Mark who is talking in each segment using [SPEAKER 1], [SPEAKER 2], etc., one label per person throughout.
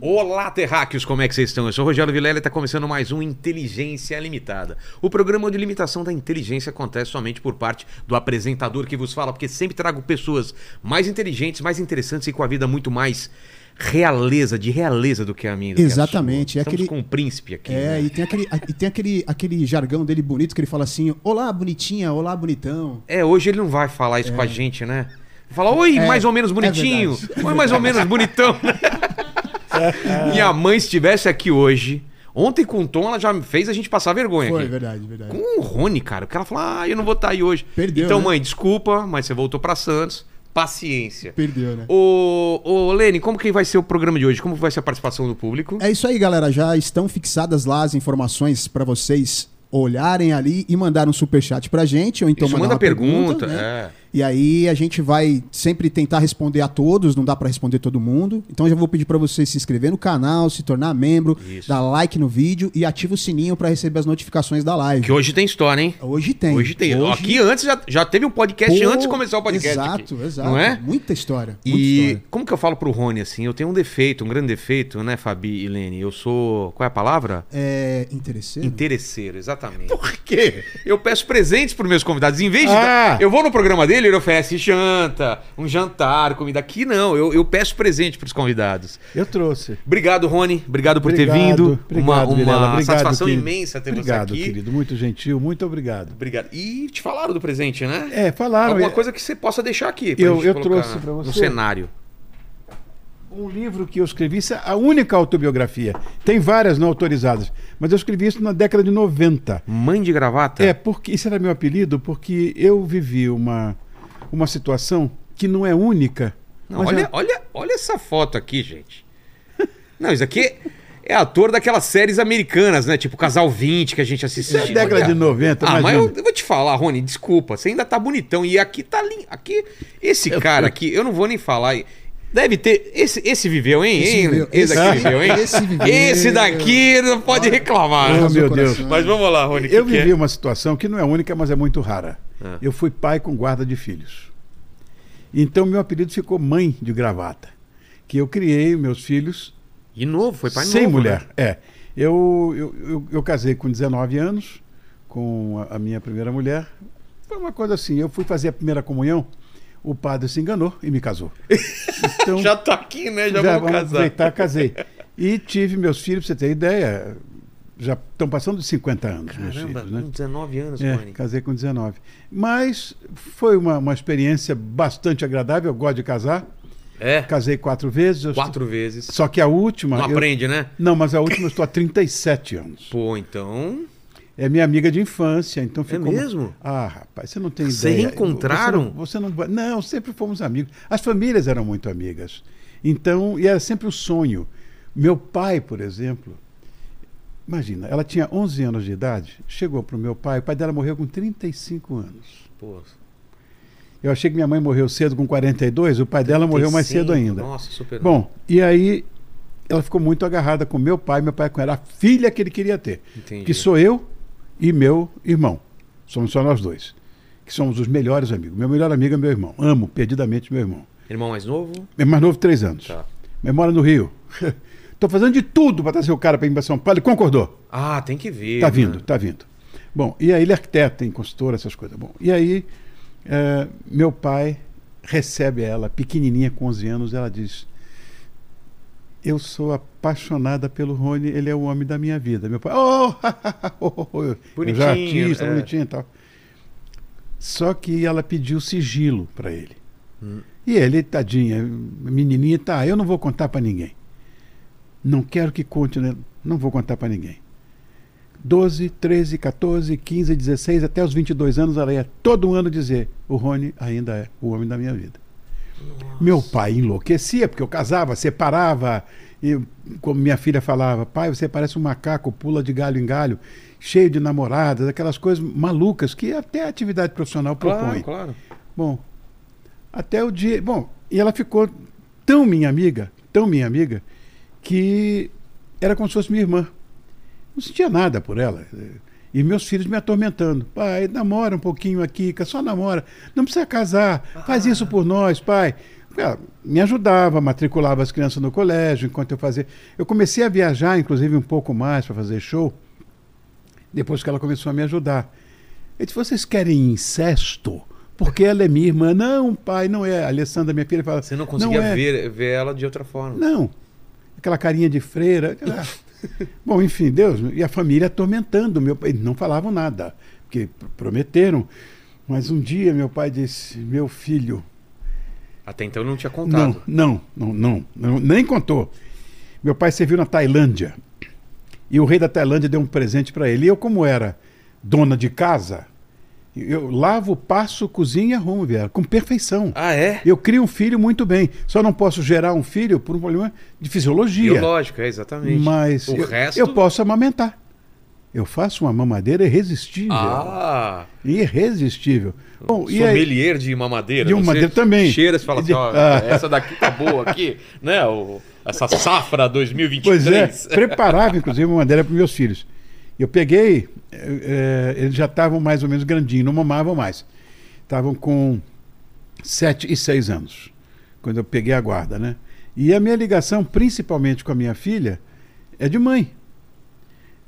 [SPEAKER 1] Olá, terráqueos, como é que vocês estão? Eu sou o Rogério Vilela e está começando mais um Inteligência Limitada. O programa de limitação da inteligência acontece somente por parte do apresentador que vos fala, porque sempre trago pessoas mais inteligentes, mais interessantes e com a vida muito mais realeza, de realeza do que a minha. do que a sua.
[SPEAKER 2] Exatamente, é
[SPEAKER 1] Estamos
[SPEAKER 2] aquele-
[SPEAKER 1] com um príncipe aqui.
[SPEAKER 2] É,
[SPEAKER 1] né?
[SPEAKER 2] e tem, aquele, a- e tem aquele, aquele jargão dele bonito que ele fala assim: Olá, bonitinha, olá, bonitão.
[SPEAKER 1] É, hoje ele não vai falar isso com a gente, né? Falar, oi,
[SPEAKER 2] É,
[SPEAKER 1] mais ou menos
[SPEAKER 2] é
[SPEAKER 1] bonitinho.
[SPEAKER 2] verdade.
[SPEAKER 1] oi, mais ou menos bonitão. Minha mãe estivesse aqui hoje. Ontem com o Tom, ela já fez a gente passar vergonha
[SPEAKER 2] Foi,
[SPEAKER 1] aqui.
[SPEAKER 2] verdade, verdade.
[SPEAKER 1] Com o Rony, cara. Porque ela falou, ah, eu não vou estar aí hoje.
[SPEAKER 2] Perdeu,
[SPEAKER 1] então,
[SPEAKER 2] né?
[SPEAKER 1] mãe, desculpa, mas você voltou pra Santos. Paciência.
[SPEAKER 2] Perdeu, né?
[SPEAKER 1] Ô, ô, Lene, como que vai ser o programa de hoje? Como vai ser a participação do público?
[SPEAKER 2] É isso aí, galera. Já estão fixadas lá as informações pra vocês olharem ali e mandar um superchat pra gente. Ou então
[SPEAKER 1] Isso,
[SPEAKER 2] mandar
[SPEAKER 1] manda
[SPEAKER 2] uma
[SPEAKER 1] pergunta,
[SPEAKER 2] pergunta. né?
[SPEAKER 1] é.
[SPEAKER 2] E aí a gente vai sempre tentar responder a todos, não dá pra responder todo mundo. Então eu já vou pedir pra você se inscrever no canal, se tornar membro,
[SPEAKER 1] Isso.
[SPEAKER 2] dar like no vídeo e ativa o sininho pra receber as notificações da live.
[SPEAKER 1] é. Que hoje tem história, hein?
[SPEAKER 2] Hoje tem.
[SPEAKER 1] Hoje tem. Aqui antes já, já teve um podcast
[SPEAKER 2] Pô,
[SPEAKER 1] antes de começar o podcast. aqui,
[SPEAKER 2] Exato, exato.
[SPEAKER 1] Não é?
[SPEAKER 2] Muita história. Muita
[SPEAKER 1] E
[SPEAKER 2] história.
[SPEAKER 1] como que eu falo pro Rony assim? Eu tenho um defeito, um grande defeito, né, Fabi e Lene? Eu sou. Qual é a palavra?
[SPEAKER 2] É interesseiro?
[SPEAKER 1] Então, Interesseiro, exatamente.
[SPEAKER 3] Por quê?
[SPEAKER 1] Eu peço presentes pros meus convidados. Em vez de.
[SPEAKER 3] Ah!
[SPEAKER 1] Eu vou no programa dele, ele oferece janta, um jantar, comida. Aqui não, eu, eu peço presente pros convidados.
[SPEAKER 3] Eu trouxe.
[SPEAKER 1] Obrigado, Rony. Obrigado por ter
[SPEAKER 3] Obrigado,
[SPEAKER 1] vindo. uma
[SPEAKER 3] Obrigado,
[SPEAKER 1] uma
[SPEAKER 3] Vilela. Obrigado,
[SPEAKER 1] satisfação
[SPEAKER 3] querido.
[SPEAKER 1] imensa ter
[SPEAKER 3] obrigado,
[SPEAKER 1] você aqui.
[SPEAKER 3] querido. Muito gentil, muito obrigado.
[SPEAKER 1] Obrigado. E te falaram do presente, né?
[SPEAKER 3] É, falaram.
[SPEAKER 1] Alguma
[SPEAKER 3] é,
[SPEAKER 1] coisa que você possa deixar aqui. pra
[SPEAKER 3] Eu-
[SPEAKER 1] gente
[SPEAKER 3] eu
[SPEAKER 1] colocar
[SPEAKER 3] trouxe pra
[SPEAKER 1] No
[SPEAKER 3] você.
[SPEAKER 1] cenário.
[SPEAKER 3] Um livro que eu escrevi, isso é a única autobiografia. Tem várias não autorizadas, mas eu escrevi isso na década de 90.
[SPEAKER 1] Mãe de gravata?
[SPEAKER 3] É, porque isso era meu apelido, porque eu vivi uma, uma situação que não é única.
[SPEAKER 1] Não,
[SPEAKER 3] mas
[SPEAKER 1] olha,
[SPEAKER 3] é-
[SPEAKER 1] olha, olha essa foto aqui, gente. Não, isso aqui é ator daquelas séries americanas, né? Tipo Casal 20 que a gente
[SPEAKER 3] Isso
[SPEAKER 1] assistia.
[SPEAKER 3] é década de 90,
[SPEAKER 1] Ah, mas
[SPEAKER 3] imagina.
[SPEAKER 1] eu, eu vou te falar, Rony, desculpa, você ainda tá bonitão. E aqui tá lindo. Aqui, esse cara aqui, eu não vou nem falar. Deve ter. Esse, esse viveu, hein?
[SPEAKER 2] Esse
[SPEAKER 1] Hein?
[SPEAKER 2] viveu.
[SPEAKER 1] Esse
[SPEAKER 2] Esse-
[SPEAKER 1] aqui viveu, hein?
[SPEAKER 2] esse viveu.
[SPEAKER 1] Esse daqui não pode reclamar.
[SPEAKER 3] Ah,
[SPEAKER 2] Arrasou
[SPEAKER 3] meu
[SPEAKER 2] o coração.
[SPEAKER 3] Deus.
[SPEAKER 1] Mas vamos lá, Rony. que
[SPEAKER 3] Eu
[SPEAKER 1] que
[SPEAKER 3] vivi
[SPEAKER 1] é?
[SPEAKER 3] uma situação que não é única, mas é muito rara.
[SPEAKER 1] Ah.
[SPEAKER 3] Eu fui pai com guarda de filhos. Então meu apelido ficou mãe de gravata, que eu criei meus filhos
[SPEAKER 1] De novo, foi pai
[SPEAKER 3] sem
[SPEAKER 1] novo,
[SPEAKER 3] mulher.
[SPEAKER 1] né?
[SPEAKER 3] É, eu, eu, eu, eu casei com 19 anos com a, a minha primeira mulher. Foi uma coisa assim. Eu fui fazer a primeira comunhão, o padre se enganou e me casou. Então
[SPEAKER 1] Já tá aqui, né? Já, vamos casar.
[SPEAKER 3] aproveitar, casei. E tive meus filhos, pra você ter ideia, já estão passando de 50 anos meus
[SPEAKER 1] Caramba,
[SPEAKER 3] filhos, né?
[SPEAKER 1] com 19 anos,
[SPEAKER 3] É,
[SPEAKER 1] Rony.
[SPEAKER 3] casei com 19. Mas foi uma, uma experiência bastante agradável. Eu gosto de casar.
[SPEAKER 1] É,
[SPEAKER 3] Casei quatro vezes. eu
[SPEAKER 1] quatro vezes.
[SPEAKER 3] estou- Só que a última.
[SPEAKER 1] Não
[SPEAKER 3] eu-
[SPEAKER 1] aprende, né?
[SPEAKER 3] Não, mas a última eu estou há 37 anos.
[SPEAKER 1] Pô, então.
[SPEAKER 3] É minha amiga de infância, então ficou.
[SPEAKER 1] É mesmo?
[SPEAKER 3] Ah, rapaz, você não tem
[SPEAKER 1] Se
[SPEAKER 3] ideia.
[SPEAKER 1] reencontraram?
[SPEAKER 3] Você não, você não. Não, sempre fomos amigos. As famílias eram muito amigas. Então, e era sempre o sonho. Meu pai, por exemplo, imagina, ela tinha 11 anos de idade, chegou para o meu pai, o pai dela morreu com 35 anos.
[SPEAKER 1] Pô,
[SPEAKER 3] Eu achei que minha mãe morreu cedo com 42, o pai dela morreu mais
[SPEAKER 1] 35,
[SPEAKER 3] cedo ainda.
[SPEAKER 1] Nossa, super.
[SPEAKER 3] Bom, e aí ela ficou muito agarrada com meu pai, meu pai com ela, a filha que ele queria ter.
[SPEAKER 1] Entendi.
[SPEAKER 3] Que sou eu e meu irmão. Somos só nós dois. Que somos os melhores amigos. Meu melhor amigo é meu irmão. Amo perdidamente meu irmão.
[SPEAKER 1] Irmão mais novo?
[SPEAKER 3] É mais novo três anos.
[SPEAKER 1] Tá.
[SPEAKER 3] Memória no Rio. Tô fazendo de tudo para trazer o cara para ir para São Paulo. Ele concordou.
[SPEAKER 1] Ah, tem que ver.
[SPEAKER 3] Tá
[SPEAKER 1] né?
[SPEAKER 3] vindo, tá vindo. Bom, e aí ele é arquiteto, tem consultor, essas coisas. Bom, e aí eh, meu pai recebe ela, pequenininha, com 11 anos, ela diz: Eu sou apaixonada pelo Rony, ele é o homem da minha vida. Meu pai, oh, eu
[SPEAKER 1] Bonitinho,
[SPEAKER 3] já artista,
[SPEAKER 1] é.
[SPEAKER 3] bonitinho e tal. Só que ela pediu sigilo para ele.
[SPEAKER 1] Hum.
[SPEAKER 3] E ele, tadinha, menininha, tá, eu não vou contar para ninguém. Não quero que conte, né? não vou contar para ninguém. 12, 13, 14, 15, 16, até os 22 anos, ela ia todo ano dizer: o Rony ainda é o homem da minha vida. Meu pai enlouquecia, porque eu casava, separava. E, como minha filha falava, pai, você parece um macaco, pula de galho em galho, cheio de namoradas, aquelas coisas malucas que até a atividade profissional
[SPEAKER 1] Claro,
[SPEAKER 3] propõe.
[SPEAKER 1] claro.
[SPEAKER 3] Bom, até o dia. Bom, e ela ficou tão minha amiga, tão minha amiga, que era como se fosse minha irmã. Não sentia nada por ela. E meus filhos me atormentando. Pai, namora um pouquinho aqui, só namora. Não precisa casar. Faz isso por nós, pai. Ela me ajudava, matriculava as crianças no colégio enquanto eu fazia. Eu comecei a viajar, inclusive, um pouco mais para fazer show, depois que ela começou a me ajudar. Eu disse: vocês querem incesto? Porque ela é minha irmã. Não, pai, não é. A Alessandra, minha filha, fala.
[SPEAKER 1] Você não conseguia
[SPEAKER 3] é.
[SPEAKER 1] ver, ver ela de outra forma.
[SPEAKER 3] Não. Aquela carinha de freira. aquela- Bom, enfim, Deus. E a família atormentando. Meu pai. Eles não falavam nada, porque pr- prometeram. Mas um dia meu pai disse: Meu filho.
[SPEAKER 1] Até então não tinha
[SPEAKER 3] Não,
[SPEAKER 1] contado.
[SPEAKER 3] não, não, não, não, Nem contou. Meu pai serviu na Tailândia. E o rei da Tailândia deu um presente para ele. E eu, como era dona de casa, eu lavo, passo, cozinho e arrumo, viado, com perfeição.
[SPEAKER 1] Ah, é?
[SPEAKER 3] Eu crio um filho muito bem. Só não posso gerar um filho por um problema de fisiologia.
[SPEAKER 1] Biológico, é, exatamente.
[SPEAKER 3] Mas
[SPEAKER 1] o
[SPEAKER 3] eu,
[SPEAKER 1] resto.
[SPEAKER 3] eu posso amamentar. Eu faço uma mamadeira irresistível.
[SPEAKER 1] Ah!
[SPEAKER 3] Irresistível. Bom, e aí,
[SPEAKER 1] sommelier de mamadeira.
[SPEAKER 3] De uma
[SPEAKER 1] Você
[SPEAKER 3] madeira também.
[SPEAKER 1] Cheira e fala assim,
[SPEAKER 3] De-
[SPEAKER 1] ó,
[SPEAKER 3] Ah.
[SPEAKER 1] essa daqui tá boa aqui, né? O- essa safra 2023.
[SPEAKER 3] pois é, preparava inclusive uma mamadeira para meus filhos. Eu peguei, eh, eh, eles já estavam mais ou menos grandinhos, não mamavam mais. Estavam com 7 e 6 anos, quando eu peguei a guarda, né? E a minha ligação, principalmente com a minha filha, é de mãe.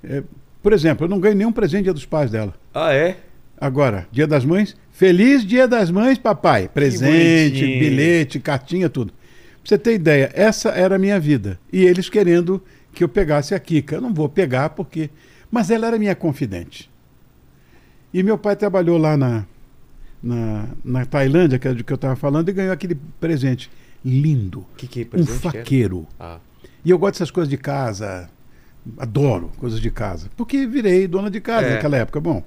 [SPEAKER 3] Eh, por exemplo, eu não ganho nenhum presente dia dos pais dela.
[SPEAKER 1] Ah, é?
[SPEAKER 3] Agora, Dia das Mães, feliz Dia das Mães, papai. Presente,
[SPEAKER 1] bonitinho.
[SPEAKER 3] bilhete, cartinha, tudo. Pra você ter ideia, essa era a minha vida. E eles querendo que eu pegasse a Kika. Eu não vou pegar porque. Mas ela era minha confidente. E meu pai trabalhou lá na, na, na Tailândia, que é de que eu estava falando, e ganhou aquele presente lindo.
[SPEAKER 1] Que que
[SPEAKER 3] Um
[SPEAKER 1] presente que era?
[SPEAKER 3] faqueiro.
[SPEAKER 1] Ah,
[SPEAKER 3] E eu gosto dessas coisas de casa. Adoro coisas de casa. Porque virei dona de casa
[SPEAKER 1] É.
[SPEAKER 3] naquela época. Bom,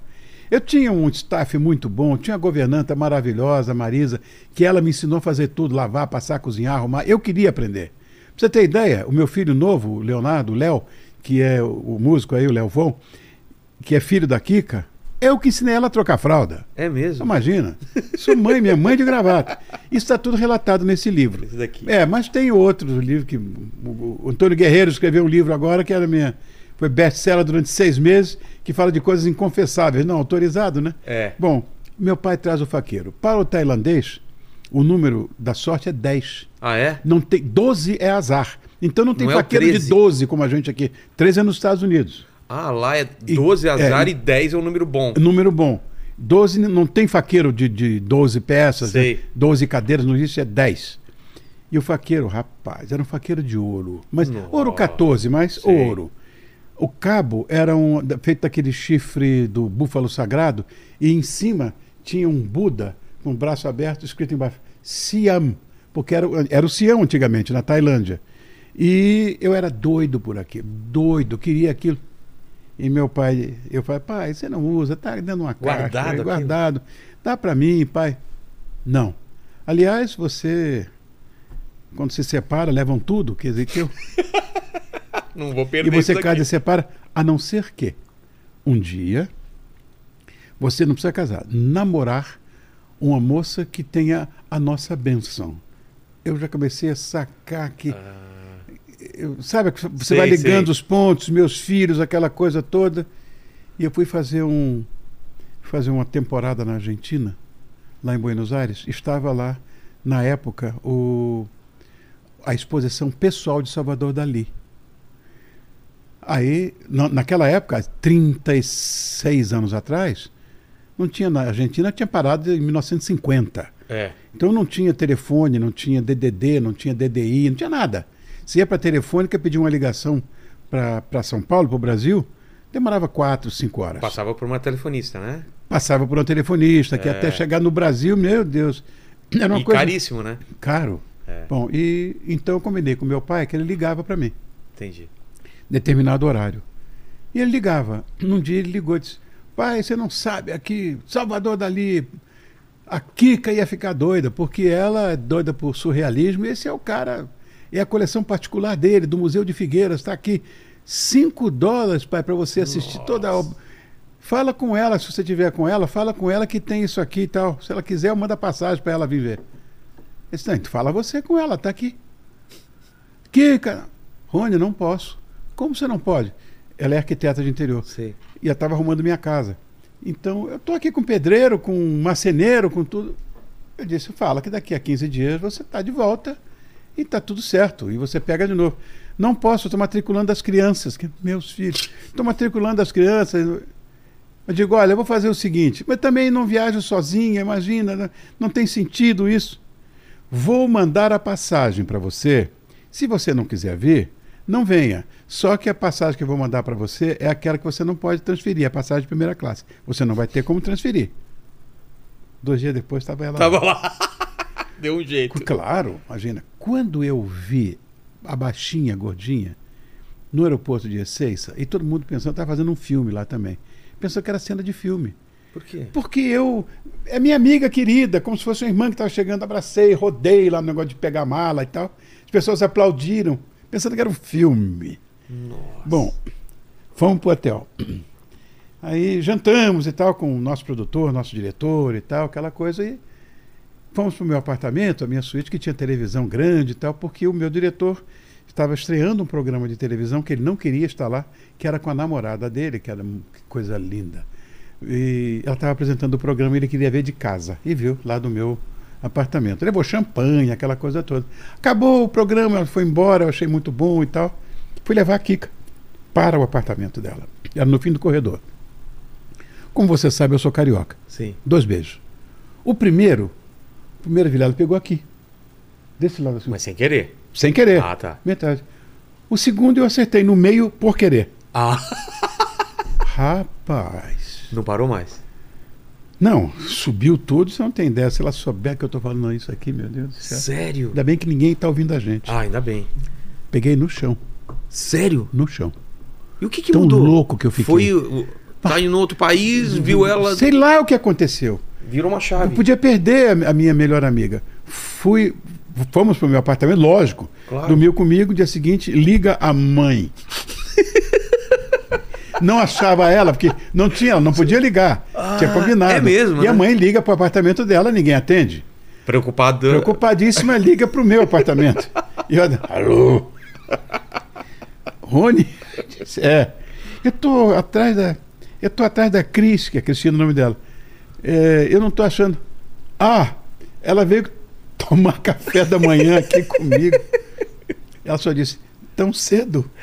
[SPEAKER 3] eu tinha um staff muito bom, tinha uma governanta maravilhosa, a Marisa, que ela me ensinou a fazer tudo, lavar, passar, cozinhar, arrumar. Eu queria aprender. Pra você ter ideia, o meu filho novo, o Leonardo, o Léo, que é o- o músico aí, o Léo Von, que é filho da Kika, eu que ensinei ela a trocar fralda.
[SPEAKER 1] é mesmo?
[SPEAKER 3] Imagina. Sua mãe, minha mãe é de gravata. Isso está tudo relatado nesse livro.
[SPEAKER 1] Esse daqui.
[SPEAKER 3] É, mas tem outros livros que. O o Antônio Guerreiro escreveu um livro agora que era minha. Foi best-seller durante seis meses, que fala de coisas inconfessáveis. Não, autorizado, né?
[SPEAKER 1] É.
[SPEAKER 3] Bom, meu pai traz o faqueiro. Para o tailandês, o número da sorte é 10.
[SPEAKER 1] Ah, é?
[SPEAKER 3] Não tem, 12 é azar. Então não tem
[SPEAKER 1] Não é o
[SPEAKER 3] faqueiro de
[SPEAKER 1] 13.
[SPEAKER 3] 12, como a gente aqui. 13 é nos Estados Unidos.
[SPEAKER 1] Ah, lá é 12
[SPEAKER 3] E-
[SPEAKER 1] azar
[SPEAKER 3] é,
[SPEAKER 1] e 10 é um número bom.
[SPEAKER 3] Número bom. 12 n- não tem faqueiro de, de 12 peças,
[SPEAKER 1] Sei.
[SPEAKER 3] né? 12 cadeiras, não existe, é 10. E o faqueiro, rapaz, era um faqueiro de ouro. Mas
[SPEAKER 1] Nossa.
[SPEAKER 3] ouro 14, mas
[SPEAKER 1] Sei.
[SPEAKER 3] ouro. O cabo era um, da- feito daquele chifre do búfalo sagrado e em cima tinha um Buda com o braço aberto escrito embaixo Siam, porque era, o- era o Sião antigamente, na Tailândia. E eu era doido por aquilo, doido, queria aquilo. E meu pai, eu falei, pai, você não usa, tá dentro de uma caixa,
[SPEAKER 1] Guardado
[SPEAKER 3] aí,
[SPEAKER 1] aquilo?
[SPEAKER 3] guardado. Dá para mim, pai. Não. Aliás, você quando se separa, levam tudo, quer dizer que eu
[SPEAKER 1] Não vou
[SPEAKER 3] e
[SPEAKER 1] perder
[SPEAKER 3] você
[SPEAKER 1] isso
[SPEAKER 3] casa e
[SPEAKER 1] daqui.
[SPEAKER 3] separa, a não ser que um dia você não precisa casar, namorar uma moça que tenha a nossa benção. Eu já comecei a sacar que. eu- sabe, que você
[SPEAKER 1] Ah. Sei,
[SPEAKER 3] vai ligando
[SPEAKER 1] sei.
[SPEAKER 3] os pontos, meus filhos, aquela coisa toda. E eu fui fazer um fazer uma temporada na Argentina, lá em Buenos Aires. Estava lá, na época, o, a exposição pessoal de Salvador Dali. Aí, na, naquela época, 36 anos atrás, não tinha na Argentina, tinha parado em 1950.
[SPEAKER 1] É.
[SPEAKER 3] Então não tinha telefone, não tinha DDD, não tinha DDI, não tinha nada. Se ia para telefônica pedir uma ligação para São Paulo, para o Brasil, demorava 4, 5 horas.
[SPEAKER 1] Passava por uma telefonista, né?
[SPEAKER 3] Passava por um telefonista, que
[SPEAKER 1] É.
[SPEAKER 3] até chegar no Brasil, meu Deus, era uma
[SPEAKER 1] e
[SPEAKER 3] coisa
[SPEAKER 1] caríssimo, né?
[SPEAKER 3] caro.
[SPEAKER 1] É.
[SPEAKER 3] Bom, e então eu combinei com meu pai que ele ligava para mim
[SPEAKER 1] Entendi.
[SPEAKER 3] determinado horário. E ele ligava. Num dia ele ligou e disse: Pai, você não sabe, aqui, Salvador Dali, a Kika ia ficar doida, porque ela é doida por surrealismo, e esse é o cara, é a coleção particular dele, do Museu de Figueiras, está aqui. 5 dólares, pai, para você assistir toda a obra. Fala com ela, se você tiver com ela, fala com ela que tem isso aqui e tal. Se ela quiser, eu mando a passagem para ela viver. Ele disse, "Não, então fala você com ela, tá aqui. Kika, Rony, não posso. Como você não pode? Ela é arquiteta de interior
[SPEAKER 1] Sei.
[SPEAKER 3] e eu estava arrumando minha casa. Então, eu estou aqui com pedreiro, com marceneiro, com tudo. Eu disse, fala que daqui a 15 dias você está de volta e está tudo certo. E você pega de novo. Não posso, estou matriculando as crianças, que meus filhos. Estou matriculando as crianças. Eu digo, olha, eu vou fazer o seguinte, mas também não viajo sozinha, imagina, né? não tem sentido isso. Vou mandar a passagem para você. Se você não quiser vir, não venha. Só que a passagem que eu vou mandar para você é aquela que você não pode transferir, é a passagem de primeira classe. Você não vai ter como transferir. Dois dias depois estava ela. lá.
[SPEAKER 1] Tava lá. Deu um jeito.
[SPEAKER 3] Claro, imagina. Quando eu vi a baixinha gordinha no aeroporto de Ezeiza, e todo mundo pensando, estava fazendo um filme lá também. Pensou que era cena de filme.
[SPEAKER 1] Por quê?
[SPEAKER 3] Porque eu. É minha amiga querida, como se fosse uma irmã que estava chegando, abracei, rodei lá no negócio de pegar mala e tal. As pessoas aplaudiram, pensando que era um filme.
[SPEAKER 1] Nossa.
[SPEAKER 3] Bom, fomos pro hotel. Aí jantamos e tal com o nosso produtor, nosso diretor e tal, aquela coisa. E fomos pro meu apartamento, a minha suíte, que tinha televisão grande e tal, porque o meu diretor estava estreando um programa de televisão que ele não queria estar lá, que era com a namorada dele, que era que coisa linda. E ela estava apresentando o programa e ele queria ver de casa. E viu lá do meu apartamento. Levou champanhe, aquela coisa toda. Acabou o programa, ela foi embora, eu achei muito bom e tal. Fui levar a Kika para o apartamento dela. Era no fim do corredor. Como você sabe, eu sou carioca.
[SPEAKER 1] Sim.
[SPEAKER 3] Dois beijos. O primeiro, o primeiro virado pegou aqui. Desse lado assim.
[SPEAKER 1] Mas sem querer.
[SPEAKER 3] sem querer.
[SPEAKER 1] Ah, tá.
[SPEAKER 3] Metade. O segundo eu acertei no meio por querer.
[SPEAKER 1] Ah.
[SPEAKER 3] Rapaz.
[SPEAKER 1] Não parou mais.
[SPEAKER 3] Não, subiu tudo, você não tem ideia. Se ela souber que eu tô falando isso aqui, meu Deus do céu.
[SPEAKER 1] Sério?
[SPEAKER 3] Ainda bem que ninguém tá ouvindo a gente.
[SPEAKER 1] Ah, ainda bem.
[SPEAKER 3] Peguei no chão,
[SPEAKER 1] Sério?
[SPEAKER 3] no chão.
[SPEAKER 1] E o que, que
[SPEAKER 3] Tão
[SPEAKER 1] mudou?
[SPEAKER 3] louco que eu fiquei.
[SPEAKER 1] Foi. o- Tá indo em outro país, viu ela.
[SPEAKER 3] Sei lá o que aconteceu.
[SPEAKER 1] Virou uma
[SPEAKER 3] Eu
[SPEAKER 1] chave.
[SPEAKER 3] podia perder a a minha melhor amiga. Fui, fomos pro meu apartamento, lógico.
[SPEAKER 1] Claro.
[SPEAKER 3] Dormiu comigo, dia seguinte, liga a mãe. não achava ela, porque não tinha, ela não podia ligar. tinha combinado.
[SPEAKER 1] é mesmo,
[SPEAKER 3] E a
[SPEAKER 1] né?
[SPEAKER 3] mãe liga pro apartamento dela, ninguém atende.
[SPEAKER 1] Preocupado.
[SPEAKER 3] Preocupadíssima, liga pro meu apartamento. E olha, alô? Rony? Disse, É. Eu tô atrás da. Eu tô atrás da Cris, que é Cristina o nome dela. É, eu não tô achando. Ah, ela veio tomar café da manhã aqui comigo. Ela só disse, tão cedo.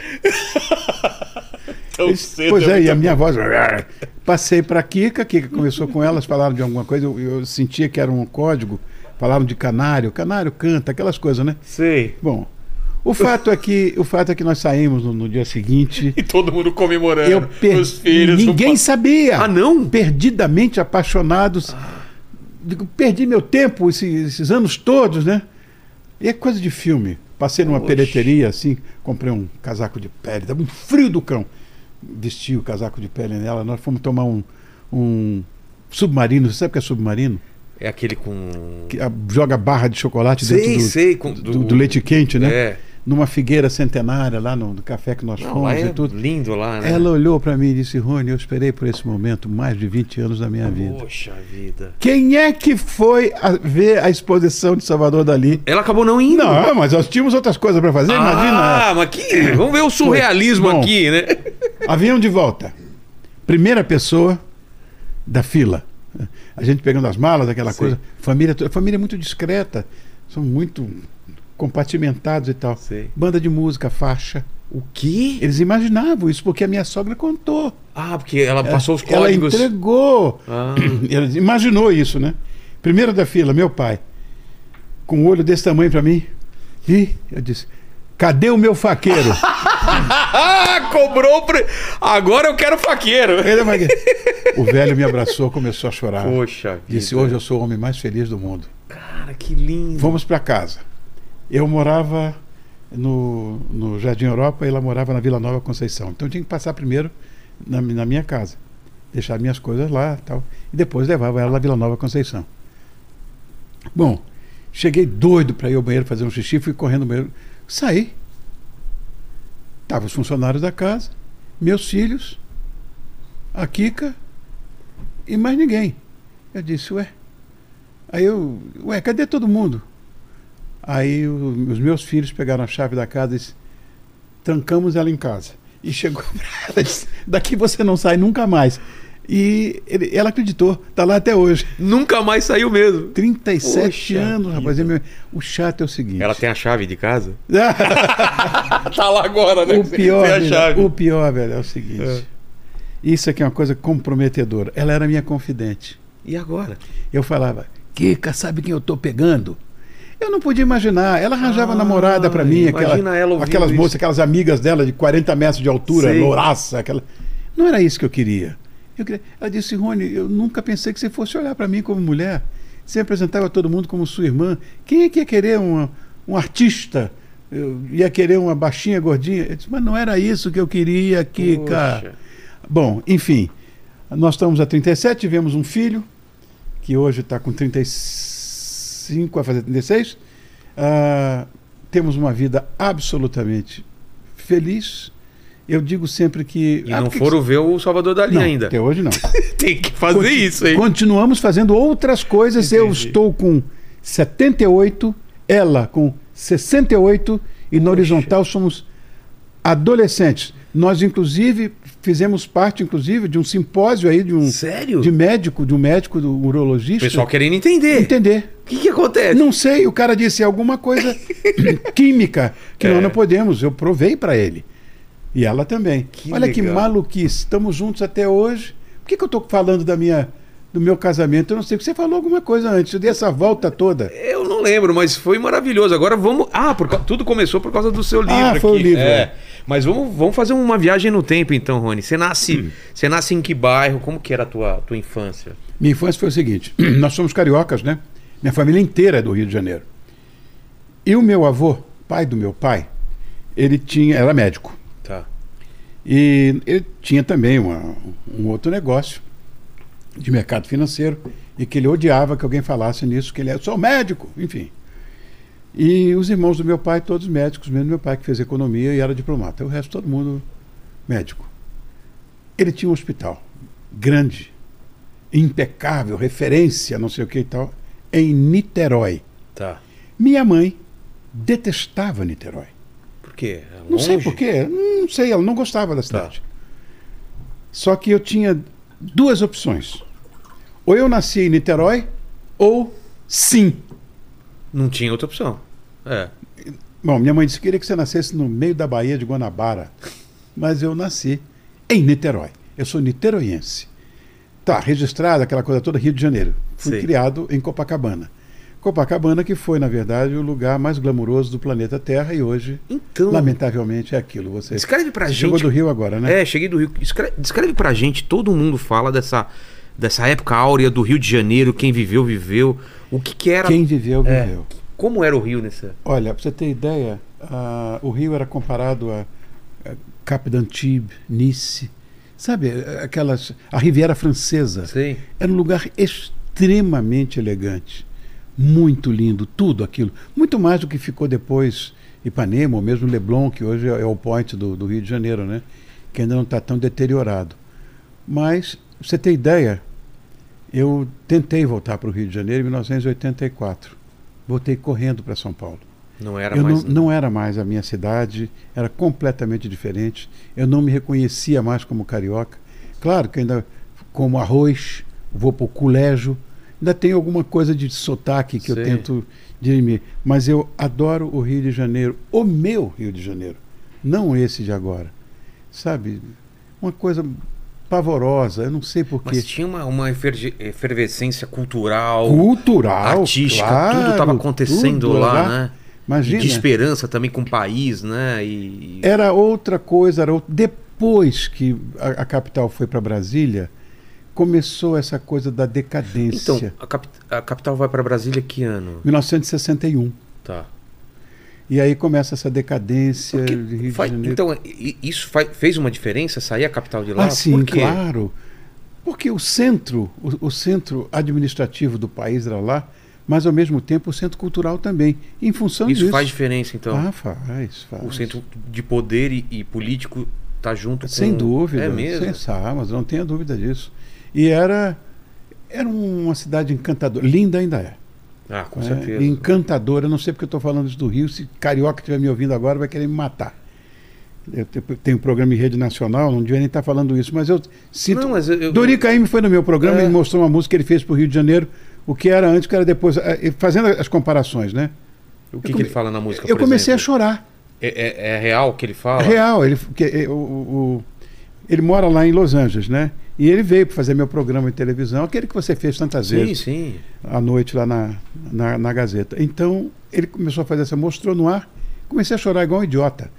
[SPEAKER 1] Tão
[SPEAKER 3] Isso, pois é, e a minha voz. Passei para Kika, Kika começou com elas, falaram de alguma coisa, eu, eu sentia que era um código, falaram de canário, canário canta, aquelas coisas, né?
[SPEAKER 1] Sei.
[SPEAKER 3] Bom, o fato é que, o fato é que nós saímos no, no dia seguinte.
[SPEAKER 1] E todo mundo comemorando.
[SPEAKER 3] Eu perdi.
[SPEAKER 1] Os filhos.
[SPEAKER 3] Ninguém sabia.
[SPEAKER 1] Ah, não?
[SPEAKER 3] Perdidamente apaixonados. Digo, perdi meu tempo esses, esses anos todos, né? E é coisa de filme. Passei numa
[SPEAKER 1] Oxe.
[SPEAKER 3] peleteria assim, comprei um casaco de pele, estava um frio do cão. Vesti o casaco de pele nela, nós fomos tomar um, um submarino. Você sabe o que é submarino?
[SPEAKER 1] É aquele com.
[SPEAKER 3] Que ah, joga barra de chocolate
[SPEAKER 1] Sei,
[SPEAKER 3] dentro do,
[SPEAKER 1] sei. Com...
[SPEAKER 3] do- do leite quente, né?
[SPEAKER 1] É.
[SPEAKER 3] numa figueira centenária lá no, no café que nós
[SPEAKER 1] Não,
[SPEAKER 3] fomos
[SPEAKER 1] lá é
[SPEAKER 3] e tudo.
[SPEAKER 1] lindo lá, né?
[SPEAKER 3] Ela olhou para mim e disse: Rony, eu esperei por esse momento mais de 20 anos da minha vida.
[SPEAKER 1] Poxa vida.
[SPEAKER 3] Quem é que foi a- ver a exposição de Salvador Dali?
[SPEAKER 1] Ela acabou não indo.
[SPEAKER 3] Não, mas nós tínhamos outras coisas para fazer, imagina.
[SPEAKER 1] Ah, mas que. Vamos ver o surrealismo
[SPEAKER 3] Bom.
[SPEAKER 1] aqui, né?
[SPEAKER 3] Avião de volta. Primeira pessoa da fila. A gente pegando as malas, aquela
[SPEAKER 1] Sim.
[SPEAKER 3] coisa. Família, toda- família é muito discreta, são muito compartimentados e tal.
[SPEAKER 1] Sei.
[SPEAKER 3] Banda de música, faixa.
[SPEAKER 1] O quê?
[SPEAKER 3] Eles imaginavam isso porque a minha sogra contou.
[SPEAKER 1] Ah, porque ela passou os
[SPEAKER 3] É, Ela
[SPEAKER 1] códigos.
[SPEAKER 3] entregou.
[SPEAKER 1] Ah,
[SPEAKER 3] Ela imaginou isso, né? Primeiro da fila, meu pai, com um olho desse tamanho pra mim. E eu disse: cadê o meu faqueiro?
[SPEAKER 1] Ah, cobrou. o Pre... Agora eu quero faqueiro.
[SPEAKER 3] Cadê o faqueiro? é O velho me abraçou, começou a
[SPEAKER 1] Ah.
[SPEAKER 3] chorar.
[SPEAKER 1] Poxa vida.
[SPEAKER 3] Disse: hoje eu sou o homem mais feliz do mundo.
[SPEAKER 1] Cara, que lindo.
[SPEAKER 3] Vamos pra casa. Eu morava no, no Jardim Europa e ela morava na Vila Nova Conceição. Então eu tinha que passar primeiro na, mi- na minha casa, deixar minhas coisas lá tal, e depois levava ela na Vila Nova Conceição. Bom, cheguei doido para ir ao banheiro fazer um xixi, fui correndo ao banheiro. Saí. Estavam os funcionários da casa, meus filhos, a Kika e mais ninguém. Eu disse, ué. Aí eu, ué, cadê todo mundo? Aí o- os meus filhos pegaram a chave da casa e disse, trancamos ela em casa. E chegou pra ela e disse, daqui você não sai nunca mais. E ele- ela acreditou, tá lá até hoje.
[SPEAKER 1] Nunca mais saiu mesmo.
[SPEAKER 3] 37
[SPEAKER 1] Poxa
[SPEAKER 3] anos, rapaz.
[SPEAKER 1] vida.
[SPEAKER 3] É meu- O chato é o seguinte.
[SPEAKER 1] Ela tem a chave de casa? tá lá agora, né?
[SPEAKER 3] o pior,
[SPEAKER 1] tem a
[SPEAKER 3] velho,
[SPEAKER 1] chave.
[SPEAKER 3] o pior, velho, é o seguinte.
[SPEAKER 1] É.
[SPEAKER 3] Isso aqui é uma coisa comprometedora. Ela era minha confidente.
[SPEAKER 1] E agora?
[SPEAKER 3] Eu falava, Kika, sabe quem eu tô pegando? Eu não podia imaginar. Ela arranjava namorada pra mim, aquela,
[SPEAKER 1] imagina ela ouvindo
[SPEAKER 3] aquelas
[SPEAKER 1] isso.
[SPEAKER 3] moças, aquelas amigas dela de 40 metros de altura,
[SPEAKER 1] Sei.
[SPEAKER 3] louraça, aquela. Não era isso que eu queria. Eu queria- Ela disse, Rony, eu nunca pensei que você fosse olhar pra mim como mulher. Você apresentava todo mundo como sua irmã. Quem é que ia querer uma, um artista? Eu ia querer uma baixinha, gordinha? Eu disse, mas não era isso que eu queria, Kika.
[SPEAKER 1] Poxa.
[SPEAKER 3] Bom, enfim, nós estamos a 37, tivemos um filho, que hoje está com 35, vai fazer 36. Ah, temos uma vida absolutamente feliz. Eu digo sempre que.
[SPEAKER 1] E
[SPEAKER 3] Ah,
[SPEAKER 1] não
[SPEAKER 3] por que
[SPEAKER 1] foram ver o Salvador
[SPEAKER 3] que-
[SPEAKER 1] Dali
[SPEAKER 3] Não,
[SPEAKER 1] ainda.
[SPEAKER 3] Até hoje não.
[SPEAKER 1] Tem que fazer isso, hein?
[SPEAKER 3] Continuamos fazendo outras coisas. Eu
[SPEAKER 1] Entendi.
[SPEAKER 3] estou com 78, ela com 68 e no horizontal somos adolescentes. Nós inclusive fizemos parte inclusive de um simpósio aí de um
[SPEAKER 1] Sério?
[SPEAKER 3] de médico, de um médico do urologista.
[SPEAKER 1] Pessoal querendo entender.
[SPEAKER 3] entender.
[SPEAKER 1] O que, que acontece?
[SPEAKER 3] Não sei, o cara disse alguma coisa química que
[SPEAKER 1] É.
[SPEAKER 3] nós não podemos. Eu provei para ele. E ela também.
[SPEAKER 1] Que
[SPEAKER 3] Olha que
[SPEAKER 1] legal.
[SPEAKER 3] maluquice. Estamos juntos até hoje. Por que, que eu estou falando da minha, do meu casamento? Eu não sei, porque você falou alguma coisa antes. Eu dei essa volta toda.
[SPEAKER 1] Eu não lembro, mas foi maravilhoso. Agora vamos. Ah, por... ca- tudo começou por causa do seu livro.
[SPEAKER 3] Ah, foi
[SPEAKER 1] aqui.
[SPEAKER 3] o livro,
[SPEAKER 1] É.
[SPEAKER 3] é.
[SPEAKER 1] Mas vamos, vamos fazer uma viagem no tempo, então, Rony. Você nasce, você nasce em que bairro? Como que era a tua, tua infância?
[SPEAKER 3] Minha infância foi o seguinte: nós somos cariocas, né? Minha família inteira é do Rio de Janeiro. E o meu avô, pai do meu pai, ele tinha, era médico.
[SPEAKER 1] Tá.
[SPEAKER 3] E ele tinha também uma- um outro negócio de mercado financeiro e que ele odiava que alguém falasse nisso, que ele era só médico, enfim. E os irmãos do meu pai, todos médicos, menos meu pai que fez economia e era diplomata. O resto, todo mundo médico. Ele tinha um hospital grande, impecável, referência, não sei o que e tal, em Niterói.
[SPEAKER 1] Tá.
[SPEAKER 3] Minha mãe detestava Niterói.
[SPEAKER 1] Por quê? É
[SPEAKER 3] Não sei
[SPEAKER 1] longe? Tá.
[SPEAKER 3] porquê, não sei, ela não gostava da cidade. Só que eu tinha duas opções. Ou eu nasci em Niterói, ou sim.
[SPEAKER 1] Não tinha outra opção. É.
[SPEAKER 3] Bom, minha mãe disse que queria que você nascesse no meio da Bahia de Guanabara, mas eu nasci em Niterói. Eu sou niteroiense. Tá, registrado aquela coisa toda, Rio de Janeiro. Fui
[SPEAKER 1] Sim.
[SPEAKER 3] criado em Copacabana. Copacabana que foi, na verdade, o lugar mais glamouroso do planeta Terra e hoje,
[SPEAKER 1] Então.
[SPEAKER 3] lamentavelmente, é aquilo. Você
[SPEAKER 1] Descreve pra
[SPEAKER 3] chegou
[SPEAKER 1] é gente.
[SPEAKER 3] do Rio agora, né?
[SPEAKER 1] É, cheguei do Rio. Descreve, descreve pra gente, todo mundo fala dessa, dessa época áurea do Rio de Janeiro, quem viveu, viveu. O que, que era.
[SPEAKER 3] Quem viveu,
[SPEAKER 1] É.
[SPEAKER 3] viveu.
[SPEAKER 1] Como era o Rio nessa.
[SPEAKER 3] Olha, pra você ter ideia, ah, o Rio era comparado a, a Cap d'Antibes, Nice, sabe, eh, aquelas. a Riviera Francesa.
[SPEAKER 1] Sei.
[SPEAKER 3] Era um lugar extremamente elegante, muito lindo, tudo aquilo. Muito mais do que ficou depois Ipanema, ou mesmo Leblon, que hoje é é o point do, do Rio de Janeiro, né? Que ainda não está tão deteriorado. Mas, pra você ter ideia, eu tentei voltar para o Rio de Janeiro em 1984. Voltei correndo para São Paulo.
[SPEAKER 1] Não era
[SPEAKER 3] eu
[SPEAKER 1] mais. um.
[SPEAKER 3] não, é não era mais a minha cidade, era completamente diferente. Eu não me reconhecia mais como carioca. Claro que ainda como arroz, vou para o colégio, ainda tem alguma coisa de sotaque que
[SPEAKER 1] Sei.
[SPEAKER 3] eu tento dirimir. Mas eu adoro o Rio de Janeiro, o meu Rio de Janeiro, não esse de agora. Sabe? Uma coisa pavorosa, eu não sei porquê.
[SPEAKER 1] Mas tinha uma, uma eferge- efervescência cultural,
[SPEAKER 3] Cultural,
[SPEAKER 1] artística, tudo
[SPEAKER 3] claro,
[SPEAKER 1] estava acontecendo
[SPEAKER 3] tudo
[SPEAKER 1] lá, né? E
[SPEAKER 3] Imagina. É
[SPEAKER 1] de esperança também com o país, né? E...
[SPEAKER 3] Era outra coisa, era outro... depois que a, a capital foi para Brasília, começou essa coisa da decadência.
[SPEAKER 1] Então, a, capi- a capital vai para Brasília que ano?
[SPEAKER 3] 1961.
[SPEAKER 1] Tá.
[SPEAKER 3] E aí começa essa decadência
[SPEAKER 1] Porque
[SPEAKER 3] É, de Rio
[SPEAKER 1] faz-
[SPEAKER 3] de Janeiro.
[SPEAKER 1] então, i- isso faz- fez uma diferença sair a capital de lá?
[SPEAKER 3] ah, sim,
[SPEAKER 1] Por quê?
[SPEAKER 3] claro. Porque o centro, o, o centro administrativo do país era lá, mas ao mesmo tempo o centro cultural também. Em função
[SPEAKER 1] Isso
[SPEAKER 3] disso.
[SPEAKER 1] faz diferença, então.
[SPEAKER 3] Ah, faz, faz.
[SPEAKER 1] o centro de poder e, e político tá junto com...
[SPEAKER 3] Sem dúvida,
[SPEAKER 1] É
[SPEAKER 3] sem
[SPEAKER 1] mesmo?
[SPEAKER 3] sa- mas não tenha dúvida disso. E era, era uma cidade encantadora, linda ainda é.
[SPEAKER 1] Ah, com
[SPEAKER 3] né?
[SPEAKER 1] certeza.
[SPEAKER 3] Encantadora, não sei porque eu estou falando isso do Rio, se carioca estiver me ouvindo agora vai querer me matar. Eu te- tenho um programa em rede nacional, não devia nem estar falando isso, mas eu sinto.
[SPEAKER 1] Não, mas eu- eu-
[SPEAKER 3] Dori Caymmi foi no meu programa
[SPEAKER 1] É.
[SPEAKER 3] e mostrou uma música que ele fez para o Rio de Janeiro, o que era antes, o que era depois. Ah, e Fazendo as comparações, né?
[SPEAKER 1] O que,
[SPEAKER 3] Eu
[SPEAKER 1] que
[SPEAKER 3] come-
[SPEAKER 1] ele fala na música?
[SPEAKER 3] eu
[SPEAKER 1] por
[SPEAKER 3] comecei
[SPEAKER 1] exemplo?
[SPEAKER 3] a chorar.
[SPEAKER 1] É, é- é real o que ele fala?
[SPEAKER 3] Real, ele, que, eh, o- o- o- ele mora lá em Los Angeles, né? E ele veio para fazer meu programa em televisão, aquele que você fez tantas
[SPEAKER 1] Sim,
[SPEAKER 3] vezes
[SPEAKER 1] sim.
[SPEAKER 3] à noite lá na, na, na Gazeta. Então, ele começou a fazer essa, mostrou no ar, comecei a chorar igual um idiota.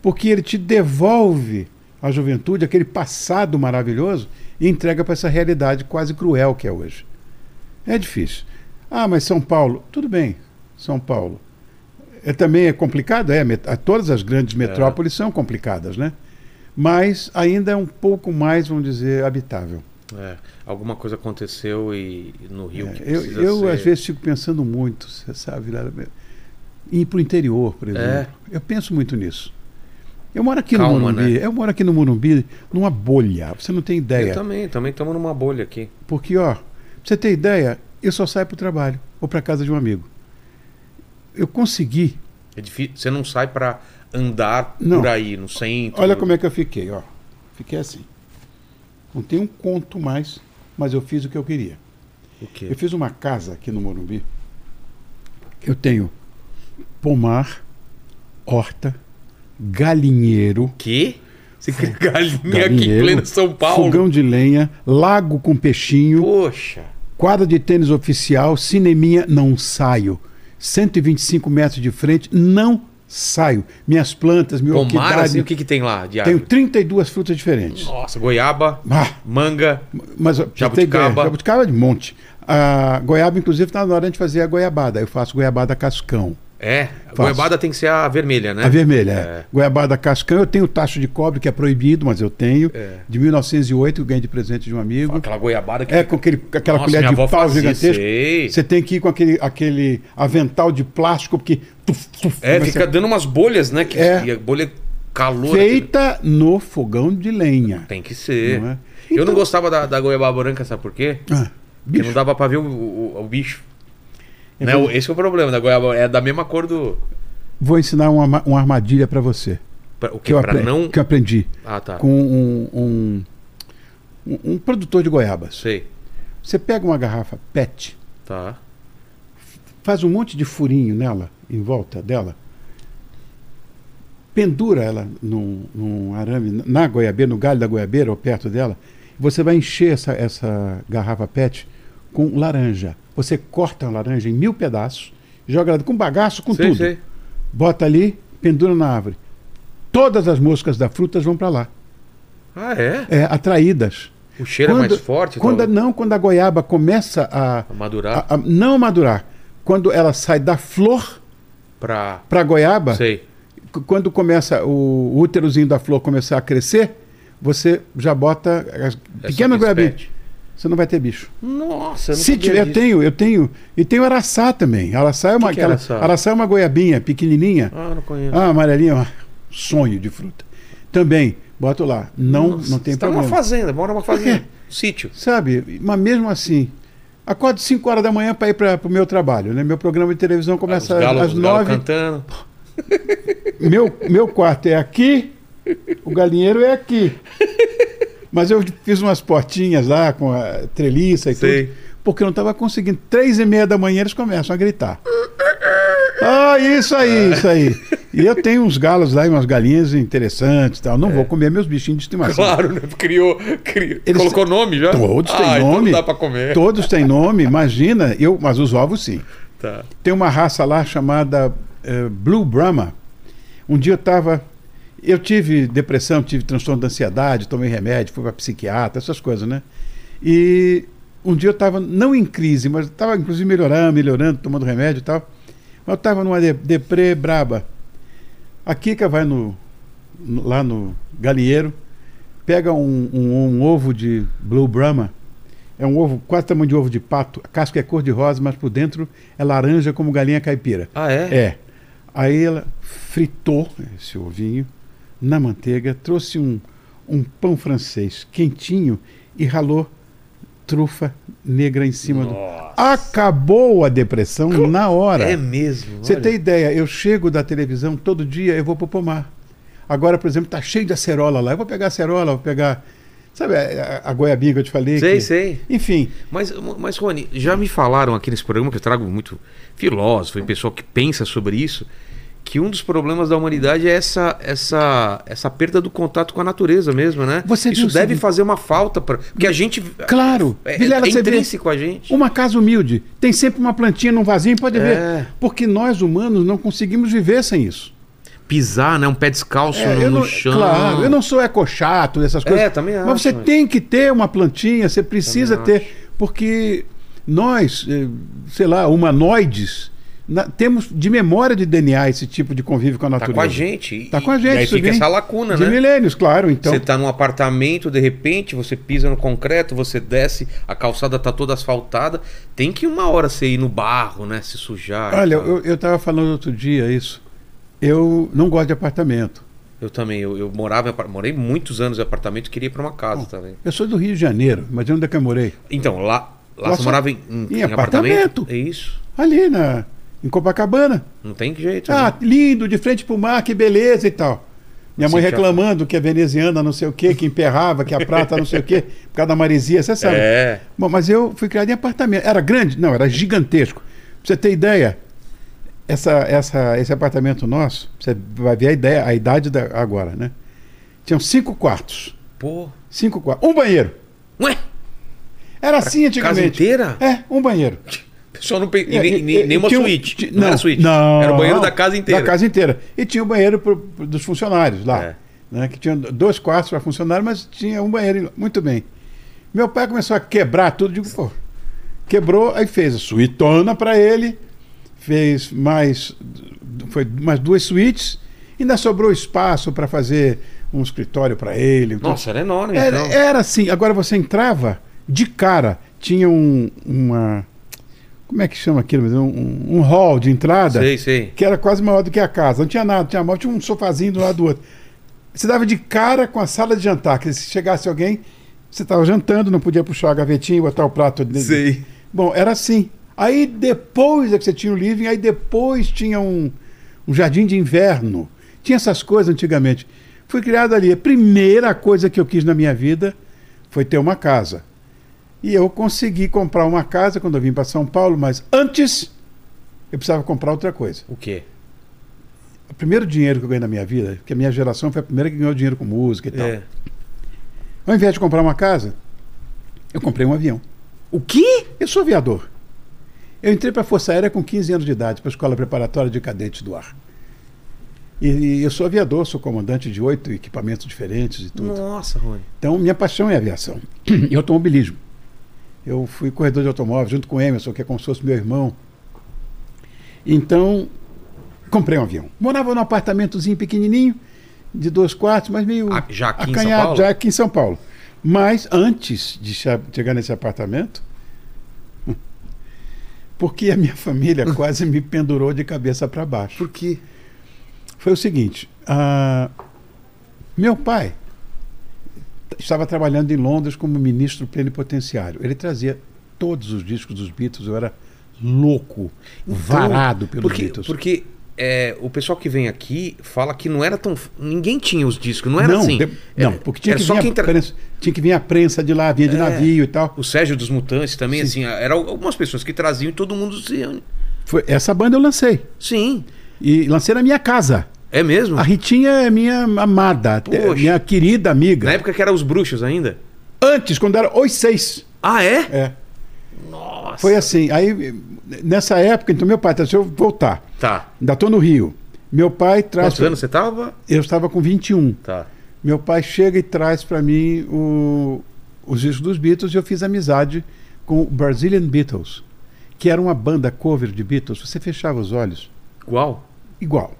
[SPEAKER 3] Porque ele te devolve à juventude aquele passado maravilhoso e entrega para essa realidade quase cruel que é hoje. É difícil. Ah, mas São Paulo, tudo bem, São Paulo. É, também é complicado, é, met- a- todas as grandes metrópoles são complicadas, né? Mas ainda é um pouco mais, vamos dizer, habitável.
[SPEAKER 1] É, alguma coisa aconteceu e no Rio que
[SPEAKER 3] É, eu,
[SPEAKER 1] precisa
[SPEAKER 3] eu,
[SPEAKER 1] ser-
[SPEAKER 3] às vezes fico pensando muito, você sabe, Lara, ir para o interior,
[SPEAKER 1] É.
[SPEAKER 3] por exemplo. Eu penso muito nisso. Eu moro aqui
[SPEAKER 1] Calma,
[SPEAKER 3] no Morumbi,
[SPEAKER 1] né?
[SPEAKER 3] eu moro aqui no Morumbi numa bolha, você não tem
[SPEAKER 1] Eu
[SPEAKER 3] ideia.
[SPEAKER 1] também, também estamos numa bolha aqui.
[SPEAKER 3] Porque, ó, pra você ter ideia, eu só saio para o trabalho ou para casa de um amigo. Eu consegui.
[SPEAKER 1] É difícil, você não sai pra andar
[SPEAKER 3] Não.
[SPEAKER 1] por aí, no centro.
[SPEAKER 3] Olha como é que eu fiquei, ó. Fiquei assim. Não tem um conto mais, mas eu fiz o que eu queria.
[SPEAKER 1] O quê?
[SPEAKER 3] Eu fiz uma casa aqui no Morumbi. Eu tenho pomar, horta, galinheiro,
[SPEAKER 1] Que? Você cria galinha aqui em
[SPEAKER 3] Galinheiro,
[SPEAKER 1] pleno São Paulo?
[SPEAKER 3] fogão de lenha, lago com peixinho,
[SPEAKER 1] Poxa.
[SPEAKER 3] quadra de tênis oficial, cineminha, não saio. 125 metros de frente, não saio. Minhas plantas, minha
[SPEAKER 1] Pomar, assim, o
[SPEAKER 3] orquidária.
[SPEAKER 1] que, que tem lá de
[SPEAKER 3] Tenho
[SPEAKER 1] árvore?
[SPEAKER 3] 32 frutas diferentes.
[SPEAKER 1] Nossa, goiaba,
[SPEAKER 3] Ah,
[SPEAKER 1] manga.
[SPEAKER 3] Mas ó, pra
[SPEAKER 1] Jabuticaba.
[SPEAKER 3] ter ideia, jabuticaba é de monte. A goiaba, inclusive, está na hora de fazer a goiabada. Eu faço goiabada cascão.
[SPEAKER 1] É, a goiabada tem que ser a vermelha, né?
[SPEAKER 3] A vermelha, é.
[SPEAKER 1] É.
[SPEAKER 3] Goiabada cascão. Eu tenho o tacho de cobre, que é proibido, mas eu tenho.
[SPEAKER 1] É.
[SPEAKER 3] De 1908, eu ganhei de presente de um amigo.
[SPEAKER 1] Aquela goiabada que
[SPEAKER 3] É, com aquele, aquela
[SPEAKER 1] Nossa,
[SPEAKER 3] colher
[SPEAKER 1] minha
[SPEAKER 3] de
[SPEAKER 1] avó
[SPEAKER 3] pau
[SPEAKER 1] fazia,
[SPEAKER 3] gigantesco.
[SPEAKER 1] sei.
[SPEAKER 3] Você tem que ir com aquele, aquele avental de plástico, porque... tuf, tuf,
[SPEAKER 1] É,
[SPEAKER 3] vai
[SPEAKER 1] fica
[SPEAKER 3] ser-
[SPEAKER 1] dando umas bolhas, né? Que,
[SPEAKER 3] É.
[SPEAKER 1] e a bolha calor.
[SPEAKER 3] Feita no fogão de lenha.
[SPEAKER 1] Tem que ser.
[SPEAKER 3] Não é?
[SPEAKER 1] Eu não
[SPEAKER 3] Então-
[SPEAKER 1] gostava da, da goiabada branca, sabe por quê?
[SPEAKER 3] Ah,
[SPEAKER 1] Porque
[SPEAKER 3] bicho,
[SPEAKER 1] não dava pra ver o, o- o bicho.
[SPEAKER 3] É
[SPEAKER 1] Né?
[SPEAKER 3] verdade.
[SPEAKER 1] o- Esse é o problema da goiaba. É da mesma cor do.
[SPEAKER 3] vou ensinar uma, ma- uma armadilha para você.
[SPEAKER 1] pra- o
[SPEAKER 3] Que
[SPEAKER 1] que?
[SPEAKER 3] eu,
[SPEAKER 1] Pra
[SPEAKER 3] apre-
[SPEAKER 1] não.
[SPEAKER 3] que eu aprendi
[SPEAKER 1] Ah, tá.
[SPEAKER 3] com um- um- um, um produtor de goiabas.
[SPEAKER 1] Sei.
[SPEAKER 3] Você pega uma garrafa PET...
[SPEAKER 1] Tá.
[SPEAKER 3] faz um monte de furinho nela, em volta dela, pendura ela num, num arame, na goiabeira, no galho da goiabeira ou perto dela, você vai encher essa, essa garrafa PET com laranja. Você corta a laranja em mil pedaços, joga ela com bagaço, com
[SPEAKER 1] sei,
[SPEAKER 3] tudo.
[SPEAKER 1] sei.
[SPEAKER 3] Bota ali, pendura na árvore. Todas as moscas da fruta vão para lá,
[SPEAKER 1] Ah, é?
[SPEAKER 3] é, atraídas.
[SPEAKER 1] O cheiro é mais forte?
[SPEAKER 3] Quando a- Ah,
[SPEAKER 1] talvez?
[SPEAKER 3] não, quando a goiaba começa a,
[SPEAKER 1] A madurar
[SPEAKER 3] a- a não madurar, quando ela sai da flor
[SPEAKER 1] pra.
[SPEAKER 3] para goiaba,
[SPEAKER 1] Sei.
[SPEAKER 3] c- quando começa o úterozinho da flor começar a crescer, você já bota
[SPEAKER 1] É
[SPEAKER 3] as pequenas
[SPEAKER 1] só
[SPEAKER 3] goiabinhas.
[SPEAKER 1] pespete.
[SPEAKER 3] Você não vai ter bicho.
[SPEAKER 1] Nossa, eu não
[SPEAKER 3] Se
[SPEAKER 1] sabia
[SPEAKER 3] tiver, eu
[SPEAKER 1] disso.
[SPEAKER 3] tenho, eu tenho. E tenho araçá também. Araçá é uma,
[SPEAKER 1] que é
[SPEAKER 3] aquela-
[SPEAKER 1] araçá?
[SPEAKER 3] araçá é uma goiabinha pequenininha.
[SPEAKER 1] Ah, não conheço.
[SPEAKER 3] Ah, amarelinha, é um sonho de fruta. Também, boto lá. Não,
[SPEAKER 1] Nossa,
[SPEAKER 3] não tem
[SPEAKER 1] você tá numa
[SPEAKER 3] problema.
[SPEAKER 1] fazenda, mora numa fazenda. um Sítio.
[SPEAKER 3] Sabe, mas mesmo assim, acordo 5 horas da manhã para ir para o meu trabalho, né? Meu programa de televisão começa
[SPEAKER 1] Ah, Os galos-
[SPEAKER 3] às
[SPEAKER 1] os galos
[SPEAKER 3] 9
[SPEAKER 1] cantando.
[SPEAKER 3] meu, meu quarto é aqui, o galinheiro é aqui. Mas eu fiz umas portinhas lá com a treliça e
[SPEAKER 1] Sei.
[SPEAKER 3] tudo. Porque eu não estava conseguindo. Três e meia da manhã eles começam a gritar. Ah, isso aí, isso aí. E eu tenho uns galos lá e umas galinhas interessantes e tal. Não vou comer meus bichinhos de estimação.
[SPEAKER 1] É. Claro, né? Criou. criou.
[SPEAKER 3] Eles-
[SPEAKER 1] Colocou nome já?
[SPEAKER 3] Todos têm
[SPEAKER 1] Ah, então
[SPEAKER 3] nome.
[SPEAKER 1] Não dá pra comer.
[SPEAKER 3] Todos têm nome, imagina. Eu, mas os ovos sim.
[SPEAKER 1] Tá.
[SPEAKER 3] Tem uma raça lá chamada eh, Blue Brahma. Um dia eu estava. Eu tive depressão, tive transtorno de ansiedade, tomei remédio, fui para psiquiatra, essas coisas, né? E um dia eu estava, não em crise, mas estava inclusive melhorando, melhorando, tomando remédio e tal. Mas eu estava numa de, deprê braba. A Kika vai no, no- lá no galinheiro, pega um, um- um ovo de Blue Brahma, é um ovo quase tamanho de ovo de pato, a casca é cor de rosa, mas por dentro é laranja como galinha caipira.
[SPEAKER 1] Ah, é?
[SPEAKER 3] É. Aí ela fritou esse ovinho na manteiga, trouxe um, um pão francês quentinho e ralou trufa negra em cima
[SPEAKER 1] Nossa.
[SPEAKER 3] do. Acabou a depressão na hora.
[SPEAKER 1] É mesmo.
[SPEAKER 3] Você
[SPEAKER 1] olha.
[SPEAKER 3] tem ideia, eu chego da televisão todo dia, eu vou pro pomar. Agora, por exemplo, tá cheio de acerola lá. Eu vou pegar acerola, vou pegar. Sabe a, a, a goiabinha que eu te falei?
[SPEAKER 1] Sei,
[SPEAKER 3] que-
[SPEAKER 1] sei.
[SPEAKER 3] Enfim,
[SPEAKER 1] Mas, mas, Rony, já me falaram aqui nesse programa, que eu trago muito filósofo e pessoal que pensa sobre isso, que um dos problemas da humanidade é essa, essa, essa perda do contato com a natureza mesmo, né?
[SPEAKER 3] Você viu
[SPEAKER 1] isso
[SPEAKER 3] o
[SPEAKER 1] deve
[SPEAKER 3] seguinte-
[SPEAKER 1] fazer uma falta, pra, porque a gente...
[SPEAKER 3] claro.
[SPEAKER 1] É,
[SPEAKER 3] Vilela,
[SPEAKER 1] é
[SPEAKER 3] você vê-
[SPEAKER 1] intrínseco a gente.
[SPEAKER 3] Uma casa humilde. Tem sempre uma plantinha num vasinho, pode
[SPEAKER 1] É.
[SPEAKER 3] ver. Porque nós humanos não conseguimos viver sem isso.
[SPEAKER 1] Pisar, né? Um pé descalço
[SPEAKER 3] É,
[SPEAKER 1] no,
[SPEAKER 3] eu
[SPEAKER 1] no
[SPEAKER 3] não-
[SPEAKER 1] chão.
[SPEAKER 3] Claro, eu não sou ecochato, essas coisas.
[SPEAKER 1] É, também acho,
[SPEAKER 3] Mas você
[SPEAKER 1] mas-
[SPEAKER 3] tem que ter uma plantinha, você precisa
[SPEAKER 1] Também
[SPEAKER 3] ter. Porque nós, eh, sei lá, humanoides, na- temos de memória de DNA esse tipo de convívio com a
[SPEAKER 1] Tá
[SPEAKER 3] natureza.
[SPEAKER 1] com a gente. e-
[SPEAKER 3] Tá com a
[SPEAKER 1] E
[SPEAKER 3] gente.
[SPEAKER 1] aí
[SPEAKER 3] isso
[SPEAKER 1] fica
[SPEAKER 3] vem
[SPEAKER 1] essa lacuna,
[SPEAKER 3] de
[SPEAKER 1] né?
[SPEAKER 3] milênios, claro. Então,
[SPEAKER 1] Você tá num apartamento, de repente, você pisa no concreto, você desce, a calçada tá toda asfaltada. Tem que uma hora você ir no barro, né? Se sujar. e
[SPEAKER 3] olha,
[SPEAKER 1] tal.
[SPEAKER 3] eu, eu tava falando outro dia isso. Eu não gosto de apartamento.
[SPEAKER 1] Eu também, eu, eu morava, em apar- morei muitos anos em apartamento, queria ir pra uma casa também.
[SPEAKER 3] Eu sou do Rio de Janeiro, mas onde é que eu morei?
[SPEAKER 1] Então, lá, lá
[SPEAKER 3] Lá
[SPEAKER 1] você
[SPEAKER 3] só-
[SPEAKER 1] morava em, em-
[SPEAKER 3] em
[SPEAKER 1] em apartamento?
[SPEAKER 3] apartamento.
[SPEAKER 1] É isso.
[SPEAKER 3] Ali na, em Copacabana.
[SPEAKER 1] Não tem jeito.
[SPEAKER 3] Ah,
[SPEAKER 1] né?
[SPEAKER 3] lindo, de frente pro mar, que beleza e tal. Minha mãe
[SPEAKER 1] Sim, já-
[SPEAKER 3] reclamando que é veneziana, não sei o quê, que emperrava, que a prata, não sei o quê, por causa da maresia, você sabe.
[SPEAKER 1] É.
[SPEAKER 3] Bom, mas eu fui criado em apartamento. Era grande? Não, era gigantesco. Pra você ter ideia, essa, essa, esse apartamento nosso, você vai ver a ideia, a idade da, agora, né? Tinham cinco quartos.
[SPEAKER 1] Pô.
[SPEAKER 3] Cinco quartos. Um banheiro.
[SPEAKER 1] Ué?
[SPEAKER 3] Era assim antigamente.
[SPEAKER 1] Casa inteira?
[SPEAKER 3] É, um banheiro.
[SPEAKER 1] Só não pe... e,
[SPEAKER 3] É,
[SPEAKER 1] nem-
[SPEAKER 3] e-
[SPEAKER 1] nem-
[SPEAKER 3] e-
[SPEAKER 1] nenhuma
[SPEAKER 3] tinha um-
[SPEAKER 1] suíte.
[SPEAKER 3] ti-
[SPEAKER 1] não, era suíte.
[SPEAKER 3] Não.
[SPEAKER 1] Era o banheiro da casa inteira.
[SPEAKER 3] Da casa inteira. E tinha o banheiro pro- pro- dos funcionários lá.
[SPEAKER 1] É.
[SPEAKER 3] né, que tinha dois quartos para funcionário, mas tinha um banheiro. em lá. Muito bem. Meu pai começou a quebrar tudo. Digo, pô, quebrou, aí fez a suitona para ele, fez mais, foi mais duas suítes, ainda sobrou espaço para fazer um escritório para ele. um
[SPEAKER 1] Nossa, era enorme.
[SPEAKER 3] Era,
[SPEAKER 1] então.
[SPEAKER 3] era assim. Agora você entrava de cara. Tinha um, uma. Como é que chama aquilo? meu Deus? Um, um hall de entrada
[SPEAKER 1] Sei, sei.
[SPEAKER 3] que era quase maior do que a casa. Não tinha nada, tinha móvel, tinha um sofazinho do lado do outro. Você dava de cara com a sala de jantar, que se chegasse alguém, você estava jantando, não podia puxar a gavetinha e botar o prato dentro.
[SPEAKER 1] Sei.
[SPEAKER 3] Bom, era assim. Aí depois é que você tinha o living, aí depois tinha um, um jardim de inverno. Tinha essas coisas antigamente. Fui criado ali. A primeira coisa que eu quis na minha vida foi ter uma casa. E eu consegui comprar uma casa quando eu vim para São Paulo, mas antes eu precisava comprar outra coisa.
[SPEAKER 1] O quê?
[SPEAKER 3] O primeiro dinheiro que eu ganhei na minha vida, que a minha geração foi a primeira que ganhou dinheiro com música e tal.
[SPEAKER 1] É.
[SPEAKER 3] Ao invés de comprar uma casa, eu comprei um avião.
[SPEAKER 1] O quê?
[SPEAKER 3] Eu sou aviador. Eu entrei para a Força Aérea com 15 anos de idade, para a Escola Preparatória de Cadetes do Ar. E, e eu sou aviador, sou comandante de oito equipamentos diferentes e tudo.
[SPEAKER 1] Nossa, Rony.
[SPEAKER 3] Então, minha paixão é aviação e automobilismo. Eu fui corredor de automóvel junto com o Emerson, que é como se fosse meu irmão. Então, comprei um avião. Morava num apartamentozinho pequenininho, de dois quartos, mas meio
[SPEAKER 1] Ah, já aqui em São
[SPEAKER 3] acanhado,
[SPEAKER 1] Paulo?
[SPEAKER 3] já aqui em São Paulo. Mas antes de che- chegar nesse apartamento, porque a minha família quase me pendurou de cabeça para baixo
[SPEAKER 1] Por quê?
[SPEAKER 3] foi o seguinte: ah, meu pai t- estava trabalhando em Londres como ministro plenipotenciário. Ele trazia todos os discos dos Beatles. Eu era louco, então, varado pelos
[SPEAKER 1] porque,
[SPEAKER 3] Beatles.
[SPEAKER 1] Porque é, o pessoal que vem aqui fala que não era tão. f- Ninguém tinha os discos, não era assim.
[SPEAKER 3] de- não,
[SPEAKER 1] Era-
[SPEAKER 3] porque tinha
[SPEAKER 1] era
[SPEAKER 3] que,
[SPEAKER 1] só
[SPEAKER 3] vir
[SPEAKER 1] quem
[SPEAKER 3] a
[SPEAKER 1] tra-
[SPEAKER 3] prensa, tinha que vir a prensa de lá, vinha de
[SPEAKER 1] É.
[SPEAKER 3] navio e tal.
[SPEAKER 1] O Sérgio dos Mutantes também,
[SPEAKER 3] Sim.
[SPEAKER 1] assim, eram algumas pessoas que traziam e todo mundo se.
[SPEAKER 3] Foi, essa banda eu lancei.
[SPEAKER 1] Sim,
[SPEAKER 3] E lancei na minha casa.
[SPEAKER 1] é mesmo?
[SPEAKER 3] A Ritinha é minha amada, até-
[SPEAKER 1] Poxa. Né?
[SPEAKER 3] minha querida amiga.
[SPEAKER 1] Na época que era os bruxos ainda.
[SPEAKER 3] Antes, quando era os seis.
[SPEAKER 1] Ah, é?
[SPEAKER 3] É.
[SPEAKER 1] Nossa.
[SPEAKER 3] Foi assim. Aí, nessa época, então, meu pai, tá, se eu voltar,
[SPEAKER 1] Tá.
[SPEAKER 3] ainda estou no Rio. Meu pai traz.
[SPEAKER 1] Quantos anos você tava?
[SPEAKER 3] Eu estava com 21.
[SPEAKER 1] Tá.
[SPEAKER 3] Meu pai chega e traz para mim o- os discos dos Beatles e eu fiz amizade com o Brazilian Beatles, que era uma banda cover de Beatles. Você fechava os olhos,
[SPEAKER 1] Igual.
[SPEAKER 3] igual.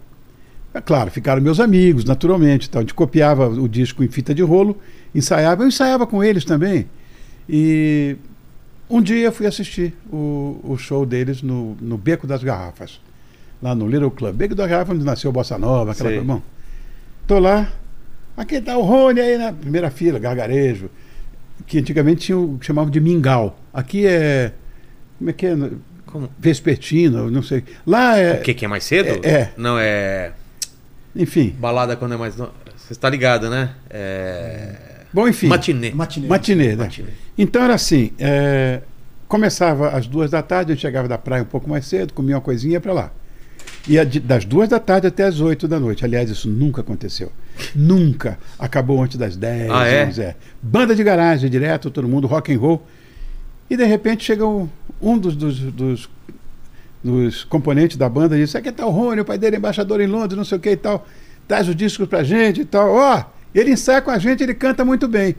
[SPEAKER 3] É claro, ficaram meus amigos, naturalmente. Então, a gente copiava o disco em fita de rolo, ensaiava. Eu ensaiava com eles também. E um dia eu fui assistir o, o show deles no, no Beco das Garrafas, lá no Little Club. Beco das Garrafas, onde nasceu Bossa Nova, aquela
[SPEAKER 1] Sei.
[SPEAKER 3] coisa. Bom, tô lá. Aqui tá o Rony aí na primeira fila, gargarejo. Que antigamente tinha o que chamavam de mingau. Aqui é. Como é que é?
[SPEAKER 1] Como?
[SPEAKER 3] Vespertino, não sei. Lá é.
[SPEAKER 1] O que, que é mais cedo?
[SPEAKER 3] É, é.
[SPEAKER 1] Não, é.
[SPEAKER 3] Enfim.
[SPEAKER 1] Balada quando é mais. no- Você está ligado, né? É...
[SPEAKER 3] Bom, enfim.
[SPEAKER 1] Matinê.
[SPEAKER 2] Matinê.
[SPEAKER 3] Matinê, né?
[SPEAKER 1] Matinê.
[SPEAKER 3] Então era assim: é, começava às duas da tarde, eu chegava da praia um pouco mais cedo, comia uma coisinha para lá. Ia de- das duas da tarde até as oito da noite. Aliás, isso nunca aconteceu. Nunca. Acabou antes das dez.
[SPEAKER 1] Ah, é?
[SPEAKER 3] onze, Banda de garagem direto, todo mundo, rock and roll. E de repente chega um, um dos, dos, dos- dos componentes da banda e diz: aqui tá o Rony, o pai dele é embaixador em Londres, não sei o que e tal. Traz os discos pra gente e tal. Ó, ele ensaia com a gente, ele canta muito bem.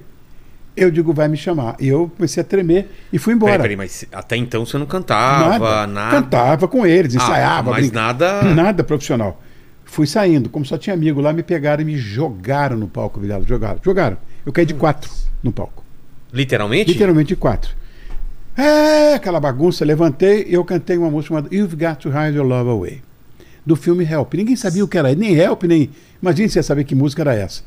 [SPEAKER 3] Eu digo, vai me chamar. E eu comecei a tremer e fui embora.
[SPEAKER 1] Peraí, peraí, mas até então você não cantava, nada.
[SPEAKER 3] Cantava com eles,
[SPEAKER 1] Ah,
[SPEAKER 3] ensaiava.
[SPEAKER 1] mas
[SPEAKER 3] brinca-
[SPEAKER 1] nada-
[SPEAKER 3] Nada profissional. Fui saindo, como só tinha amigo lá, me pegaram e me jogaram no palco, Vilela. Jogaram, jogaram. Eu caí de quatro no palco.
[SPEAKER 1] Literalmente?
[SPEAKER 3] Literalmente de quatro. É, aquela bagunça, levantei e eu cantei uma música chamada You've Got to Hide Your Love Away, do filme Help. Ninguém sabia o que era, nem Help, nem. Imagina você saber que música era essa.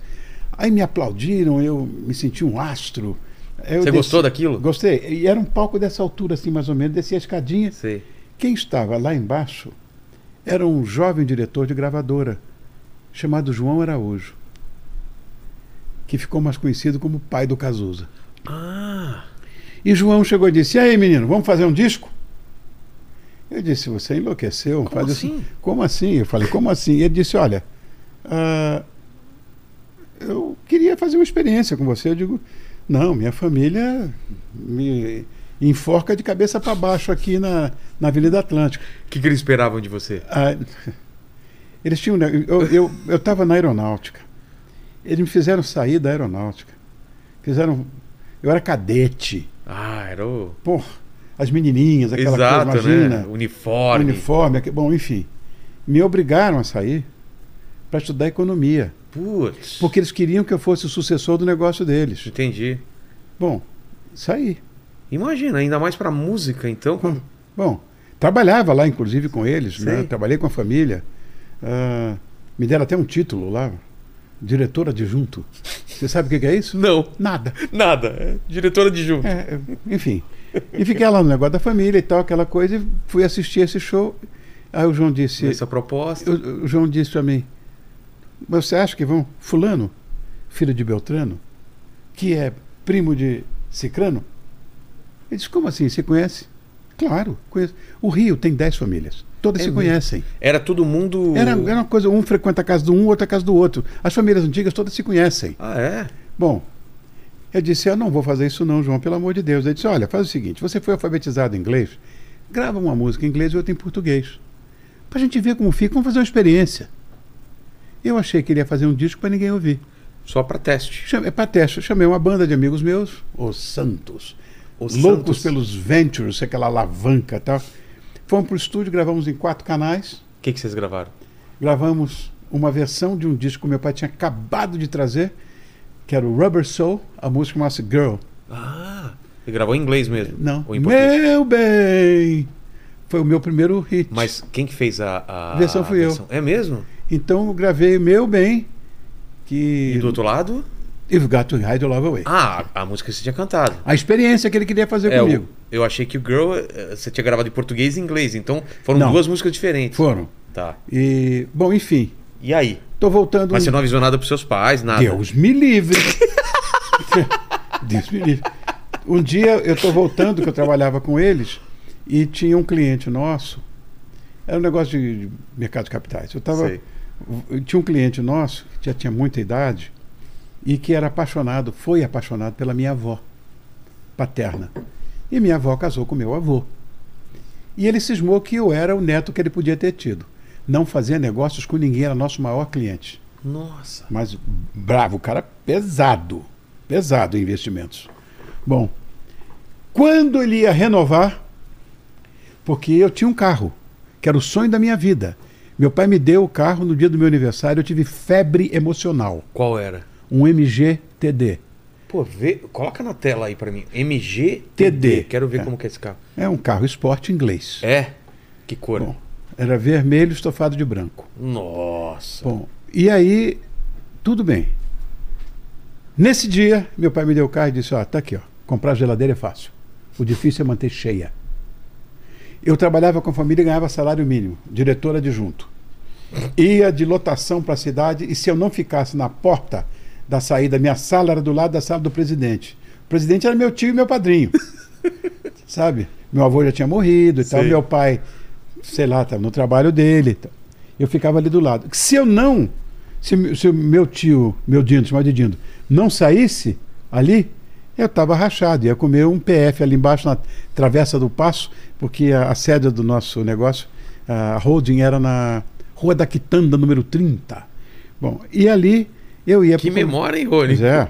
[SPEAKER 3] Aí me aplaudiram, eu me senti um astro. Eu
[SPEAKER 1] Você gostou daquilo?
[SPEAKER 3] Gostei. E era um palco dessa altura, assim, mais ou menos, descia a escadinha.
[SPEAKER 1] Sei.
[SPEAKER 3] Quem estava lá embaixo era um jovem diretor de gravadora, chamado João Araújo, que ficou mais conhecido como pai do Cazuza.
[SPEAKER 1] Ah,
[SPEAKER 3] E João chegou e disse: E aí, menino, vamos fazer um disco? Eu disse: Você enlouqueceu?
[SPEAKER 1] Como
[SPEAKER 3] faz
[SPEAKER 1] assim?
[SPEAKER 3] Isso. Como assim? Eu falei: Como assim? E ele disse: Olha, ah, eu queria fazer uma experiência com você. Eu digo: Não, minha família me enforca de cabeça para baixo aqui na, na Avenida Atlântica.
[SPEAKER 1] o que, que eles esperavam de você?
[SPEAKER 3] Ah, eles tinham. um Eu estava eu, eu tava na aeronáutica. Eles me fizeram sair da aeronáutica. Fizeram. Eu era cadete.
[SPEAKER 1] Ah, era o...
[SPEAKER 3] Pô, as menininhas, aquela
[SPEAKER 1] Exato,
[SPEAKER 3] coisa, imagina,
[SPEAKER 1] né? Uniforme.
[SPEAKER 3] uniforme, aque- bom, enfim. Me obrigaram a sair para estudar economia,
[SPEAKER 1] Putz,
[SPEAKER 3] porque eles queriam que eu fosse o sucessor do negócio deles.
[SPEAKER 1] entendi.
[SPEAKER 3] Bom, saí.
[SPEAKER 1] Imagina, ainda mais pra música, então. quando-
[SPEAKER 3] Bom, trabalhava lá, inclusive, com eles, né?
[SPEAKER 1] Sei.
[SPEAKER 3] trabalhei com a família. Ah, me deram até um título lá, diretor adjunto. Você sabe o que que é isso?
[SPEAKER 1] Não,
[SPEAKER 3] Nada.
[SPEAKER 1] nada. é Diretora de junto.
[SPEAKER 3] É, eu- enfim. E fiquei lá no negócio da família e tal, aquela coisa, e fui assistir esse show. Aí o João disse.
[SPEAKER 1] Essa proposta.
[SPEAKER 3] O, o João disse para mim: Mas você acha que vão? Fulano, filho de Beltrano, que é primo de Cicrano? Ele disse: Como assim? Você conhece? Claro, conheço. O Rio tem dez famílias. Todas
[SPEAKER 1] É
[SPEAKER 3] se
[SPEAKER 1] mesmo?
[SPEAKER 3] conhecem.
[SPEAKER 1] Era todo mundo...
[SPEAKER 3] Era, era uma coisa, um frequenta a casa de um, outro a casa do outro. As famílias antigas todas se conhecem.
[SPEAKER 1] Ah, é?
[SPEAKER 3] Bom, eu disse, eu não vou fazer isso não, João, pelo amor de Deus. Ele disse, olha, faz o seguinte, você foi alfabetizado em inglês, grava uma música em inglês e outra em português. Pra gente ver como fica, vamos fazer uma experiência. Eu achei que ele ia fazer um disco para ninguém ouvir.
[SPEAKER 1] Só pra teste.
[SPEAKER 3] Chamei, pra teste, eu chamei uma banda de amigos meus, os Santos,
[SPEAKER 1] Os
[SPEAKER 3] loucos
[SPEAKER 1] Santos.
[SPEAKER 3] pelos Ventures, aquela alavanca e tal. Fomos pro estúdio, gravamos em quatro canais,
[SPEAKER 1] O que, que vocês gravaram?
[SPEAKER 3] gravamos uma versão de um disco que meu pai tinha acabado de trazer, que era o Rubber Soul, a música chamava-se Girl.
[SPEAKER 1] Ah, você gravou em inglês mesmo?
[SPEAKER 3] Não.
[SPEAKER 1] Ou em português?
[SPEAKER 3] Meu bem! Foi o meu primeiro hit.
[SPEAKER 1] Mas quem que fez a... a
[SPEAKER 3] Versão fui eu.
[SPEAKER 1] eu. É mesmo?
[SPEAKER 3] Então eu gravei Meu Bem, que.
[SPEAKER 1] E do outro lado?
[SPEAKER 3] You've Got to Hide Your Love Away.
[SPEAKER 1] Ah, a a música que você tinha cantado.
[SPEAKER 3] A experiência que ele queria fazer
[SPEAKER 1] É,
[SPEAKER 3] comigo.
[SPEAKER 1] o- eu achei que o Girl eh, você tinha gravado em português e inglês, então foram
[SPEAKER 3] Não.
[SPEAKER 1] duas músicas diferentes.
[SPEAKER 3] Foram.
[SPEAKER 1] Tá.
[SPEAKER 3] E. Bom, enfim.
[SPEAKER 1] E aí?
[SPEAKER 3] Tô voltando.
[SPEAKER 1] Mas
[SPEAKER 3] um-
[SPEAKER 1] você não avisou nada pros seus pais, nada.
[SPEAKER 3] Deus me livre! Deus me livre. Um dia eu tô voltando, que eu trabalhava com eles, e tinha um cliente nosso. Era um negócio de de mercado de capitais. Eu tava.
[SPEAKER 1] Sei.
[SPEAKER 3] V- tinha um cliente nosso que já tinha muita idade e que era apaixonado, foi apaixonado pela minha avó paterna. E minha avó casou com meu avô. E ele cismou que eu era o neto que ele podia ter tido. Não fazia negócios com ninguém, era nosso maior cliente.
[SPEAKER 1] Nossa.
[SPEAKER 3] Mas bravo, o cara pesado. Pesado em investimentos. Bom, quando ele ia renovar, porque eu tinha um carro, que era o sonho da minha vida. Meu pai me deu o carro no dia do meu aniversário, eu tive febre emocional.
[SPEAKER 1] Qual era?
[SPEAKER 3] Um MGTD.
[SPEAKER 1] Pô, vê, coloca na tela aí pra mim. MG
[SPEAKER 3] TD.
[SPEAKER 1] Quero ver
[SPEAKER 3] É.
[SPEAKER 1] como que é esse carro.
[SPEAKER 3] É um carro esporte inglês.
[SPEAKER 1] É? Que cor?
[SPEAKER 3] Bom, era vermelho estofado de branco.
[SPEAKER 1] Nossa.
[SPEAKER 3] Bom, e aí, tudo bem. Nesse dia, meu pai me deu o carro e disse: Ó, tá aqui, ó. Comprar geladeira é fácil. O difícil é manter cheia. Eu trabalhava com a família e ganhava salário mínimo, diretor adjunto. ia de lotação para a cidade e se eu não ficasse na porta da saída, minha sala era do lado da sala do presidente. O presidente era meu tio e meu padrinho. sabe? Meu avô já tinha morrido e tal,
[SPEAKER 1] Sei.
[SPEAKER 3] meu pai, sei lá, estava no trabalho dele. e tal. Eu ficava ali do lado. Se eu não, se, o- se o meu tio, meu Dindo, chamado de Dindo, não saísse ali, eu estava rachado, ia comer um PF ali embaixo na Travessa do Passo, porque a, a sede do nosso negócio, a holding era na Rua da Quitanda, número 30. Bom, e ali eu ia...
[SPEAKER 1] Que
[SPEAKER 3] pro-
[SPEAKER 1] memória, hein, Rony?
[SPEAKER 3] Pois é.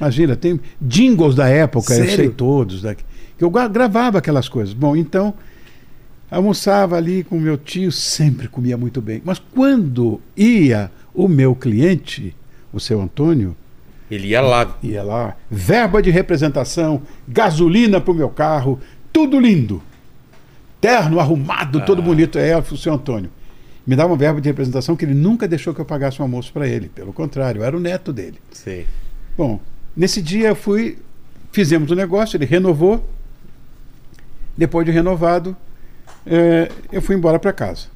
[SPEAKER 3] Imagina, tem jingles da época, eu
[SPEAKER 1] Sério?
[SPEAKER 3] sei todos. Né? Que eu gua- gravava aquelas coisas. Bom, então, almoçava ali com meu tio, sempre comia muito bem. Mas quando ia o meu cliente, o seu Antônio,
[SPEAKER 1] Ele ia lá.
[SPEAKER 3] ia lá, verba de representação, gasolina pro meu carro, tudo lindo. Terno arrumado, todo bonito, é o seu Antônio. Me dava uma verba de representação que ele nunca deixou que eu pagasse um almoço para ele. Pelo contrário, eu era o neto dele.
[SPEAKER 1] Sei.
[SPEAKER 3] Bom, nesse dia eu fui, fizemos o negócio, ele renovou. Depois de renovado, eh, eu fui embora para casa.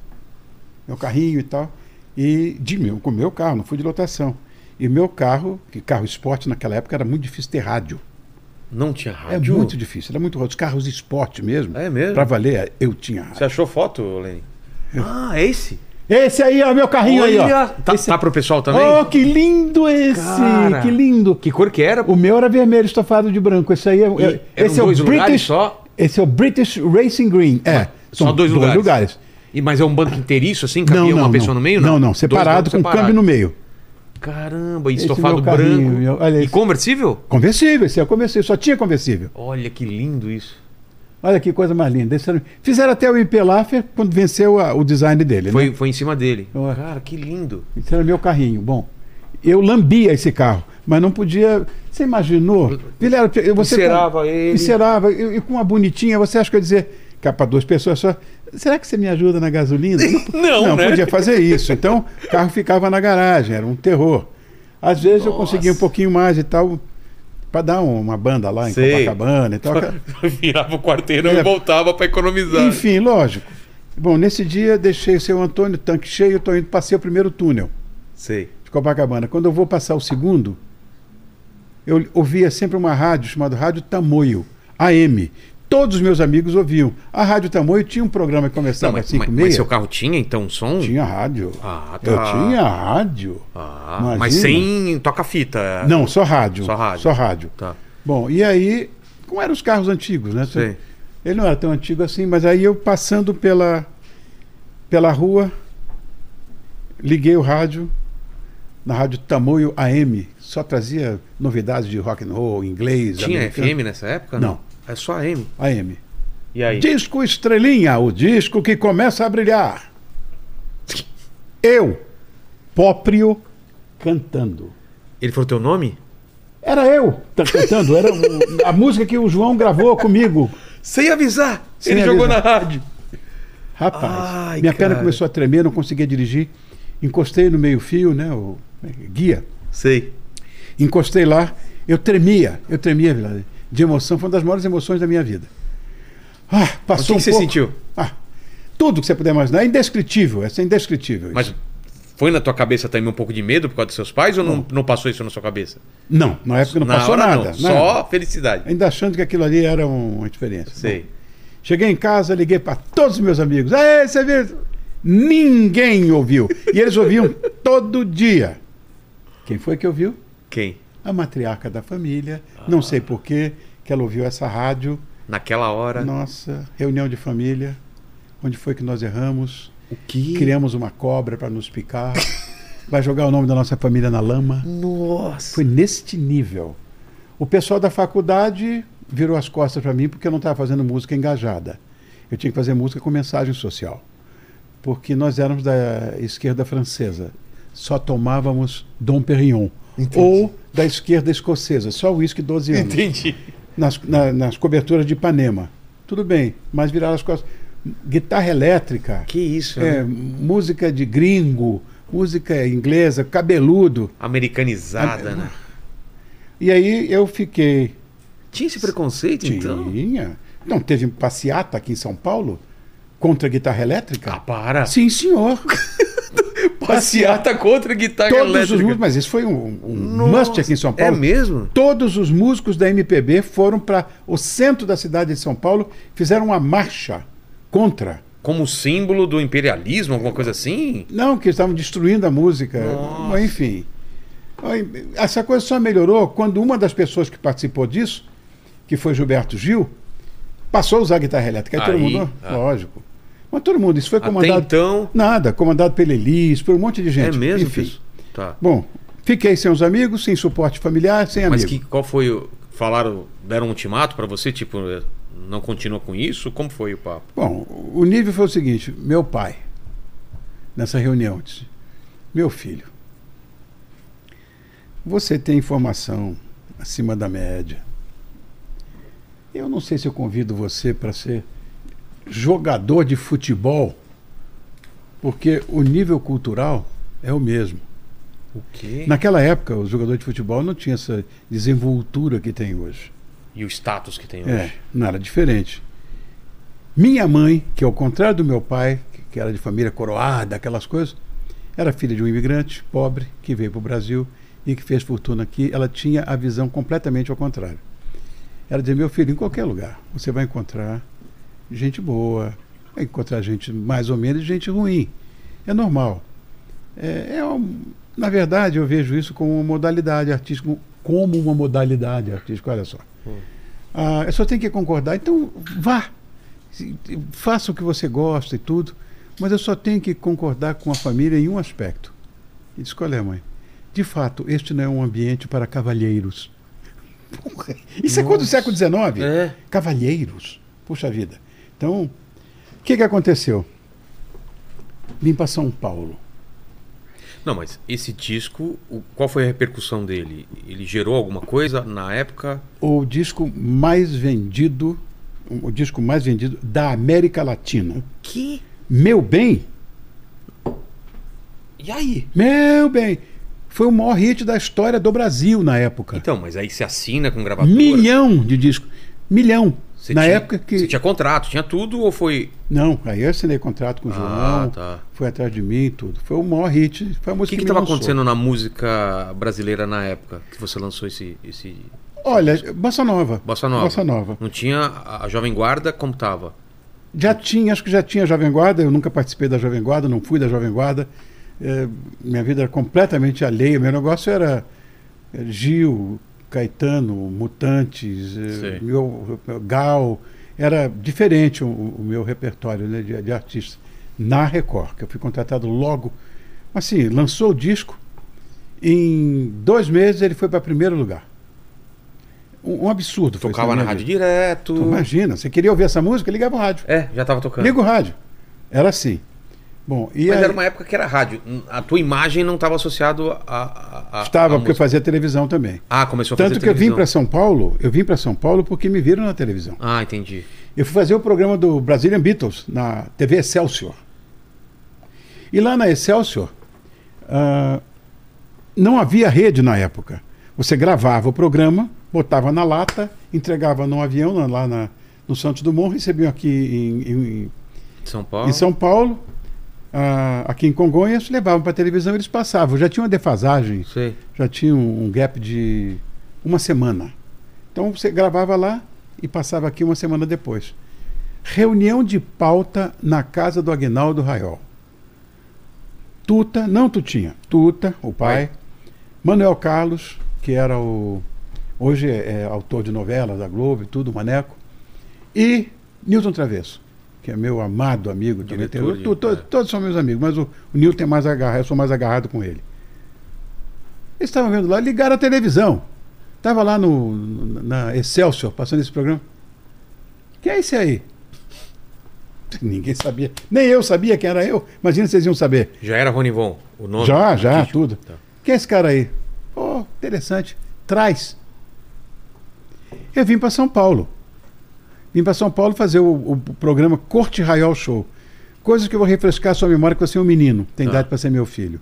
[SPEAKER 3] Meu carrinho e tal. E de meu, com o meu carro, não fui de lotação. E meu carro, que carro esporte naquela época era muito difícil ter rádio.
[SPEAKER 1] Não tinha
[SPEAKER 3] É
[SPEAKER 1] rádio?
[SPEAKER 3] muito difícil, era muito rádio. Os carros esporte mesmo.
[SPEAKER 1] É mesmo?
[SPEAKER 3] Para valer, eu tinha rádio.
[SPEAKER 1] Você achou foto, Lenny? Ah, é esse?
[SPEAKER 3] Esse aí, ó, meu carrinho aí, ó.
[SPEAKER 1] Olha, Tá, tá pro pessoal também?
[SPEAKER 3] Oh, que lindo esse!
[SPEAKER 1] Cara.
[SPEAKER 3] Que lindo!
[SPEAKER 1] Que cor que era?
[SPEAKER 3] O meu era vermelho estofado de branco. Esse aí é,
[SPEAKER 1] E
[SPEAKER 3] é esse é
[SPEAKER 1] eram
[SPEAKER 3] o
[SPEAKER 1] dois lugares
[SPEAKER 3] British
[SPEAKER 1] só?
[SPEAKER 3] Esse é o British Racing Green. É,
[SPEAKER 1] Só dois lugares.
[SPEAKER 3] lugares.
[SPEAKER 1] E, mas é um banco inteiriço, assim? Cabia
[SPEAKER 3] Não, não,
[SPEAKER 1] uma
[SPEAKER 3] não.
[SPEAKER 1] pessoa no meio?
[SPEAKER 3] Não, não,
[SPEAKER 1] Dois
[SPEAKER 3] separado
[SPEAKER 1] bancos
[SPEAKER 3] com câmbio no meio.
[SPEAKER 1] Caramba, e
[SPEAKER 3] Esse
[SPEAKER 1] estofado
[SPEAKER 3] meu carrinho,
[SPEAKER 1] branco.
[SPEAKER 3] meu- olha
[SPEAKER 1] e
[SPEAKER 3] esse.
[SPEAKER 1] conversível?
[SPEAKER 3] Conversível, esse é o conversível, só tinha conversível.
[SPEAKER 1] Olha que lindo isso.
[SPEAKER 3] Olha que coisa mais linda. Esse era- Fizeram até o IP Laffer quando venceu a- o design dele, né?
[SPEAKER 1] Foi, foi em cima dele.
[SPEAKER 3] Olha.
[SPEAKER 1] Cara, que lindo.
[SPEAKER 3] Esse era meu carrinho. Bom, eu lambia esse carro, mas não podia. Você imaginou? Vilera, eu- você
[SPEAKER 1] Encerava ele.
[SPEAKER 3] Encerava. E, e com uma bonitinha, você acha que eu ia dizer, capa duas pessoas só. Será que você me ajuda na gasolina?
[SPEAKER 1] Não, né?
[SPEAKER 3] podia fazer isso. Então, o carro ficava na garagem, era um terror. Às vezes eu conseguia um
[SPEAKER 1] Nossa.
[SPEAKER 3] pouquinho mais e tal, para dar um, uma banda lá em
[SPEAKER 1] Sei.
[SPEAKER 3] Copacabana e tal.
[SPEAKER 1] Virava o quarteirão
[SPEAKER 3] É.
[SPEAKER 1] e voltava pra economizar.
[SPEAKER 3] Enfim, lógico. Bom, nesse dia deixei o seu Antônio, tanque cheio, estou indo, passei o primeiro túnel.
[SPEAKER 1] Sei.
[SPEAKER 3] de Copacabana. Quando eu vou passar o segundo, eu ouvia sempre uma rádio chamada Rádio Tamoio, AM. Todos os meus amigos ouviam. A Rádio Tamoio tinha um programa que
[SPEAKER 1] Não,
[SPEAKER 3] começava
[SPEAKER 1] mas,
[SPEAKER 3] às 5
[SPEAKER 1] mas-
[SPEAKER 3] e
[SPEAKER 1] mas
[SPEAKER 3] meia.
[SPEAKER 1] seu carro tinha, então, som?
[SPEAKER 3] assim Tinha rádio.
[SPEAKER 1] Ah, tá.
[SPEAKER 3] Eu tinha rádio.
[SPEAKER 1] Ah, mas
[SPEAKER 3] Imagina.
[SPEAKER 1] sem toca-fita.
[SPEAKER 3] Não, só rádio.
[SPEAKER 1] Só rádio.
[SPEAKER 3] Só rádio.
[SPEAKER 1] Tá.
[SPEAKER 3] Bom, e aí, como eram os carros antigos, né?
[SPEAKER 1] Sei.
[SPEAKER 3] Ele não era tão antigo assim, mas aí eu passando pela, pela rua, liguei o rádio, na rádio Tamoio AM, só trazia novidades de rock and roll, inglês,
[SPEAKER 1] Tinha
[SPEAKER 3] americano.
[SPEAKER 1] FM nessa época?
[SPEAKER 3] Não.
[SPEAKER 1] É só AM.
[SPEAKER 3] AM.
[SPEAKER 1] E aí?
[SPEAKER 3] Disco Estrelinha, o disco que começa a brilhar. Eu, próprio, cantando.
[SPEAKER 1] Ele falou teu nome?
[SPEAKER 3] Era eu tá cantando, era o- a música que o João gravou comigo.
[SPEAKER 1] Sem avisar!
[SPEAKER 3] Sem
[SPEAKER 1] ele jogou na
[SPEAKER 3] avisar.
[SPEAKER 1] rádio.
[SPEAKER 3] Rapaz,
[SPEAKER 1] Ai,
[SPEAKER 3] minha perna
[SPEAKER 1] cara.
[SPEAKER 3] começou a tremer, não conseguia dirigir. Encostei no meio-fio, né? O né, guia.
[SPEAKER 1] Sei.
[SPEAKER 3] Encostei lá, eu tremia, eu tremia, Vilar, de emoção. Foi uma das maiores emoções da minha vida. Ah,
[SPEAKER 1] Mas o que,
[SPEAKER 3] passou
[SPEAKER 1] que você
[SPEAKER 3] um pouco.
[SPEAKER 1] sentiu?
[SPEAKER 3] Ah, tudo que você puder imaginar. É indescritível, essa é indescritível.
[SPEAKER 1] Mas
[SPEAKER 3] isso.
[SPEAKER 1] foi na tua cabeça também um pouco de medo por causa dos seus pais ou não, não passou isso na sua cabeça?
[SPEAKER 3] Não, na época não
[SPEAKER 1] na
[SPEAKER 3] passou
[SPEAKER 1] hora,
[SPEAKER 3] nada.
[SPEAKER 1] Não.
[SPEAKER 3] nada.
[SPEAKER 1] Só felicidade.
[SPEAKER 3] Ainda achando que aquilo ali era uma experiência.
[SPEAKER 1] Sei.
[SPEAKER 3] Cheguei em casa, liguei para todos os meus amigos. Aê, você viu? Ninguém ouviu. E eles ouviam todo dia. Quem foi que ouviu?
[SPEAKER 1] Quem?
[SPEAKER 3] A matriarca da família. Não sei porquê que ela ouviu essa rádio.
[SPEAKER 1] Naquela hora.
[SPEAKER 3] Nossa, reunião de família. Onde foi que nós erramos?
[SPEAKER 1] O que?
[SPEAKER 3] Criamos uma cobra para nos picar. Vai jogar o nome da nossa família na lama.
[SPEAKER 1] Nossa.
[SPEAKER 3] Foi neste nível. O pessoal da faculdade virou as costas para mim porque eu não estava fazendo música engajada. Eu tinha que fazer música com mensagem social. Porque nós éramos da esquerda francesa. Só tomávamos Dom Perignon. Ou da esquerda escocesa, só uísque 12 anos.
[SPEAKER 1] Entendi.
[SPEAKER 3] Nas, na- nas coberturas de Ipanema. Tudo bem, mas viraram as costas. Guitarra elétrica,
[SPEAKER 1] Que isso, né?
[SPEAKER 3] é, música de gringo, música inglesa, cabeludo.
[SPEAKER 1] Americanizada,
[SPEAKER 3] Ah,
[SPEAKER 1] né?
[SPEAKER 3] E aí eu fiquei.
[SPEAKER 1] Tinha esse preconceito, então?
[SPEAKER 3] Tinha. Não, teve passeata aqui em São Paulo contra a guitarra elétrica?
[SPEAKER 1] Ah, para.
[SPEAKER 3] Sim, senhor. tá
[SPEAKER 1] Passeata contra a guitarra
[SPEAKER 3] Todos os
[SPEAKER 1] elétrica.
[SPEAKER 3] músicos, mas isso foi um, um
[SPEAKER 1] Nossa,
[SPEAKER 3] must aqui em São
[SPEAKER 1] É
[SPEAKER 3] Paulo.
[SPEAKER 1] mesmo?
[SPEAKER 3] Todos os músicos da MPB foram para o centro da cidade de São Paulo, fizeram uma marcha contra.
[SPEAKER 1] Como símbolo do imperialismo, alguma coisa assim?
[SPEAKER 3] Não, que estavam destruindo a música.
[SPEAKER 1] Nossa.
[SPEAKER 3] Enfim. Essa coisa só melhorou quando uma das pessoas que participou disso, que foi Gilberto Gil, passou a usar guitarra elétrica. Aí, todo
[SPEAKER 1] Aí,
[SPEAKER 3] mundo,
[SPEAKER 1] ah.
[SPEAKER 3] lógico. Mas todo mundo, isso foi
[SPEAKER 1] Até
[SPEAKER 3] comandado.
[SPEAKER 1] então.
[SPEAKER 3] Nada, comandado pela Elis, por um monte de gente.
[SPEAKER 1] é mesmo?
[SPEAKER 3] Enfim.
[SPEAKER 1] Fiz? Tá.
[SPEAKER 3] Bom, fiquei sem os amigos, sem suporte familiar, sem
[SPEAKER 1] Mas
[SPEAKER 3] amigos.
[SPEAKER 1] que, qual foi o. Falaram, deram um ultimato pra você, tipo, eh, não continua com isso? Como foi o papo?
[SPEAKER 3] Bom, o nível foi o seguinte: meu pai, nessa reunião, disse: Meu filho, você tem informação acima da média. Eu não sei se eu convido você para ser jogador de futebol, porque o nível cultural é o mesmo.
[SPEAKER 1] O quê?
[SPEAKER 3] Naquela época, o jogador de futebol não tinha essa desenvoltura que tem hoje.
[SPEAKER 1] E o status que tem hoje?
[SPEAKER 3] É, não era diferente. Minha mãe, que ao contrário do meu pai, que- que era de família coroada, aquelas coisas, era filha de um imigrante pobre que veio para o Brasil e que fez fortuna aqui, ela tinha a visão completamente ao contrário. Ela dizia: meu filho, em qualquer lugar você vai encontrar gente boa, vai encontrar gente mais ou menos, e gente ruim. É normal. É, é um- na verdade, eu vejo isso como uma modalidade artística, como uma modalidade artística. Olha só.
[SPEAKER 1] Hum.
[SPEAKER 3] Ah, eu só tenho que concordar. Então, vá. Se- Faça o que você gosta e tudo. Mas eu só tenho que concordar com a família em um aspecto. E disse, qual é, mãe? De fato, este não é um ambiente para cavalheiros. Porra, Isso é quando do
[SPEAKER 1] Nossa.
[SPEAKER 3] século XIX?
[SPEAKER 1] É.
[SPEAKER 3] Cavalheiros. Puxa vida. Então, o que, que aconteceu? Vim para São Paulo.
[SPEAKER 1] Não, mas esse disco, o- qual foi a repercussão dele? Ele gerou alguma coisa na época?
[SPEAKER 3] O disco mais vendido, o disco mais vendido da América Latina.
[SPEAKER 1] Que?
[SPEAKER 3] Meu bem,
[SPEAKER 1] E aí?
[SPEAKER 3] meu bem, foi o maior hit da história do Brasil na época.
[SPEAKER 1] Então, mas aí você assina com gravadora?
[SPEAKER 3] Milhão de discos. Milhão.
[SPEAKER 1] Você
[SPEAKER 3] na
[SPEAKER 1] tinha-
[SPEAKER 3] época que.
[SPEAKER 1] Você tinha contrato, tinha tudo ou foi.
[SPEAKER 3] Não, aí eu assinei contrato com o
[SPEAKER 1] Ah,
[SPEAKER 3] João.
[SPEAKER 1] tá.
[SPEAKER 3] Foi atrás de mim e tudo. Foi o maior hit. Foi a
[SPEAKER 1] O
[SPEAKER 3] música
[SPEAKER 1] que
[SPEAKER 3] me
[SPEAKER 1] estava
[SPEAKER 3] lançou.
[SPEAKER 1] acontecendo na música brasileira na época que você lançou esse, esse
[SPEAKER 3] Olha, Bossa Nova.
[SPEAKER 1] Bossa Nova?
[SPEAKER 3] Bossa Nova.
[SPEAKER 1] Não tinha a a Jovem Guarda como tava?
[SPEAKER 3] Já tinha, acho que já tinha Jovem Guarda, eu nunca participei da Jovem Guarda, não fui da Jovem Guarda. Eh, minha vida era completamente alheia, meu negócio era eh, Gil, Caetano, Mutantes, eh,
[SPEAKER 1] Sei.
[SPEAKER 3] meu, meu Gal. Era diferente o, o meu repertório né, de, de artista. Na Record, que eu fui contratado logo. Assim, lançou o disco, em dois meses ele foi para primeiro lugar. Um, um absurdo. foi isso
[SPEAKER 1] Tocava na
[SPEAKER 3] minha
[SPEAKER 1] rádio
[SPEAKER 3] vida.
[SPEAKER 1] direto.
[SPEAKER 3] Tu Imagina, você queria ouvir essa música, ligava o rádio.
[SPEAKER 1] É, já tava tocando.
[SPEAKER 3] Liga o rádio. Era assim. Bom, e
[SPEAKER 1] Mas
[SPEAKER 3] aí,
[SPEAKER 1] era uma época que era rádio. A tua imagem não estava associada a, a, a.
[SPEAKER 3] estava,
[SPEAKER 1] a
[SPEAKER 3] porque eu
[SPEAKER 1] música.
[SPEAKER 3] fazia televisão também.
[SPEAKER 1] Ah, começou a fazer
[SPEAKER 3] Tanto que eu vim
[SPEAKER 1] televisão.
[SPEAKER 3] para São Paulo, eu vim para São Paulo porque me viram na televisão.
[SPEAKER 1] Ah, entendi.
[SPEAKER 3] Eu fui fazer o programa do Brazilian Beatles na TV Excelsior. E lá na Excelsior, ah, não havia rede na época. Você gravava o programa, botava na lata, entregava num avião na- lá na- no Santos Dumont, recebiam aqui em- em- em
[SPEAKER 1] São Paulo.
[SPEAKER 3] em São Paulo, ah, aqui em Congonhas, levavam para televisão eles passavam. Já tinha uma defasagem,
[SPEAKER 1] Sei.
[SPEAKER 3] já tinha um, um gap de uma semana. Então você gravava lá e passava aqui uma semana depois. Reunião de pauta na casa do Agnaldo Raiol. Tuta, não Tutinha, Tuta, o pai, Manuel Carlos, que era o. Hoje é, é autor de novelas da Globo e tudo, Maneco. E Newton Travesso, que é meu amado amigo,
[SPEAKER 1] Diretor
[SPEAKER 3] diretor.
[SPEAKER 1] de-
[SPEAKER 3] Tu- to-
[SPEAKER 1] é.
[SPEAKER 3] Todos são meus amigos, mas o, o Newton é mais agarrado, eu sou mais agarrado com ele. Eles estavam vendo lá, ligaram a televisão. Estava lá no, no- na Excelsior, passando esse programa. Que é esse aí? Ninguém sabia. Nem eu sabia quem era eu. Imagina se vocês iam saber.
[SPEAKER 1] Já era Rony Von, o nome.
[SPEAKER 3] Já, já,
[SPEAKER 1] artístico.
[SPEAKER 3] tudo.
[SPEAKER 1] Tá.
[SPEAKER 3] Quem é esse cara aí? Pô, interessante. Traz. Eu vim para São Paulo. Vim para São Paulo fazer o, o programa Corte Raiol Show. Coisas que eu vou refrescar a sua memória que você é um menino, tem
[SPEAKER 1] Tá.
[SPEAKER 3] idade para ser meu filho.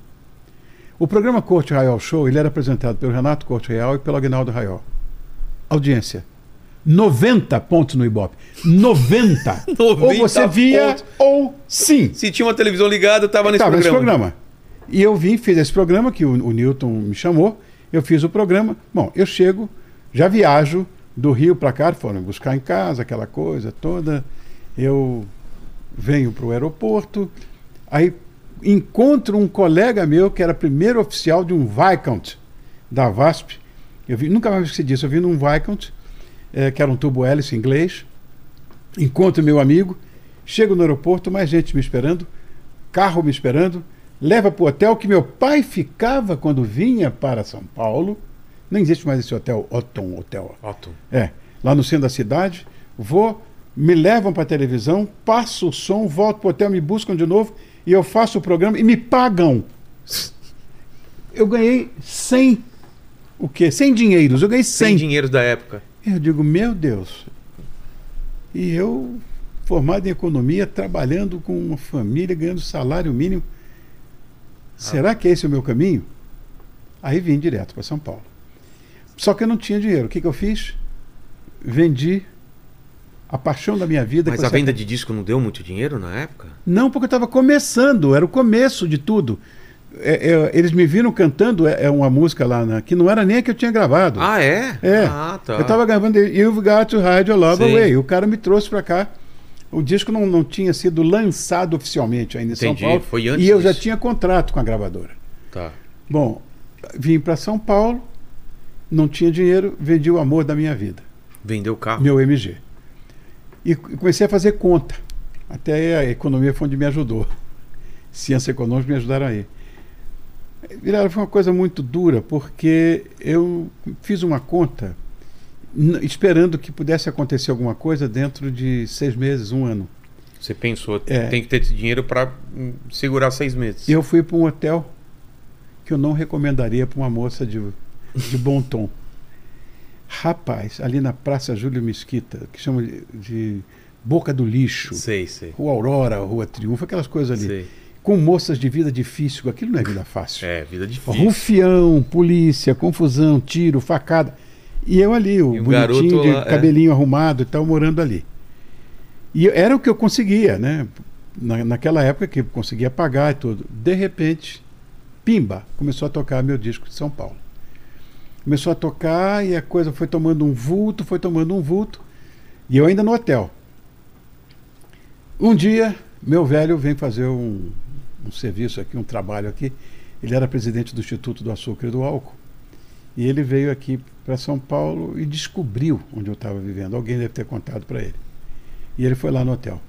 [SPEAKER 3] O programa Corte Raiol Show, ele era apresentado pelo Renato Corte Raiol e pelo Agnaldo Raiol. Audiência. 90 pontos no Ibope. 90! ou
[SPEAKER 1] 90
[SPEAKER 3] você via,
[SPEAKER 1] pontos.
[SPEAKER 3] ou sim.
[SPEAKER 1] Se tinha uma televisão ligada, tava nesse
[SPEAKER 3] Tava nesse
[SPEAKER 1] programa.
[SPEAKER 3] programa. E eu vim, fiz esse programa que o, o Newton me chamou. Eu fiz o programa. Bom, eu chego, já viajo do Rio para cá, foram buscar em casa, aquela coisa toda. Eu venho para o aeroporto, aí encontro um colega meu que era primeiro oficial de um Viscount da VASP. Eu vi, nunca mais me esqueci disso. Eu vi num Viscount, eh, que era um tubo hélice inglês. Encontro meu amigo, chego no aeroporto, mais gente me esperando, carro me esperando, leva para o hotel que meu pai ficava quando vinha para São Paulo. Não existe mais esse hotel, Otton Hotel.
[SPEAKER 1] Otton.
[SPEAKER 3] É, lá no centro da cidade. Vou, me levam para a televisão, passo o som, volto para o hotel, me buscam de novo e eu faço o programa e me pagam. Eu ganhei 100, o quê? 100 dinheiros. Eu ganhei 100.
[SPEAKER 1] Sem dinheiro da época.
[SPEAKER 3] Eu digo, meu Deus. E eu, formado em economia, trabalhando com uma família, ganhando salário mínimo.
[SPEAKER 1] Ah.
[SPEAKER 3] Será que esse é o meu caminho? Aí vim direto para São Paulo. Só que eu não tinha dinheiro. O que, que eu fiz? Vendi a paixão da minha vida.
[SPEAKER 1] Mas
[SPEAKER 3] que
[SPEAKER 1] a
[SPEAKER 3] você-
[SPEAKER 1] venda de disco não deu muito dinheiro na época?
[SPEAKER 3] Não, porque eu estava começando, era o começo de tudo. É, é, eles me viram cantando é, é uma música lá, na- que não era nem a que eu tinha gravado.
[SPEAKER 1] Ah, é?
[SPEAKER 3] É.
[SPEAKER 1] Ah, tá.
[SPEAKER 3] Eu tava gravando You've Got to Hide Your Love
[SPEAKER 1] Sim.
[SPEAKER 3] Away. O cara me trouxe pra cá. O disco não, não tinha sido lançado oficialmente ainda em
[SPEAKER 1] Entendi,
[SPEAKER 3] São Paulo.
[SPEAKER 1] foi antes
[SPEAKER 3] e eu já
[SPEAKER 1] disso.
[SPEAKER 3] tinha contrato com a gravadora.
[SPEAKER 1] Tá.
[SPEAKER 3] Bom, vim pra São Paulo, não tinha dinheiro, vendi o amor da minha vida,
[SPEAKER 1] Vendeu o carro.
[SPEAKER 3] meu MG. E c- comecei a fazer conta. Até a economia foi onde me ajudou. Ciência econômica me ajudaram aí. Viraram, foi uma coisa muito dura, porque eu fiz uma conta n- esperando que pudesse acontecer alguma coisa dentro de seis meses, um ano.
[SPEAKER 1] Você pensou,
[SPEAKER 3] É.
[SPEAKER 1] tem que ter esse dinheiro pra hum, segurar seis meses.
[SPEAKER 3] Eu fui para um hotel que eu não recomendaria para uma moça de, de bom tom. Rapaz, ali na Praça Júlio Mesquita, que chama de, de Boca do Lixo,
[SPEAKER 1] Sei, sei.
[SPEAKER 3] Rua Aurora, Rua Triunfo, aquelas coisas ali.
[SPEAKER 1] sei.
[SPEAKER 3] Com moças de vida difícil, aquilo não é vida fácil.
[SPEAKER 1] É, vida difícil.
[SPEAKER 3] Rufião, polícia, confusão, tiro, facada. E eu ali, o
[SPEAKER 1] E o
[SPEAKER 3] bonitinho,
[SPEAKER 1] garoto
[SPEAKER 3] de
[SPEAKER 1] lá, é.
[SPEAKER 3] cabelinho arrumado e tal, morando ali. E eu- era o que eu conseguia, né? Na, naquela época que eu conseguia pagar e tudo. De repente, pimba, começou a tocar meu disco de São Paulo. Começou a tocar e a coisa foi tomando um vulto, foi tomando um vulto. E eu ainda no hotel. Um dia, meu velho vem fazer um, um serviço aqui, um trabalho aqui. Ele era presidente do Instituto do Açúcar e do Álcool. E ele veio aqui para São Paulo e descobriu onde eu estava vivendo. Alguém deve ter contado para ele. E ele foi lá no hotel.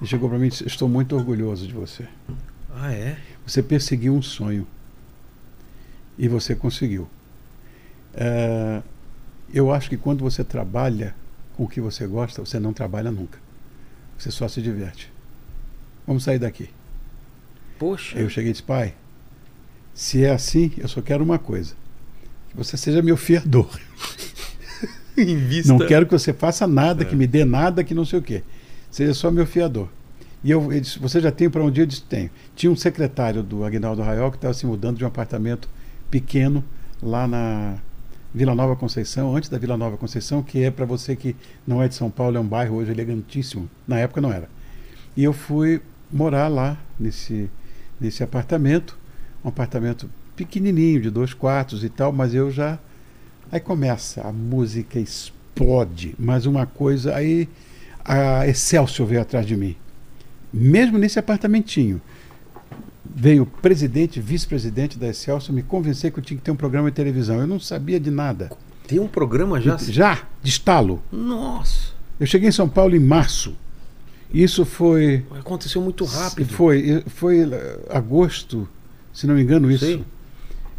[SPEAKER 3] E chegou para mim e disse: Estou muito orgulhoso de você.
[SPEAKER 1] Ah, é?
[SPEAKER 3] Você perseguiu um sonho. E você conseguiu. Eh, eu acho que quando você trabalha com o que você gosta, você não trabalha nunca. Você só se diverte. Vamos sair daqui.
[SPEAKER 1] Poxa.
[SPEAKER 3] Aí eu cheguei e disse, pai, se é assim, eu só quero uma coisa. Que você seja meu fiador.
[SPEAKER 1] em vista.
[SPEAKER 3] Não quero que você faça nada,
[SPEAKER 1] É.
[SPEAKER 3] que me dê nada, que não sei o quê. Seja só meu fiador. E eu, ele disse, você já tem para onde? Eu disse, tenho. Tinha um secretário do Agnaldo Raiol que estava se mudando de um apartamento pequeno lá na Vila Nova Conceição, antes da Vila Nova Conceição, que é para você que não é de São Paulo, é um bairro hoje elegantíssimo. Na época não era. E eu fui morar lá, nesse, nesse apartamento, um apartamento pequenininho, de dois quartos e tal, mas eu já Aí começa, a música explode, mas uma coisa, aí a Excelsior veio atrás de mim. Mesmo nesse apartamentinho, veio o presidente, vice-presidente da Excelsior, me convencer que eu tinha que ter um programa de televisão. Eu não sabia de nada.
[SPEAKER 1] Tem um programa já?
[SPEAKER 3] Já, de estalo.
[SPEAKER 1] Nossa.
[SPEAKER 3] Eu cheguei em São Paulo em março. Isso foi
[SPEAKER 1] Aconteceu muito rápido.
[SPEAKER 3] foi, foi eh, agosto, se não me engano, isso.
[SPEAKER 1] Sim.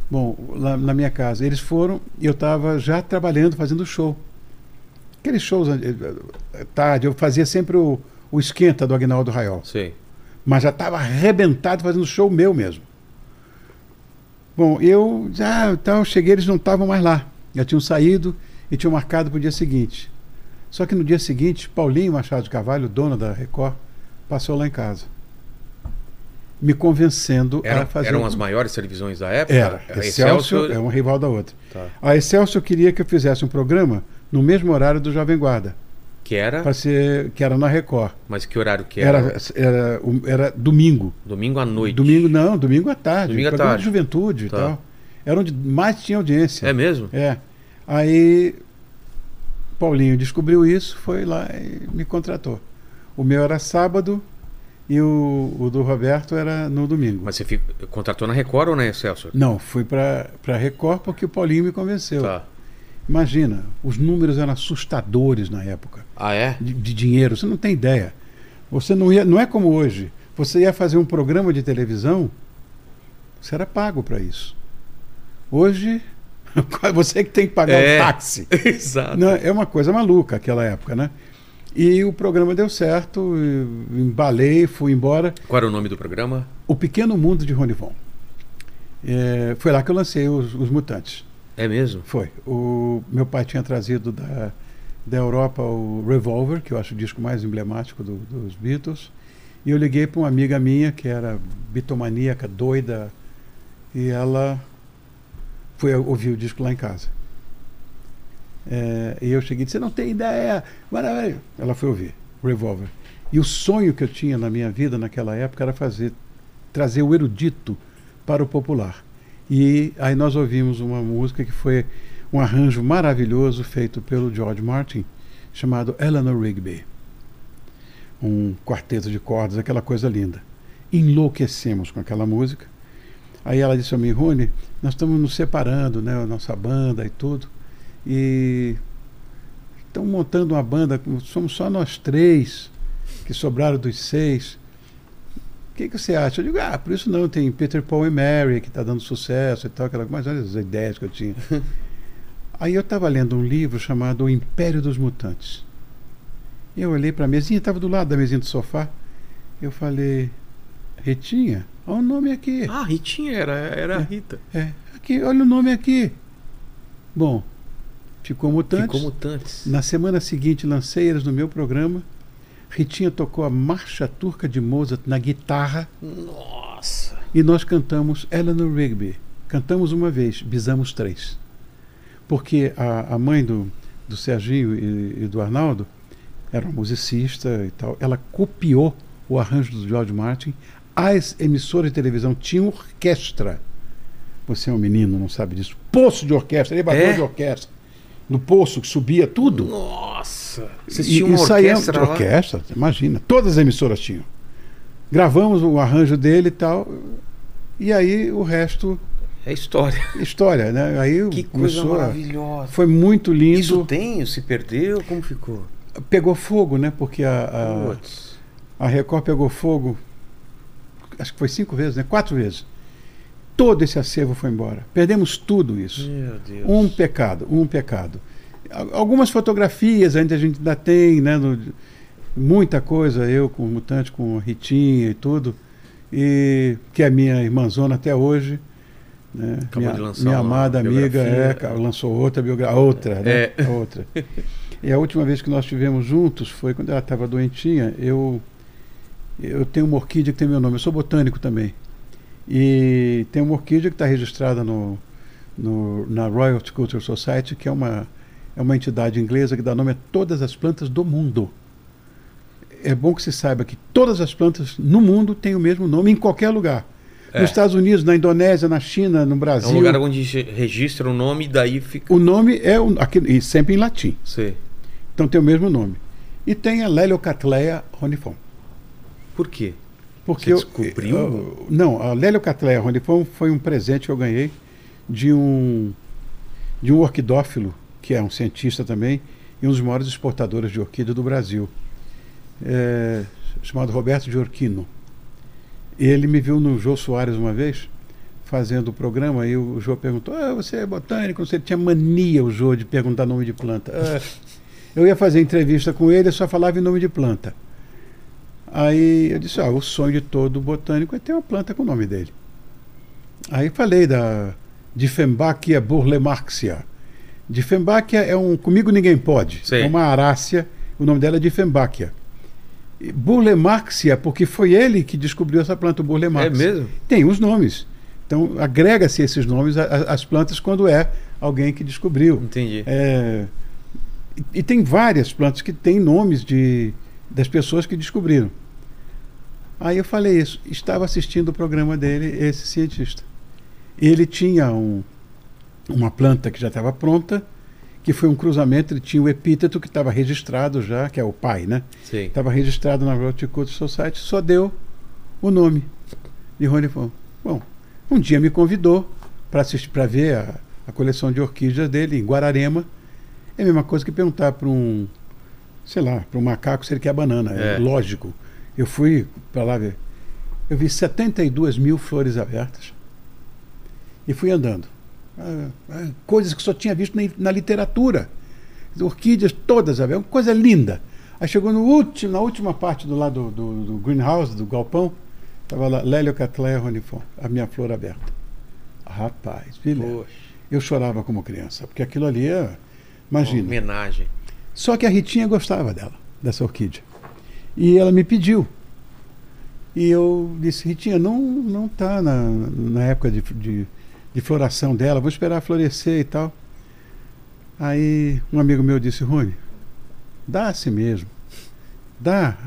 [SPEAKER 3] Bom, lá na minha casa. Eles foram e eu estava já trabalhando, fazendo show. Aqueles shows eh, eh, tarde, eu fazia sempre o, o esquenta do Agnaldo Raiol.
[SPEAKER 1] Sei.
[SPEAKER 3] Mas já estava arrebentado fazendo show meu mesmo. Bom, eu já então, cheguei, eles não estavam mais lá. Já tinham saído e tinham marcado para o dia seguinte. Só que no dia seguinte, Paulinho Machado de Carvalho, dono da Record, passou lá em casa. Me convencendo
[SPEAKER 1] Era-
[SPEAKER 3] a fazer.
[SPEAKER 1] eram
[SPEAKER 3] um-
[SPEAKER 1] as maiores televisões da época?
[SPEAKER 3] Era. Excelsior é um rival da outra.
[SPEAKER 1] Tá.
[SPEAKER 3] A Excelsior queria que eu fizesse um programa no mesmo horário do Jovem Guarda.
[SPEAKER 1] Que era,
[SPEAKER 3] pra ser, que era na Record.
[SPEAKER 1] mas que horário que era?
[SPEAKER 3] Era, era, um- era domingo.
[SPEAKER 1] Domingo à noite.
[SPEAKER 3] Domingo não, domingo à tarde.
[SPEAKER 1] Domingo à
[SPEAKER 3] programa
[SPEAKER 1] tarde.
[SPEAKER 3] de juventude
[SPEAKER 1] Tá.
[SPEAKER 3] e tal. Era onde mais tinha audiência.
[SPEAKER 1] É mesmo?
[SPEAKER 3] É. Aí Paulinho descobriu isso, foi lá e me contratou. O meu era sábado e o, o do Roberto era no domingo.
[SPEAKER 1] Mas você fi- contratou na Record ou na Excelsior?
[SPEAKER 3] Não, fui para Record porque o Paulinho me convenceu.
[SPEAKER 1] Tá.
[SPEAKER 3] Imagina, os números eram assustadores na época
[SPEAKER 1] Ah, é?
[SPEAKER 3] de, de dinheiro, você não tem ideia. Você não ia, não é como hoje. Você ia fazer um programa de televisão, você era pago para isso. Hoje, você que tem que pagar
[SPEAKER 1] É.
[SPEAKER 3] o táxi.
[SPEAKER 1] Exato.
[SPEAKER 3] Não, é uma coisa maluca aquela época, né? E o programa deu certo, e- embalei, fui embora.
[SPEAKER 1] Qual era o nome do programa?
[SPEAKER 3] O Pequeno Mundo de Ronivon. É, foi lá que eu lancei os, os Mutantes.
[SPEAKER 1] É mesmo?
[SPEAKER 3] Foi. O meu pai tinha trazido da, da Europa o Revolver, que eu acho o disco mais emblemático do- dos Beatles. E eu liguei para uma amiga minha que era bitomaníaca, doida, e ela foi ouvir o disco lá em casa. É, e eu cheguei e disse: Não tem ideia! maravilha." Ela foi ouvir Revolver. E o sonho que eu tinha na minha vida naquela época era fazer trazer o erudito para o popular. E aí nós ouvimos uma música que foi um arranjo maravilhoso feito pelo George Martin, chamado Eleanor Rigby. Um quarteto de cordas, aquela coisa linda. Enlouquecemos com aquela música. Aí ela disse a mim, Rony, nós estamos nos separando, né, a nossa banda e tudo. E estamos montando uma banda, somos só nós três que sobraram dos seis. O que, que você acha? Eu digo, ah, por isso não, tem Peter Paul e Mary que está dando sucesso e tal, aquela, mas olha as ideias que eu tinha. Aí eu estava lendo um livro chamado O Império dos Mutantes. Eu olhei para a mesinha, estava do lado da mesinha do sofá. Eu falei, Retinha, olha o nome aqui.
[SPEAKER 1] Ah, Ritinha era, era a Rita.
[SPEAKER 3] É, aqui, olha o nome aqui. Bom, ficou Mutantes.
[SPEAKER 1] Ficou mutantes.
[SPEAKER 3] Na semana seguinte lancei eles no meu programa. Ritinha tocou a marcha turca de Mozart na guitarra.
[SPEAKER 1] Nossa.
[SPEAKER 3] E nós cantamos Eleanor Rigby. Cantamos uma vez, bisamos três. Porque a, a mãe do, do Serginho e, e do Arnaldo era uma musicista e tal. Ela copiou o arranjo do George Martin. As emissoras de televisão tinham orquestra. Você é um menino, não sabe disso. Poço de orquestra, elevador
[SPEAKER 1] É?
[SPEAKER 3] de orquestra. No poço que subia tudo.
[SPEAKER 1] Nossa. Vocês
[SPEAKER 3] E,
[SPEAKER 1] tinham
[SPEAKER 3] e
[SPEAKER 1] uma
[SPEAKER 3] saíamos
[SPEAKER 1] orquestra
[SPEAKER 3] de
[SPEAKER 1] lá?
[SPEAKER 3] um orquestra, imagina. Todas as emissoras tinham. Gravamos o arranjo dele e tal. E aí o resto,
[SPEAKER 1] É história.
[SPEAKER 3] história, né? Aí
[SPEAKER 1] Que coisa
[SPEAKER 3] começou. a-
[SPEAKER 1] maravilhosa.
[SPEAKER 3] Foi muito lindo.
[SPEAKER 1] Isso tem? Se perdeu? Como ficou?
[SPEAKER 3] Pegou fogo, né? Porque a,
[SPEAKER 1] Putz.
[SPEAKER 3] a, a Record pegou fogo, acho que foi cinco vezes, né? Quatro vezes. Todo esse acervo foi embora. Perdemos tudo isso.
[SPEAKER 1] Meu Deus. É
[SPEAKER 3] Um pecado, um pecado. Al- Algumas fotografias ainda a gente ainda tem, né? no- muita coisa, eu com o Mutante, com a Ritinha e tudo, e que é minha irmãzona até hoje. Né?
[SPEAKER 1] Acabou
[SPEAKER 3] Minha,
[SPEAKER 1] de lançar
[SPEAKER 3] minha
[SPEAKER 1] uma
[SPEAKER 3] amada amiga
[SPEAKER 1] biografia.
[SPEAKER 3] é, ca- lançou outra biografia, outra, né?
[SPEAKER 1] É.
[SPEAKER 3] Outra. E a última vez que nós estivemos juntos foi quando ela estava doentinha. Eu, eu tenho uma orquídea que tem meu nome, eu sou botânico também. E tem uma orquídea que está registrada no, no- na Royal Horticultural Society, que é uma, é uma entidade inglesa que dá nome a todas as plantas do mundo. É bom que se saiba que todas as plantas no mundo têm o mesmo nome em qualquer lugar.
[SPEAKER 1] É.
[SPEAKER 3] Nos Estados Unidos, na Indonésia, na China, no
[SPEAKER 1] É
[SPEAKER 3] Brasil.
[SPEAKER 1] um lugar onde ge- registra o nome e daí fica.
[SPEAKER 3] O nome é o- aqui, e sempre em latim.
[SPEAKER 1] Sei.
[SPEAKER 3] Então tem o mesmo nome. E tem a Leliocatleia roniform.
[SPEAKER 1] Por quê?
[SPEAKER 3] Porque
[SPEAKER 1] Você
[SPEAKER 3] eu-
[SPEAKER 1] descobriu?
[SPEAKER 3] eu- não, a Leliocatleia roniform foi um presente que eu ganhei de um de um orquidófilo, que é um cientista também e um dos maiores exportadores de orquídea do Brasil, é, chamado Roberto Giorchino. Ele me viu no Jô Soares uma vez fazendo o programa e o Jô perguntou: ah, você é botânico? Você tinha mania o Jô de perguntar nome de planta. Ah, eu ia fazer entrevista com ele, eu só falava em nome de planta. Aí eu disse, ah, o sonho de todo botânico é ter uma planta com o nome dele. Aí falei da Diffenbachia burlemarxia. Diffenbachia é um comigo ninguém pode.
[SPEAKER 1] Sei.
[SPEAKER 3] É uma arácea, o nome dela é Diffenbachia. E Burlemarxia, porque foi ele que descobriu essa planta, o
[SPEAKER 1] É
[SPEAKER 3] Burlemarxia.
[SPEAKER 1] mesmo?
[SPEAKER 3] Tem os nomes. Então agrega-se esses nomes a- a- às plantas quando é alguém que descobriu.
[SPEAKER 1] Entendi.
[SPEAKER 3] É, E, e tem várias plantas que têm nomes de, das pessoas que descobriram. Aí eu falei isso. Estava assistindo o programa dele, esse cientista. Ele tinha um, uma planta que já estava pronta, que foi um cruzamento, ele tinha o epíteto que estava registrado já, que é o pai, né?
[SPEAKER 1] Sim.
[SPEAKER 3] Estava registrado na Horticulture Society, só deu o nome de Rony Fon. Bom, um dia me convidou para assistir, para ver a, a coleção de orquídeas dele em Guararema. É a mesma coisa que perguntar para um, sei lá, para um macaco se ele quer banana. É,
[SPEAKER 1] É.
[SPEAKER 3] lógico. Eu fui para lá ver. Eu vi 72 mil flores abertas e fui andando. Ah, ah, Coisas que só tinha visto na, na literatura. Orquídeas todas abertas, uma coisa linda. Aí chegou no último, na última parte do lado do, do, do greenhouse, do galpão, estava lá, Lélio Catleia Ronifon, a minha flor aberta. Rapaz, filha,
[SPEAKER 1] Poxa.
[SPEAKER 3] eu chorava como criança, porque aquilo ali é. Imagina.
[SPEAKER 1] Uma homenagem.
[SPEAKER 3] Só que a Ritinha gostava dela, dessa orquídea. E ela me pediu. E eu disse, Ritinha, não não tá na, na época de, de, de floração dela, vou esperar florescer e tal. Aí um amigo meu disse, Rony, dá assim mesmo. Dá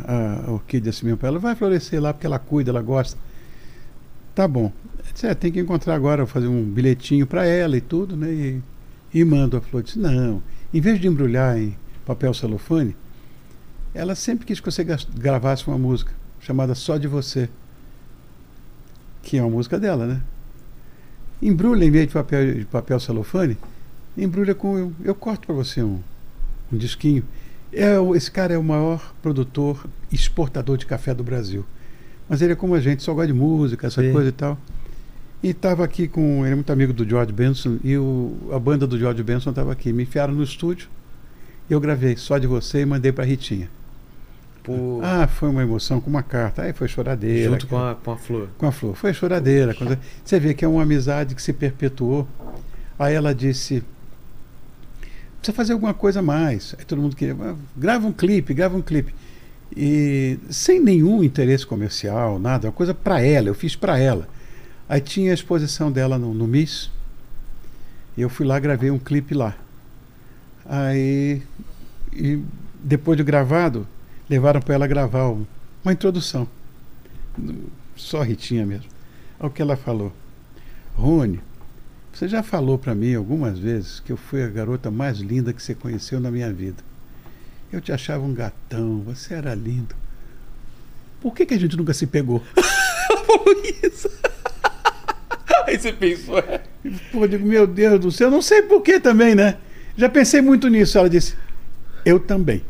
[SPEAKER 3] a orquídea assim mesmo para ela, vai florescer lá porque ela cuida, ela gosta. Tá bom. Eu disse, é, tem que encontrar agora, fazer um bilhetinho para ela e tudo, né? E, e mando a flor. Eu disse, não, em vez de embrulhar em papel celofane, ela sempre quis que você gas- gravasse uma música chamada Só de Você, que é uma música dela, né? Embrulha em vez de papel, de papel celofane, embrulha com. Eu, eu corto para você um, um disquinho. É, o- esse cara é o maior produtor e exportador de café do Brasil. Mas ele é como a gente, só gosta de música, essa
[SPEAKER 1] Sim.
[SPEAKER 3] coisa e tal. E estava aqui com. Ele é muito amigo do George Benson e o- a banda do George Benson estava aqui. Me enfiaram no estúdio, eu gravei só de você e mandei para Ritinha.
[SPEAKER 1] Pô,
[SPEAKER 3] Ah, é. foi uma emoção com uma carta. Aí foi choradeira.
[SPEAKER 1] junto com a, com a flor.
[SPEAKER 3] com a flor. Foi choradeira. Quando- Você vê que é uma amizade que se perpetuou. Aí ela disse: precisa fazer alguma coisa a mais. Aí todo mundo queria: "Ah, grava um clipe, grava um clipe. E sem nenhum interesse comercial, nada, uma coisa para ela, eu fiz para ela. Aí tinha a exposição dela no, no Miss. E eu fui lá, gravei um clipe lá. Aí, e depois de gravado, levaram para ela gravar um- uma introdução. Só Ritinha mesmo. Olha o que ela falou. Rony, você já falou para mim algumas vezes que eu fui a garota mais linda que você conheceu na minha vida. Eu te achava um gatão, você era lindo. Por que, que a gente nunca se pegou?
[SPEAKER 1] Aí você pensou, é.
[SPEAKER 3] Pô, eu digo, meu Deus do céu, eu não sei por que também, né? Já pensei muito nisso. Ela disse, eu também.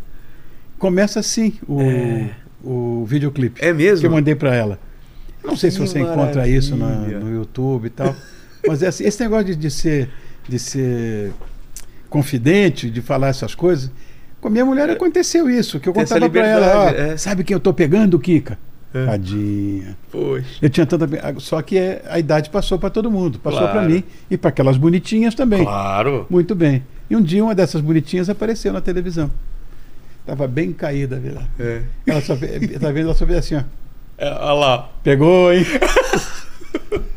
[SPEAKER 3] Começa assim o,
[SPEAKER 1] É.
[SPEAKER 3] o videoclipe.
[SPEAKER 1] É mesmo?
[SPEAKER 3] que eu mandei pra ela. Eu Não sei se
[SPEAKER 1] Que
[SPEAKER 3] você encontra isso na-
[SPEAKER 1] maravilha.
[SPEAKER 3] no YouTube e tal, mas é assim, esse negócio de, de ser de ser confidente, de falar essas coisas, com a minha mulher aconteceu isso, que eu
[SPEAKER 1] É. Tem essa
[SPEAKER 3] contava pra ela, ó,
[SPEAKER 1] liberdade, é.
[SPEAKER 3] sabe quem eu tô pegando, Kika?
[SPEAKER 1] É.
[SPEAKER 3] Tadinha.
[SPEAKER 1] Poxa.
[SPEAKER 3] Eu tinha tanta, só que é- a idade passou pra todo mundo, passou pra
[SPEAKER 1] Claro.
[SPEAKER 3] mim e pra aquelas bonitinhas também.
[SPEAKER 1] Claro.
[SPEAKER 3] Muito bem. E um dia uma dessas bonitinhas apareceu na televisão. Tava bem caída, Vila.
[SPEAKER 1] É.
[SPEAKER 3] Ela só, fe- tá vendo, ela só fez assim, ó.
[SPEAKER 1] Olha lá.
[SPEAKER 3] Pegou, hein?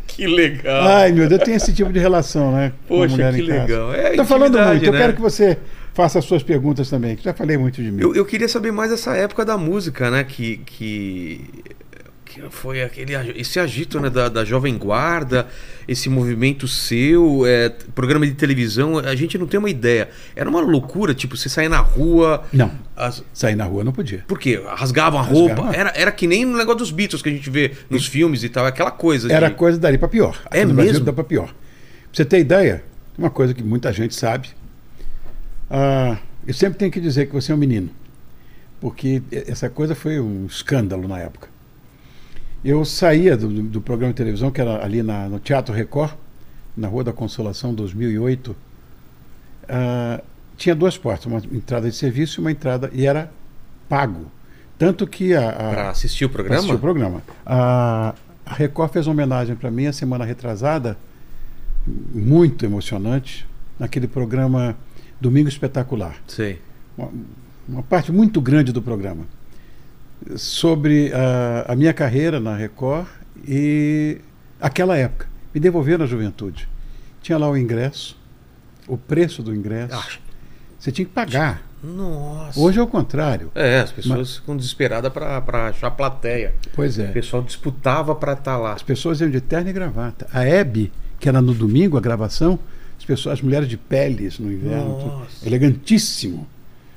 [SPEAKER 1] Que legal.
[SPEAKER 3] Ai, meu Deus, tem esse tipo de relação, né? com a
[SPEAKER 1] Poxa,
[SPEAKER 3] mulher
[SPEAKER 1] que
[SPEAKER 3] em casa.
[SPEAKER 1] legal. É
[SPEAKER 3] Tô falando
[SPEAKER 1] intimidade,
[SPEAKER 3] muito, eu
[SPEAKER 1] né?
[SPEAKER 3] quero que você faça as suas perguntas também, que já falei muito de mim.
[SPEAKER 1] Eu, eu queria saber mais dessa época da música, né? Que. que... que Foi aquele ag- esse agito né, da, da Jovem Guarda, esse movimento seu, é, t- programa de televisão, a gente não tem uma ideia. Era uma loucura, tipo, você sair na rua.
[SPEAKER 3] Não,
[SPEAKER 1] as-
[SPEAKER 3] sair na rua não podia.
[SPEAKER 1] por quê? Rasgavam a roupa.
[SPEAKER 3] Rasgavam.
[SPEAKER 1] Era, era que nem no negócio dos Beatles que a gente vê nos filmes e tal, aquela coisa. de-
[SPEAKER 3] Era coisa dali para pior. Aqui
[SPEAKER 1] É
[SPEAKER 3] no Brasil
[SPEAKER 1] mesmo?
[SPEAKER 3] dá para pior. Pra você ter ideia, uma coisa que muita gente sabe, ah, eu sempre tenho que dizer que você é um menino, porque e- essa coisa foi um escândalo na época. Eu saía do, do programa de televisão, que era ali na- no Teatro Record, na Rua da Consolação, 2008. ah, tinha duas portas, uma entrada de serviço e uma entrada, e era pago. Tanto que a- a,
[SPEAKER 1] Pra assistir o
[SPEAKER 3] Pra
[SPEAKER 1] programa?
[SPEAKER 3] assistir o programa. A, a Record fez uma homenagem para mim a semana retrasada, muito emocionante, naquele programa Domingo Espetacular.
[SPEAKER 1] Sei.
[SPEAKER 3] Uma, uma parte muito grande do programa. Sobre ah, a minha carreira na Record e aquela época. Me devolveram à juventude. Tinha lá o ingresso, o preço do ingresso.
[SPEAKER 1] Ah,
[SPEAKER 3] Você tinha que pagar.
[SPEAKER 1] Nossa.
[SPEAKER 3] Hoje é o contrário.
[SPEAKER 1] É, as pessoas ficam desesperadas pra, pra achar plateia.
[SPEAKER 3] Pois
[SPEAKER 1] O
[SPEAKER 3] é.
[SPEAKER 1] pessoal disputava pra estar lá.
[SPEAKER 3] As pessoas iam de terno e gravata. A Hebe, que era no domingo a gravação, as pessoas, as mulheres de peles no inverno, tudo.
[SPEAKER 1] Nossa.
[SPEAKER 3] elegantíssimo.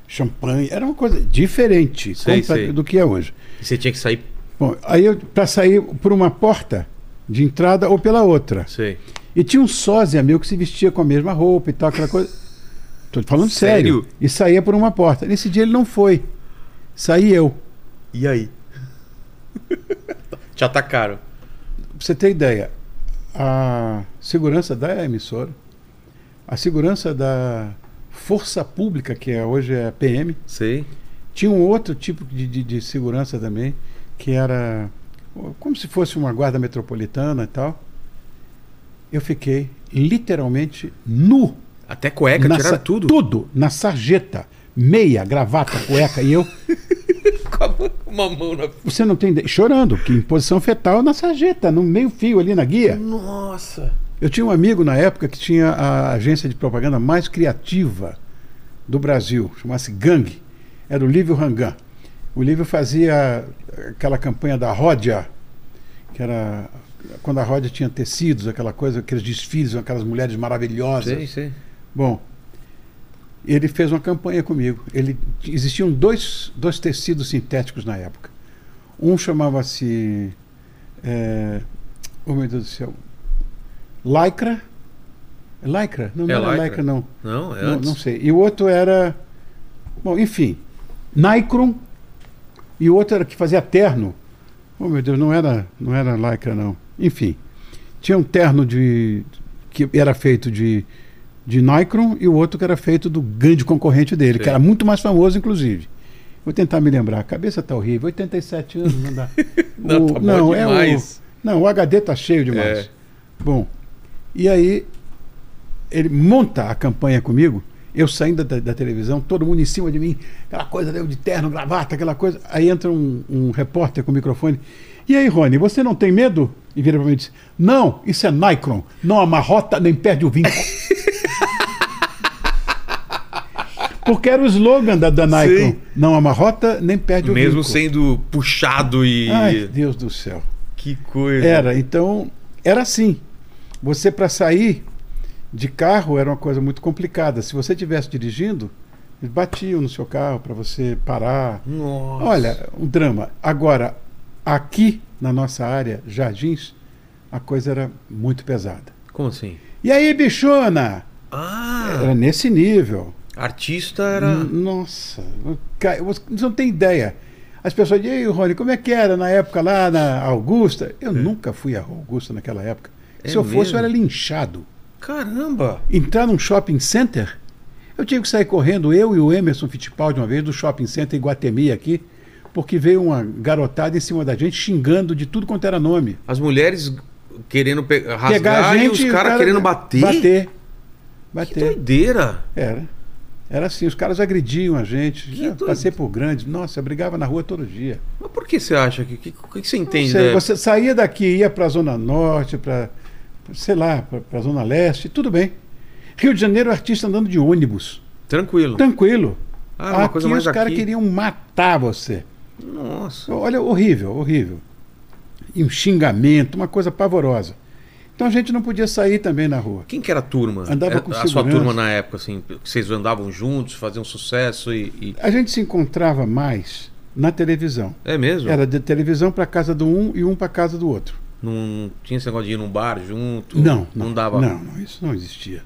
[SPEAKER 3] Champanhe, era uma coisa diferente
[SPEAKER 1] Sei,
[SPEAKER 3] compa-
[SPEAKER 1] sei.
[SPEAKER 3] do que é hoje.
[SPEAKER 1] E Você tinha que sair.
[SPEAKER 3] Bom, aí eu para sair por uma porta de entrada ou pela outra.
[SPEAKER 1] Sei.
[SPEAKER 3] E tinha um sósia meu que se vestia com a mesma roupa e tal, aquela coisa. Tô falando sério.
[SPEAKER 1] Sério?
[SPEAKER 3] E saía por uma porta. Nesse dia ele não foi. Saí eu.
[SPEAKER 1] E aí? Te atacaram.
[SPEAKER 3] Pra você ter ideia, a segurança da emissora, a segurança da Força Pública, que é, hoje é a PM,
[SPEAKER 1] Sei.
[SPEAKER 3] tinha um outro tipo de, de- de segurança também, que era ó, como se fosse uma guarda metropolitana e tal. Eu fiquei literalmente nu.
[SPEAKER 1] Até cueca,
[SPEAKER 3] sa-
[SPEAKER 1] tiraram É tudo.
[SPEAKER 3] Tudo, na sarjeta. Meia, gravata, cueca e eu.
[SPEAKER 1] Com a mão- com uma mão na.
[SPEAKER 3] Você não tem ideia. Chorando, que em posição fetal na sarjeta, no meio fio ali na guia.
[SPEAKER 1] Nossa.
[SPEAKER 3] Eu tinha um amigo na época que tinha a agência de propaganda mais criativa do Brasil, chamava-se Gang. Era o Lívio Rangan. O Lívio fazia aquela campanha da Ródia, que era quando a Ródia tinha tecidos, aquela coisa, aqueles desfiles, aquelas mulheres maravilhosas.
[SPEAKER 1] Sei, sei.
[SPEAKER 3] Bom, ele fez uma campanha comigo. Ele existiam dois, dois tecidos sintéticos na época. Um chamava-se, é, oh meu Deus do céu, lycra, lycra, não,
[SPEAKER 1] É
[SPEAKER 3] não era
[SPEAKER 1] lycra.
[SPEAKER 3] lycra, não.
[SPEAKER 1] Não, é
[SPEAKER 3] não,
[SPEAKER 1] antes.
[SPEAKER 3] não sei. E o outro era, bom, enfim, Nikron. E o outro era que fazia terno. Oh meu Deus, não era, não era lycra não. Enfim, tinha um terno de que era feito de de Nikron e o outro que era feito do grande concorrente dele,
[SPEAKER 1] Sim.
[SPEAKER 3] que era muito mais famoso, inclusive. Vou tentar me lembrar. A cabeça tá horrível. 87 anos não dá.
[SPEAKER 1] Não,
[SPEAKER 3] O-
[SPEAKER 1] tá bom
[SPEAKER 3] não, é
[SPEAKER 1] demais.
[SPEAKER 3] Não, o HD tá cheio demais.
[SPEAKER 1] É.
[SPEAKER 3] Bom, e aí ele monta a campanha comigo, eu saindo da, da televisão, todo mundo em cima de mim, aquela coisa né, eu de terno, gravata, aquela coisa. Aí entra um, um repórter com o microfone. E aí, Rony, você não tem medo? E vira pra mim e diz: Não, isso é Nikron. Não amarrota nem perde o vinco. Porque era o slogan da, da Nikon:
[SPEAKER 1] Sim.
[SPEAKER 3] Não amarrota nem perde o vinco.
[SPEAKER 1] Mesmo sendo puxado e.
[SPEAKER 3] Ai, Deus do céu.
[SPEAKER 1] que coisa.
[SPEAKER 3] Era, então, era assim. Você para sair de carro era uma coisa muito complicada. Se você estivesse dirigindo, eles batiam no seu carro para você parar.
[SPEAKER 1] Nossa.
[SPEAKER 3] Olha, um drama. Agora, aqui na nossa área, Jardins, a coisa era muito pesada.
[SPEAKER 1] Como assim?
[SPEAKER 3] E aí, bichona?
[SPEAKER 1] Ah,
[SPEAKER 3] Era Hum. nesse nível.
[SPEAKER 1] artista era.
[SPEAKER 3] N- Nossa, ca- você não tem ideia. As pessoas dizem, ei, Rony, como é que era na época lá na Augusta? Eu nunca fui a Augusta naquela época.
[SPEAKER 1] É
[SPEAKER 3] Se eu fosse,
[SPEAKER 1] mesmo?
[SPEAKER 3] eu era linchado.
[SPEAKER 1] Caramba!
[SPEAKER 3] Entrar num shopping center, eu tinha que sair correndo, eu e o Emerson Fittipaldi, uma vez, do shopping center em Guatemi aqui, porque veio uma garotada em cima da gente xingando de tudo quanto era nome.
[SPEAKER 1] As mulheres querendo pe- rasgar
[SPEAKER 3] Pegar a gente
[SPEAKER 1] e
[SPEAKER 3] o
[SPEAKER 1] os caras
[SPEAKER 3] cara né,
[SPEAKER 1] querendo bater.
[SPEAKER 3] Bater.
[SPEAKER 1] Que
[SPEAKER 3] Bater.
[SPEAKER 1] doideira!
[SPEAKER 3] Era. Era assim, os caras agrediam a gente.
[SPEAKER 1] Que
[SPEAKER 3] Já
[SPEAKER 1] doido.
[SPEAKER 3] passei por grandes. Nossa, eu brigava na rua todo dia.
[SPEAKER 1] Mas por que você acha? que- que- O que, que você entende? né?
[SPEAKER 3] Sei,
[SPEAKER 1] da-
[SPEAKER 3] Você saía daqui, ia para a Zona Norte, para, sei lá, para a Zona Leste, tudo bem. Rio de Janeiro, artista andando de ônibus.
[SPEAKER 1] Tranquilo.
[SPEAKER 3] Tranquilo.
[SPEAKER 1] Ah, uma
[SPEAKER 3] aqui
[SPEAKER 1] coisa mais
[SPEAKER 3] os caras
[SPEAKER 1] aqui.
[SPEAKER 3] queriam matar você.
[SPEAKER 1] Nossa.
[SPEAKER 3] Olha, horrível, horrível. E um xingamento, uma coisa pavorosa. Então a gente não podia sair também na rua.
[SPEAKER 1] Quem que era a turma?
[SPEAKER 3] Andava
[SPEAKER 1] Era-
[SPEAKER 3] com
[SPEAKER 1] a sua
[SPEAKER 3] segurança.
[SPEAKER 1] turma na época, assim, que vocês andavam juntos, faziam sucesso e. e-
[SPEAKER 3] A gente se encontrava mais na televisão.
[SPEAKER 1] É mesmo?
[SPEAKER 3] Era de televisão para casa do um e um para casa do outro.
[SPEAKER 1] Não, não tinha esse negócio de ir num bar junto?
[SPEAKER 3] Não, não,
[SPEAKER 1] Não dava.
[SPEAKER 3] Não, não, isso não existia.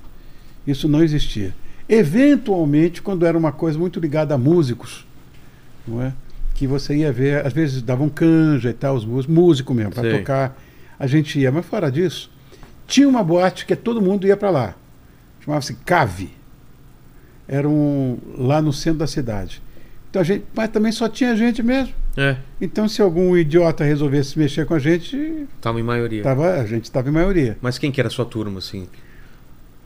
[SPEAKER 3] Isso não existia. Eventualmente, quando era uma coisa muito ligada a músicos, não é? que você ia ver, às vezes davam canja e tal, os músicos, músico mesmo, para
[SPEAKER 1] Sei.
[SPEAKER 3] tocar. A gente ia, mas fora disso, tinha uma boate que todo mundo ia para lá. Chamava-se Cave. Era um lá no centro da cidade. Então a gente, mas também só tinha gente mesmo.
[SPEAKER 1] É,
[SPEAKER 3] Então se algum idiota resolvesse mexer com a gente,
[SPEAKER 1] tava em maioria.
[SPEAKER 3] tava, a gente estava em maioria.
[SPEAKER 1] Mas quem que era a sua turma, assim?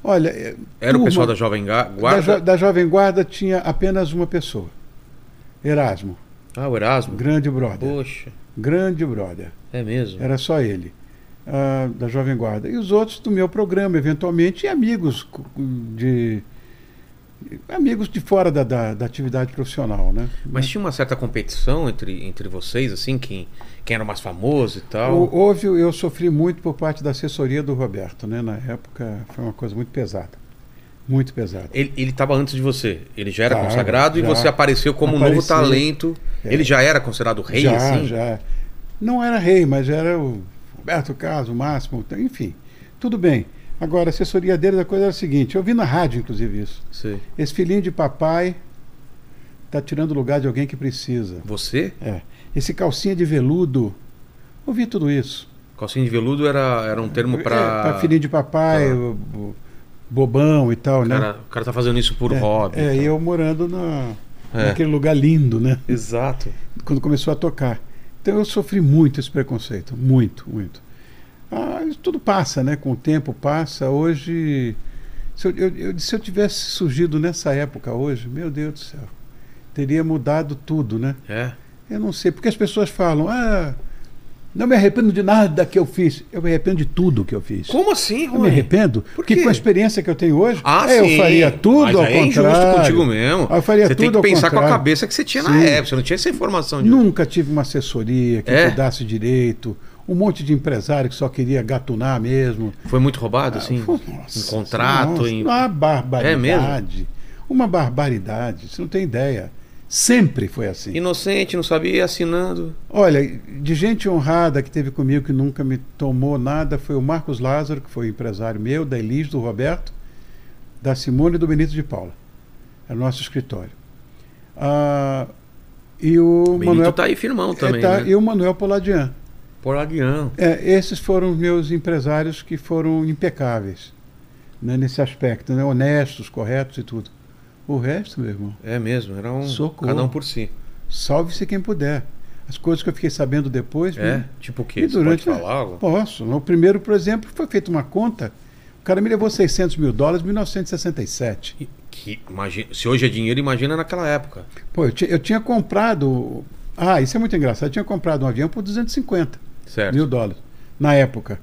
[SPEAKER 3] Olha, eh,
[SPEAKER 1] Era o
[SPEAKER 3] turma
[SPEAKER 1] pessoal da Jovem Ga-
[SPEAKER 3] da,
[SPEAKER 1] Guarda?
[SPEAKER 3] jo- da Jovem Guarda tinha apenas uma pessoa. Erasmo,
[SPEAKER 1] Ah, o Erasmo?
[SPEAKER 3] grande brother.
[SPEAKER 1] Poxa,
[SPEAKER 3] Grande brother.
[SPEAKER 1] é mesmo.
[SPEAKER 3] Era só ele. ah, da Jovem Guarda. E os outros do meu programa, eventualmente, e amigos cu- cu- de, amigos de fora da, da, da atividade profissional, né?
[SPEAKER 1] Mas tinha uma certa competição entre, entre vocês, assim, quem, quem era o mais famoso e tal.
[SPEAKER 3] Hou- Houve, eu sofri muito por parte da assessoria do Roberto, né? Na época foi uma coisa muito pesada. Muito pesada.
[SPEAKER 1] Ele, ele tava antes de você. Ele já era
[SPEAKER 3] Tava,
[SPEAKER 1] consagrado e
[SPEAKER 3] já.
[SPEAKER 1] você apareceu como um novo
[SPEAKER 3] Apareci.
[SPEAKER 1] talento. Ele já era considerado rei,
[SPEAKER 3] já,
[SPEAKER 1] assim?
[SPEAKER 3] já. Não era rei, mas era o Roberto Caso, o Máximo, então, enfim. Tudo bem. Agora, a assessoria dele da coisa era a seguinte, eu vi na rádio, inclusive, isso.
[SPEAKER 1] Sei.
[SPEAKER 3] Esse filhinho de papai tá tirando o lugar de alguém que precisa.
[SPEAKER 1] Você?
[SPEAKER 3] É. Esse calcinha de veludo. Ouvi tudo isso.
[SPEAKER 1] Calcinha de veludo era, era um termo
[SPEAKER 3] É,
[SPEAKER 1] pra.
[SPEAKER 3] pra filhinho de papai,
[SPEAKER 1] pra-
[SPEAKER 3] o- o bobão e tal,
[SPEAKER 1] o,
[SPEAKER 3] né?
[SPEAKER 1] cara, o cara tá fazendo isso por
[SPEAKER 3] é,
[SPEAKER 1] hobby.
[SPEAKER 3] É,
[SPEAKER 1] e
[SPEAKER 3] eu morando na,
[SPEAKER 1] tal. É.
[SPEAKER 3] naquele lugar lindo, né?
[SPEAKER 1] Exato.
[SPEAKER 3] Quando começou a tocar. Então eu sofri muito esse preconceito, muito, muito. Ah, isso tudo passa, né? Com o tempo passa. Hoje, se eu, eu- eu- se eu tivesse surgido nessa época hoje, meu Deus do céu, teria mudado tudo, né?
[SPEAKER 1] É.
[SPEAKER 3] Eu não sei, porque as pessoas falam, ah, não me arrependo de nada que eu fiz. Eu me arrependo de tudo que eu fiz.
[SPEAKER 1] Como assim,
[SPEAKER 3] Eu me
[SPEAKER 1] Rony?
[SPEAKER 3] arrependo, porque
[SPEAKER 1] quê?
[SPEAKER 3] com a experiência que eu tenho hoje,
[SPEAKER 1] Ah,
[SPEAKER 3] é,
[SPEAKER 1] sim.
[SPEAKER 3] eu faria tudo
[SPEAKER 1] Mas
[SPEAKER 3] ao
[SPEAKER 1] aí é
[SPEAKER 3] contrário. Ah,
[SPEAKER 1] injusto contigo mesmo.
[SPEAKER 3] Eu faria
[SPEAKER 1] você tem
[SPEAKER 3] tudo
[SPEAKER 1] que
[SPEAKER 3] ao
[SPEAKER 1] pensar com a
[SPEAKER 3] contrário.
[SPEAKER 1] cabeça que você tinha na
[SPEAKER 3] Sim.
[SPEAKER 1] época. Você não tinha essa informação de.
[SPEAKER 3] Nunca tive uma assessoria que
[SPEAKER 1] É?
[SPEAKER 3] cuidasse direito, um monte de empresário que só queria gatunar mesmo. Ah,
[SPEAKER 1] Foi muito roubado, assim?
[SPEAKER 3] Pô,
[SPEAKER 1] em contrato,
[SPEAKER 3] nossa, Ah.
[SPEAKER 1] em.
[SPEAKER 3] Uma barbaridade.
[SPEAKER 1] É mesmo?
[SPEAKER 3] Uma barbaridade, você não tem ideia. Sempre foi assim.
[SPEAKER 1] Inocente, não sabia, assinando.
[SPEAKER 3] Olha, de gente honrada que teve comigo que nunca me tomou nada foi o Marcos Lázaro, que foi um empresário meu, da Elis, do Roberto, da Simone e do Benito de Paula. Era o nosso escritório. Ah, e o
[SPEAKER 1] O Benito
[SPEAKER 3] Manuel
[SPEAKER 1] tá aí firmão também.
[SPEAKER 3] é, tá,
[SPEAKER 1] né?
[SPEAKER 3] e o Manuel Poladian.
[SPEAKER 1] Por Aguião.
[SPEAKER 3] É, esses foram os meus empresários que foram impecáveis né, nesse aspecto, né, honestos, corretos e tudo. O resto, meu irmão,
[SPEAKER 1] É mesmo, era um.
[SPEAKER 3] Socorro.
[SPEAKER 1] Cada um por si.
[SPEAKER 3] salve-se quem puder. As coisas que eu fiquei sabendo depois,
[SPEAKER 1] É?
[SPEAKER 3] me-
[SPEAKER 1] Tipo o quê?
[SPEAKER 3] E
[SPEAKER 1] Você
[SPEAKER 3] durante-
[SPEAKER 1] pode falar? algo?
[SPEAKER 3] Posso. No primeiro, por exemplo, foi feita uma conta. O cara me levou 600 mil dólares em 1967.
[SPEAKER 1] Que, imagina, se hoje é dinheiro, imagina naquela época.
[SPEAKER 3] Pô, eu, ti- eu tinha comprado. Ah, isso é muito engraçado. Eu tinha comprado um avião por 250
[SPEAKER 1] Certo.
[SPEAKER 3] mil dólares na época.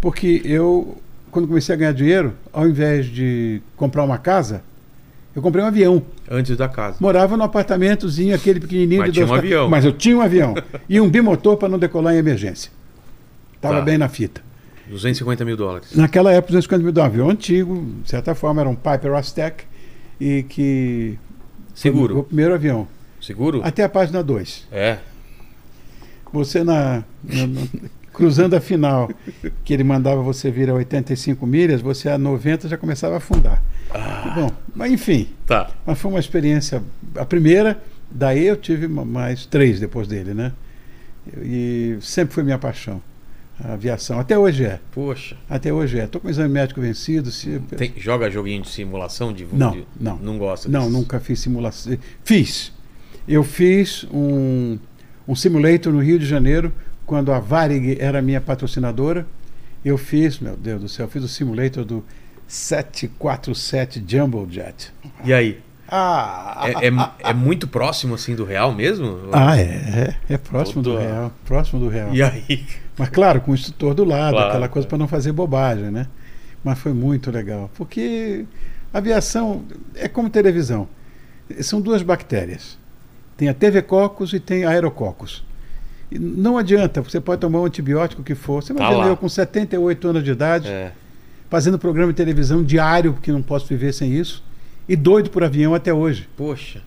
[SPEAKER 3] Porque eu, quando comecei a ganhar dinheiro, ao invés de comprar uma casa, eu comprei um avião.
[SPEAKER 1] Antes da casa.
[SPEAKER 3] Morava num apartamentozinho, aquele pequenininho
[SPEAKER 1] Mas
[SPEAKER 3] de
[SPEAKER 1] tinha
[SPEAKER 3] dois
[SPEAKER 1] um
[SPEAKER 3] ca-
[SPEAKER 1] avião.
[SPEAKER 3] Mas eu tinha um avião. e um bimotor para não decolar em emergência. Tava
[SPEAKER 1] Tá.
[SPEAKER 3] bem na fita.
[SPEAKER 1] 250 mil dólares.
[SPEAKER 3] Naquela época, 250 mil dólares, um avião antigo, de certa forma, era um Piper Aztec, e que. Foi o
[SPEAKER 1] Seguro.
[SPEAKER 3] primeiro avião.
[SPEAKER 1] Seguro?
[SPEAKER 3] Até a página 2.
[SPEAKER 1] É.
[SPEAKER 3] Você na. na- na- cruzando a final, que ele mandava você vir a 85 milhas, você a 90 já começava a afundar. Bom, mas enfim,
[SPEAKER 1] Ah, Tá.
[SPEAKER 3] mas foi uma experiência. A primeira, daí eu tive ma- mais três depois dele, né? E sempre foi minha paixão, a aviação. Até hoje é.
[SPEAKER 1] Poxa.
[SPEAKER 3] Até hoje é. Estou com o exame médico vencido. Se,
[SPEAKER 1] Tem- joga joguinho de simulação de
[SPEAKER 3] Não,
[SPEAKER 1] de-
[SPEAKER 3] não.
[SPEAKER 1] Não gosta
[SPEAKER 3] Não,
[SPEAKER 1] disso.
[SPEAKER 3] nunca fiz simulação. Fiz. Eu fiz um, um simulator no Rio de Janeiro, quando a Varig era minha patrocinadora. Eu fiz, meu Deus do céu, eu fiz o simulator do 747 Jumbo Jet.
[SPEAKER 1] E aí?
[SPEAKER 3] Ah!
[SPEAKER 1] É, é- é muito próximo assim do real mesmo?
[SPEAKER 3] Ah, é. É, é próximo do
[SPEAKER 1] Todo-
[SPEAKER 3] real. Próximo do real.
[SPEAKER 1] E aí?
[SPEAKER 3] Mas claro, com o instrutor do lado,
[SPEAKER 1] Claro,
[SPEAKER 3] aquela coisa
[SPEAKER 1] é.
[SPEAKER 3] para não fazer bobagem, né? Mas foi muito legal, porque aviação é como televisão. São duas bactérias. Tem a TV Cocos e tem a aerococos. E não adianta, você pode tomar um antibiótico que for. Você
[SPEAKER 1] Tá
[SPEAKER 3] imagina
[SPEAKER 1] lá.
[SPEAKER 3] eu com 78 anos de idade,
[SPEAKER 1] É.
[SPEAKER 3] fazendo programa de televisão diário, porque não posso viver sem isso, e doido por avião até hoje.
[SPEAKER 1] Poxa.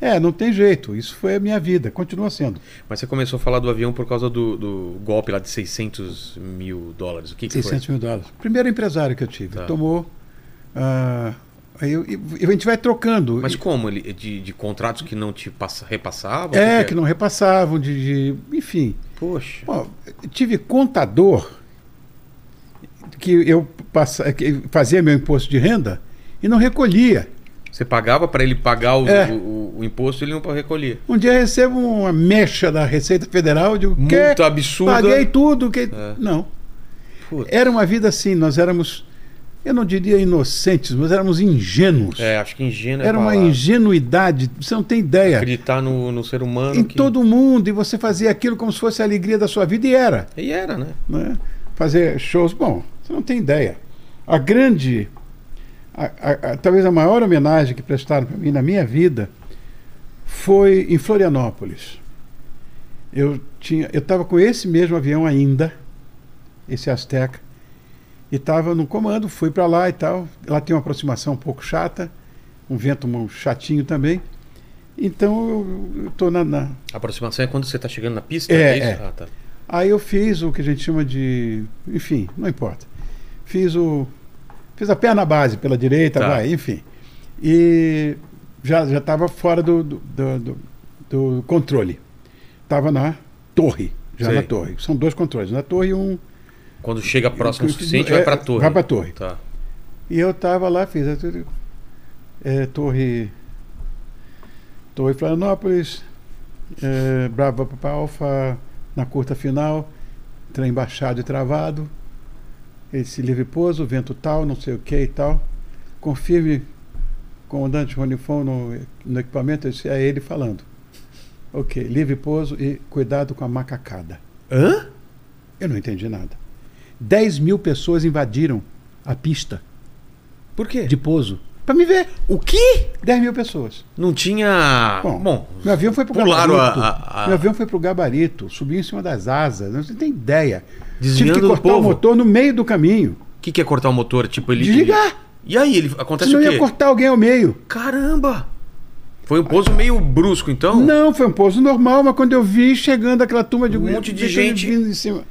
[SPEAKER 3] É, não tem jeito. Isso foi a minha vida, continua sendo.
[SPEAKER 1] Mas você começou a falar do avião por causa do, do golpe lá de 600 mil dólares. O que, que
[SPEAKER 3] 600 mil dólares. Primeiro empresário que eu tive.
[SPEAKER 1] Tá.
[SPEAKER 3] Tomou. ah, aí eu- e- e a gente vai trocando.
[SPEAKER 1] foi? Mas como? Ele, de, de contratos que não te passa, repassava?
[SPEAKER 3] é, que não repassavam, de, de- enfim.
[SPEAKER 1] Poxa.
[SPEAKER 3] Bom, eu tive contador que eu passa, que fazia meu imposto de renda e não recolhia.
[SPEAKER 1] Você pagava para ele pagar o,
[SPEAKER 3] É.
[SPEAKER 1] o, o- o imposto e ele não recolhia.
[SPEAKER 3] Um dia eu recebo uma mecha da Receita Federal, eu digo,
[SPEAKER 1] Multa
[SPEAKER 3] que
[SPEAKER 1] absurda. É.
[SPEAKER 3] paguei tudo. Que... Não.
[SPEAKER 1] Putz.
[SPEAKER 3] Era uma vida assim, nós éramos, eu não diria inocentes, mas éramos ingênuos.
[SPEAKER 1] É, acho que ingênuo é
[SPEAKER 3] Era uma
[SPEAKER 1] palavra.
[SPEAKER 3] ingenuidade, você não tem ideia.
[SPEAKER 1] Acreditar no, no ser humano.
[SPEAKER 3] Em
[SPEAKER 1] que-
[SPEAKER 3] todo mundo, e você fazia aquilo como se fosse a alegria da sua vida, e era.
[SPEAKER 1] E era, né?
[SPEAKER 3] Né? Fazer shows, bom, você não tem ideia. A grande a- a- a- talvez a maior homenagem que prestaram para mim na minha vida foi em Florianópolis. Eu tinha, eu estava com esse mesmo avião ainda, esse Azteca, e estava no comando, fui para lá e tal. Lá tem uma aproximação um pouco chata, um vento um chatinho também. Então eu estou na, na-
[SPEAKER 1] A aproximação é quando você tá chegando na pista?
[SPEAKER 3] É,
[SPEAKER 1] isso?
[SPEAKER 3] é.
[SPEAKER 1] Ah, tá.
[SPEAKER 3] Aí eu fiz o que a gente chama de. Enfim, não importa. Fiz o. Fiz a perna base pela direita,
[SPEAKER 1] Tá.
[SPEAKER 3] vai, enfim. E já estava fora do, do, do- do- do controle. Estava na torre. Já
[SPEAKER 1] Sei.
[SPEAKER 3] na torre. São dois controles, na torre e um.
[SPEAKER 1] Quando chega próximo o
[SPEAKER 3] É,
[SPEAKER 1] suficiente, vai pra torre.
[SPEAKER 3] vai pra torre.
[SPEAKER 1] Tá.
[SPEAKER 3] E eu estava lá, fiz a torre. É, torre. Torre Florianópolis, é, Brava Papa Alfa, na curta final, trem baixado e travado, esse livre pouso, vento tal, não sei o que e tal. Confirme, comandante Ronifon, no, no equipamento, esse é ele falando. Ok, livre pouso e cuidado com a macacada.
[SPEAKER 1] Hã?
[SPEAKER 3] Eu não entendi nada. 10 mil pessoas invadiram a pista
[SPEAKER 1] Por quê?
[SPEAKER 3] de pouso para me ver.
[SPEAKER 1] O quê?
[SPEAKER 3] 10 mil pessoas.
[SPEAKER 1] Não tinha. Ah, Bom,
[SPEAKER 3] Bom, Meu avião foi pro
[SPEAKER 1] pularam a,
[SPEAKER 3] gabarito.
[SPEAKER 1] a, a-
[SPEAKER 3] Meu avião foi pro gabarito, subiu em cima das asas. Não você tem ideia. Tive
[SPEAKER 1] desviando
[SPEAKER 3] que
[SPEAKER 1] do
[SPEAKER 3] cortar o
[SPEAKER 1] povo.
[SPEAKER 3] motor no meio do caminho.
[SPEAKER 1] O que, que é cortar o motor? Tipo, ele.
[SPEAKER 3] Desligar.
[SPEAKER 1] ele- E aí, ele acontece
[SPEAKER 3] Senão
[SPEAKER 1] o
[SPEAKER 3] ia
[SPEAKER 1] quê?
[SPEAKER 3] cortar alguém ao meio.
[SPEAKER 1] Caramba! Foi um pouso meio brusco, então?
[SPEAKER 3] Não, foi um pouso normal, mas quando eu vi chegando aquela turma de
[SPEAKER 1] Um monte de
[SPEAKER 3] deixa ele
[SPEAKER 1] gente.
[SPEAKER 3] vindo em cima.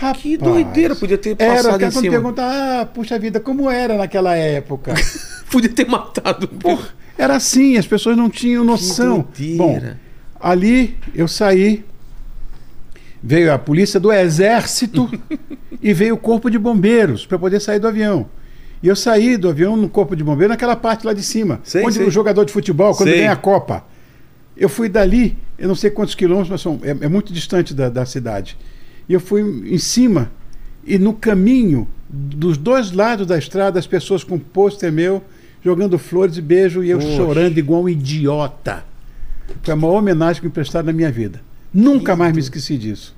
[SPEAKER 3] Rapaz,
[SPEAKER 1] Que doideira, podia ter
[SPEAKER 3] Era
[SPEAKER 1] passado
[SPEAKER 3] até
[SPEAKER 1] em
[SPEAKER 3] quando
[SPEAKER 1] cima.
[SPEAKER 3] perguntar, ah, puxa vida, como era naquela época?
[SPEAKER 1] Podia ter matado.
[SPEAKER 3] Porra, era assim, as pessoas não tinham noção.
[SPEAKER 1] doideira.
[SPEAKER 3] Bom, ali eu saí, veio a polícia do exército e veio o corpo de bombeiros para poder sair do avião. E eu saí do avião no corpo de bombeiro naquela parte lá de cima,
[SPEAKER 1] Sei,
[SPEAKER 3] onde
[SPEAKER 1] sei.
[SPEAKER 3] o jogador de futebol quando
[SPEAKER 1] Sei.
[SPEAKER 3] vem a Copa. Eu fui dali, eu não sei quantos quilômetros, mas são, é, é muito distante da, da cidade. E eu fui em cima, e no caminho, dos dois lados da estrada, as pessoas com pôster meu, jogando flores e beijo, e eu
[SPEAKER 1] Poxa.
[SPEAKER 3] chorando igual um idiota. Foi a maior homenagem que me prestaram na minha vida. Nunca mais me esqueci disso.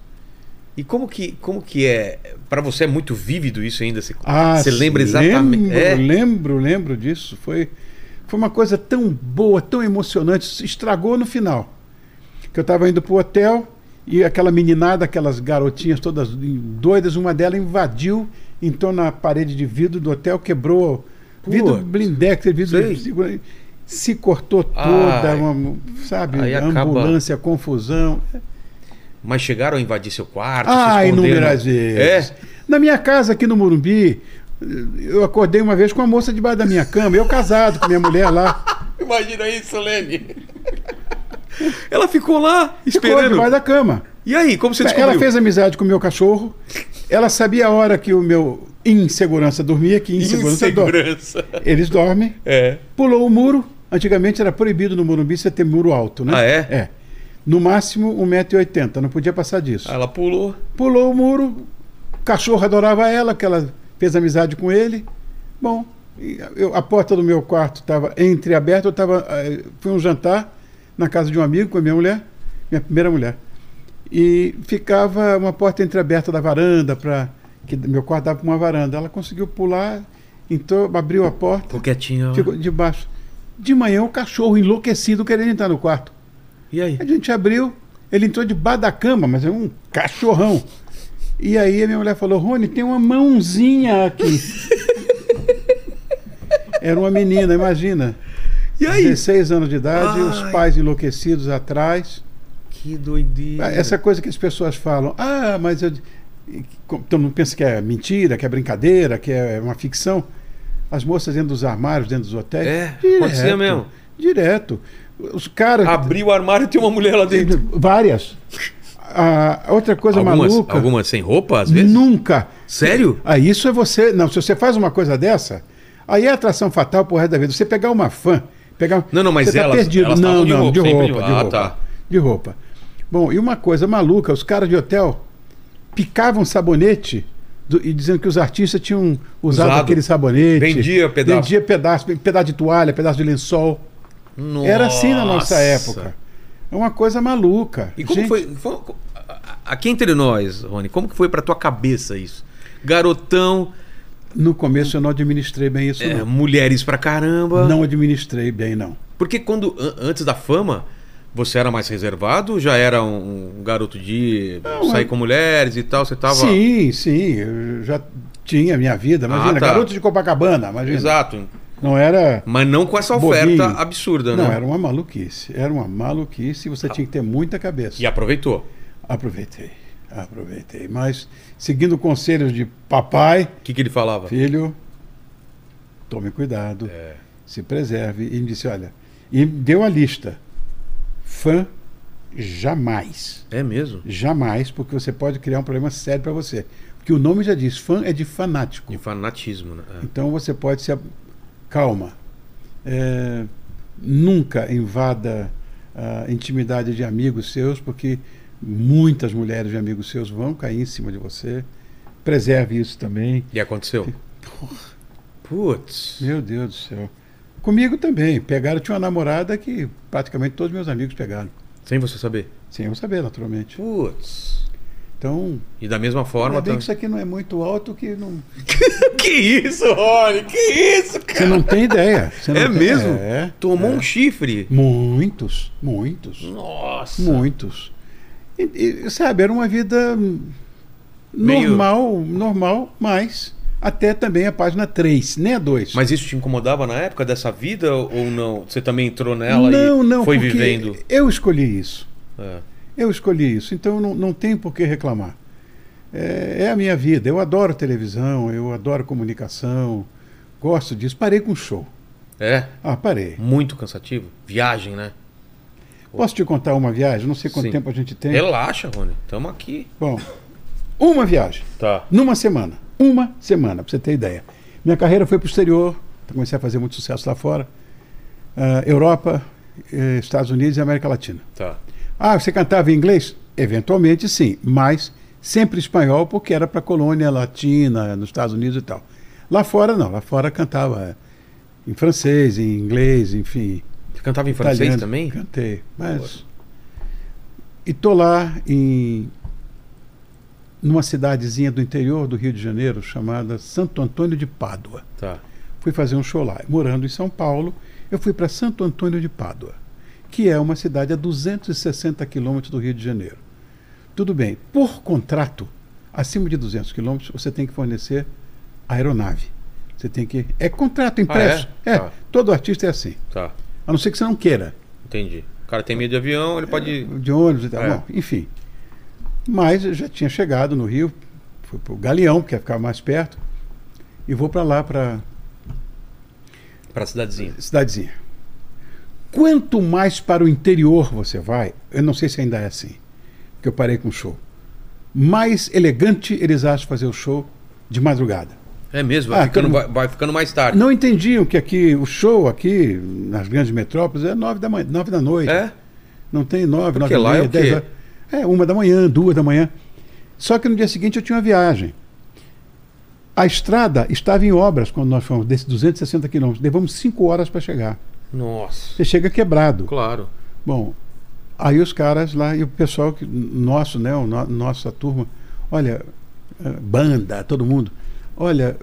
[SPEAKER 1] E como que, como que é? Pra você é muito vívido isso ainda? Você,
[SPEAKER 3] Ah,
[SPEAKER 1] você
[SPEAKER 3] sim,
[SPEAKER 1] lembra exatamente?
[SPEAKER 3] Lembro,
[SPEAKER 1] é.
[SPEAKER 3] lembro, lembro disso. Foi, foi uma coisa tão boa, tão emocionante. se Estragou no final. Que eu estava indo para o hotel e aquela meninada, aquelas garotinhas todas doidas, uma delas invadiu, entrou na parede de vidro do hotel, quebrou vidro
[SPEAKER 1] Putz.
[SPEAKER 3] blindex, vidro
[SPEAKER 1] Sei.
[SPEAKER 3] de segura- se cortou toda,
[SPEAKER 1] Ai.
[SPEAKER 3] uma- sabe,
[SPEAKER 1] Aí acaba-
[SPEAKER 3] ambulância, confusão.
[SPEAKER 1] Mas chegaram a invadir seu quarto?
[SPEAKER 3] Ah,
[SPEAKER 1] se esconderam?
[SPEAKER 3] inúmeras vezes.
[SPEAKER 1] É?
[SPEAKER 3] Na minha casa aqui no Morumbi, eu acordei uma vez com uma moça debaixo da minha cama, eu casado com minha mulher lá.
[SPEAKER 1] É? Imagina isso, Lene. Ela ficou lá
[SPEAKER 3] Ficou
[SPEAKER 1] esperando.
[SPEAKER 3] debaixo da cama.
[SPEAKER 1] E aí, como você descobriu?
[SPEAKER 3] Ela fez amizade com o meu cachorro. Ela sabia a hora que o meu insegurança dormia, que insegurança, dorme.
[SPEAKER 1] insegurança.
[SPEAKER 3] Eles dormem.
[SPEAKER 1] É.
[SPEAKER 3] Pulou o muro. Antigamente era proibido no Morumbi você ter muro alto, né?
[SPEAKER 1] Ah, é?
[SPEAKER 3] É. No máximo 1,80m, não podia passar disso.
[SPEAKER 1] Ela pulou.
[SPEAKER 3] Pulou o muro, o cachorro adorava ela, que ela fez amizade com ele. Bom, e eu- a porta do meu quarto estava entreaberta, eu estava. Fui um jantar na casa de um amigo com a minha mulher, minha primeira mulher. E ficava uma porta entreaberta da varanda, pra, que meu quarto dava para uma varanda. Ela conseguiu pular, então abriu a porta,
[SPEAKER 1] Ficou quietinha. ó.
[SPEAKER 3] ficou debaixo. De manhã o cachorro enlouquecido querendo entrar no quarto.
[SPEAKER 1] E aí?
[SPEAKER 3] A gente abriu, ele entrou debaixo da cama, mas é um cachorrão. E aí a minha mulher falou: Rony, tem uma mãozinha aqui. Era uma menina, imagina.
[SPEAKER 1] E aí?
[SPEAKER 3] 16 anos de idade, os
[SPEAKER 1] Ai.
[SPEAKER 3] pais enlouquecidos atrás.
[SPEAKER 1] Que doideira.
[SPEAKER 3] Ah, Essa coisa que as pessoas falam, ah, mas eu. Então não pensa que é mentira, que é brincadeira, que é uma ficção. As moças dentro dos armários, dentro dos hotéis.
[SPEAKER 1] É, acontecia mesmo.
[SPEAKER 3] Direto. Os caras.
[SPEAKER 1] Abriu o armário e tem uma mulher lá dentro.
[SPEAKER 3] Várias. A outra coisa
[SPEAKER 1] Algumas,
[SPEAKER 3] maluca.
[SPEAKER 1] algumas sem roupa, às vezes?
[SPEAKER 3] Nunca.
[SPEAKER 1] Sério?
[SPEAKER 3] Ah, isso é você. Não, se você faz uma coisa dessa, aí é atração fatal pro resto da vida. Você pegar uma fã, pegar.
[SPEAKER 1] Não, não, mas
[SPEAKER 3] você
[SPEAKER 1] elas-
[SPEAKER 3] tá perdido.
[SPEAKER 1] elas
[SPEAKER 3] não,
[SPEAKER 1] estavam de
[SPEAKER 3] não,
[SPEAKER 1] roupa,
[SPEAKER 3] de
[SPEAKER 1] sempre
[SPEAKER 3] roupa,
[SPEAKER 1] de
[SPEAKER 3] de
[SPEAKER 1] roupa.
[SPEAKER 3] roupa.
[SPEAKER 1] Ah, tá.
[SPEAKER 3] De roupa. Bom, e uma coisa maluca, os caras de hotel picavam sabonete do- e dizendo que os artistas tinham usado,
[SPEAKER 1] Usado.
[SPEAKER 3] aquele sabonete.
[SPEAKER 1] Vendia pedaço.
[SPEAKER 3] Vendia pedaço, pedaço de toalha, pedaço de lençol. Era assim na nossa época. É uma coisa maluca.
[SPEAKER 1] E como
[SPEAKER 3] Gente,
[SPEAKER 1] foi, foi- a- a- Aqui entre nós, Rony, como que foi pra tua cabeça isso? Garotão,
[SPEAKER 3] No começo eu não administrei bem isso,
[SPEAKER 1] É,
[SPEAKER 3] não.
[SPEAKER 1] mulheres pra caramba.
[SPEAKER 3] Não administrei bem, não.
[SPEAKER 1] Porque quando an- antes da fama, você era mais reservado, já era um, um garoto de
[SPEAKER 3] Não,
[SPEAKER 1] sair
[SPEAKER 3] eu-
[SPEAKER 1] com mulheres e tal, você tava
[SPEAKER 3] Sim, sim, eu já tinha minha vida. Imagina,
[SPEAKER 1] Tá Ah, tá.
[SPEAKER 3] garoto de Copacabana, imagina.
[SPEAKER 1] Exato.
[SPEAKER 3] Não era.
[SPEAKER 1] Mas não com essa oferta
[SPEAKER 3] Bobinho.
[SPEAKER 1] absurda, né? Ah.
[SPEAKER 3] Não, era um uma maluquice. Era uma maluquice e você tinha que ter muita cabeça.
[SPEAKER 1] E aproveitou.
[SPEAKER 3] Aproveitei, aproveitei. Mas, seguindo conselhos de papai,
[SPEAKER 1] O que, que ele falava?
[SPEAKER 3] filho, tome cuidado,
[SPEAKER 1] É.
[SPEAKER 3] se preserve. E me disse, olha, e deu a lista. Fã, jamais.
[SPEAKER 1] É mesmo?
[SPEAKER 3] Jamais, porque você pode criar um problema sério para você. Porque o nome já diz, fã é de fanático.
[SPEAKER 1] De fanatismo, né? É.
[SPEAKER 3] Então você pode se. a- Calma. É, nunca invada a intimidade de amigos seus, porque muitas mulheres de amigos seus vão cair em cima de você. Preserve isso também.
[SPEAKER 1] E aconteceu? Putz.
[SPEAKER 3] Meu Deus do céu. Comigo também. Pegaram, eu tinha uma namorada que praticamente todos meus amigos pegaram.
[SPEAKER 1] Sem você saber.
[SPEAKER 3] Sem eu saber, naturalmente.
[SPEAKER 1] Putz.
[SPEAKER 3] Então,
[SPEAKER 1] E da mesma forma.
[SPEAKER 3] ainda bem
[SPEAKER 1] Tá...
[SPEAKER 3] que isso aqui não é muito alto, que não.
[SPEAKER 1] Que isso, Rony? Que isso,
[SPEAKER 3] Você não tem ideia. Você não
[SPEAKER 1] É
[SPEAKER 3] tem-
[SPEAKER 1] mesmo?
[SPEAKER 3] É.
[SPEAKER 1] Tomou um chifre.
[SPEAKER 3] Muitos, muitos.
[SPEAKER 1] Nossa.
[SPEAKER 3] Muitos. E, e, sabe, era uma vida hum,
[SPEAKER 1] Meio-
[SPEAKER 3] normal, normal, mas até também a página né, 3, nem a 2.
[SPEAKER 1] Mas isso te incomodava na época dessa vida ou não? Você também entrou nela
[SPEAKER 3] não,
[SPEAKER 1] e
[SPEAKER 3] não,
[SPEAKER 1] foi
[SPEAKER 3] porque
[SPEAKER 1] vivendo?
[SPEAKER 3] Eu escolhi isso.
[SPEAKER 1] É.
[SPEAKER 3] Eu escolhi isso, então eu não, não tenho por que reclamar. É, é a minha vida. Eu adoro televisão, eu adoro comunicação, gosto disso. Parei com show.
[SPEAKER 1] É?
[SPEAKER 3] Ah, parei.
[SPEAKER 1] Muito cansativo. Viagem, né?
[SPEAKER 3] Posso te contar uma viagem? Não sei quanto
[SPEAKER 1] Sim.
[SPEAKER 3] tempo a gente tem.
[SPEAKER 1] Relaxa, Rony. Tamo aqui.
[SPEAKER 3] Bom, uma viagem.
[SPEAKER 1] Tá.
[SPEAKER 3] Numa semana. Uma semana, pra você ter ideia. Minha carreira foi pro exterior, comecei a fazer muito sucesso lá fora. Ah, Europa, eh, Estados Unidos e América Latina.
[SPEAKER 1] Tá.
[SPEAKER 3] Ah, você cantava em inglês? Eventualmente sim, mas sempre espanhol porque era pra colônia latina, nos Estados Unidos e tal. Lá fora não, lá fora cantava eh, em francês, em inglês, enfim.
[SPEAKER 1] Você cantava em francês
[SPEAKER 3] italiano.
[SPEAKER 1] também?
[SPEAKER 3] Cantei, mas... E tô lá em numa cidadezinha do interior do Rio de Janeiro chamada Santo Antônio de Pádua.
[SPEAKER 1] Tá.
[SPEAKER 3] Fui fazer um show lá. Morando em São Paulo, eu fui para Santo Antônio de Pádua, que é uma cidade a 260 quilômetros do Rio de Janeiro. Tudo bem, por contrato, acima de 200 quilômetros, você tem que fornecer aeronave. Você tem que. É contrato impresso.
[SPEAKER 1] Ah, é?
[SPEAKER 3] é,
[SPEAKER 1] Tá.
[SPEAKER 3] todo artista é assim.
[SPEAKER 1] Tá.
[SPEAKER 3] A não ser que você não queira.
[SPEAKER 1] Entendi. O cara tem medo de avião, ele pode.
[SPEAKER 3] de ônibus e tal.
[SPEAKER 1] É.
[SPEAKER 3] Bom, enfim. Mas eu já tinha chegado no Rio, fui pro Galeão, que ficava mais perto, e vou para lá, para
[SPEAKER 1] Pra cidadezinha.
[SPEAKER 3] cidadezinha. Quanto mais para o interior você vai, eu não sei se ainda é assim, porque eu parei com o show, mais elegante eles acham fazer o show de madrugada.
[SPEAKER 1] É mesmo, vai,
[SPEAKER 3] Ah,
[SPEAKER 1] ficando,
[SPEAKER 3] todo
[SPEAKER 1] vai, vai ficando mais tarde.
[SPEAKER 3] Não entendiam que aqui o show aqui nas grandes metrópoles é nove da manhã, nove da noite.
[SPEAKER 1] É?
[SPEAKER 3] Não tem nove,
[SPEAKER 1] Porque
[SPEAKER 3] nove
[SPEAKER 1] lá
[SPEAKER 3] e
[SPEAKER 1] é
[SPEAKER 3] meia,
[SPEAKER 1] o quê?
[SPEAKER 3] dez horas. É, uma da manhã, duas da manhã. Só que no dia seguinte eu tinha uma viagem. A estrada estava em obras quando nós fomos, desses 260 quilômetros. Levamos cinco horas para chegar.
[SPEAKER 1] Nossa.
[SPEAKER 3] Você chega quebrado.
[SPEAKER 1] Claro.
[SPEAKER 3] Bom, aí os caras lá e o pessoal que, nosso, né, o no- nossa turma, olha, eh, banda, todo mundo, olha,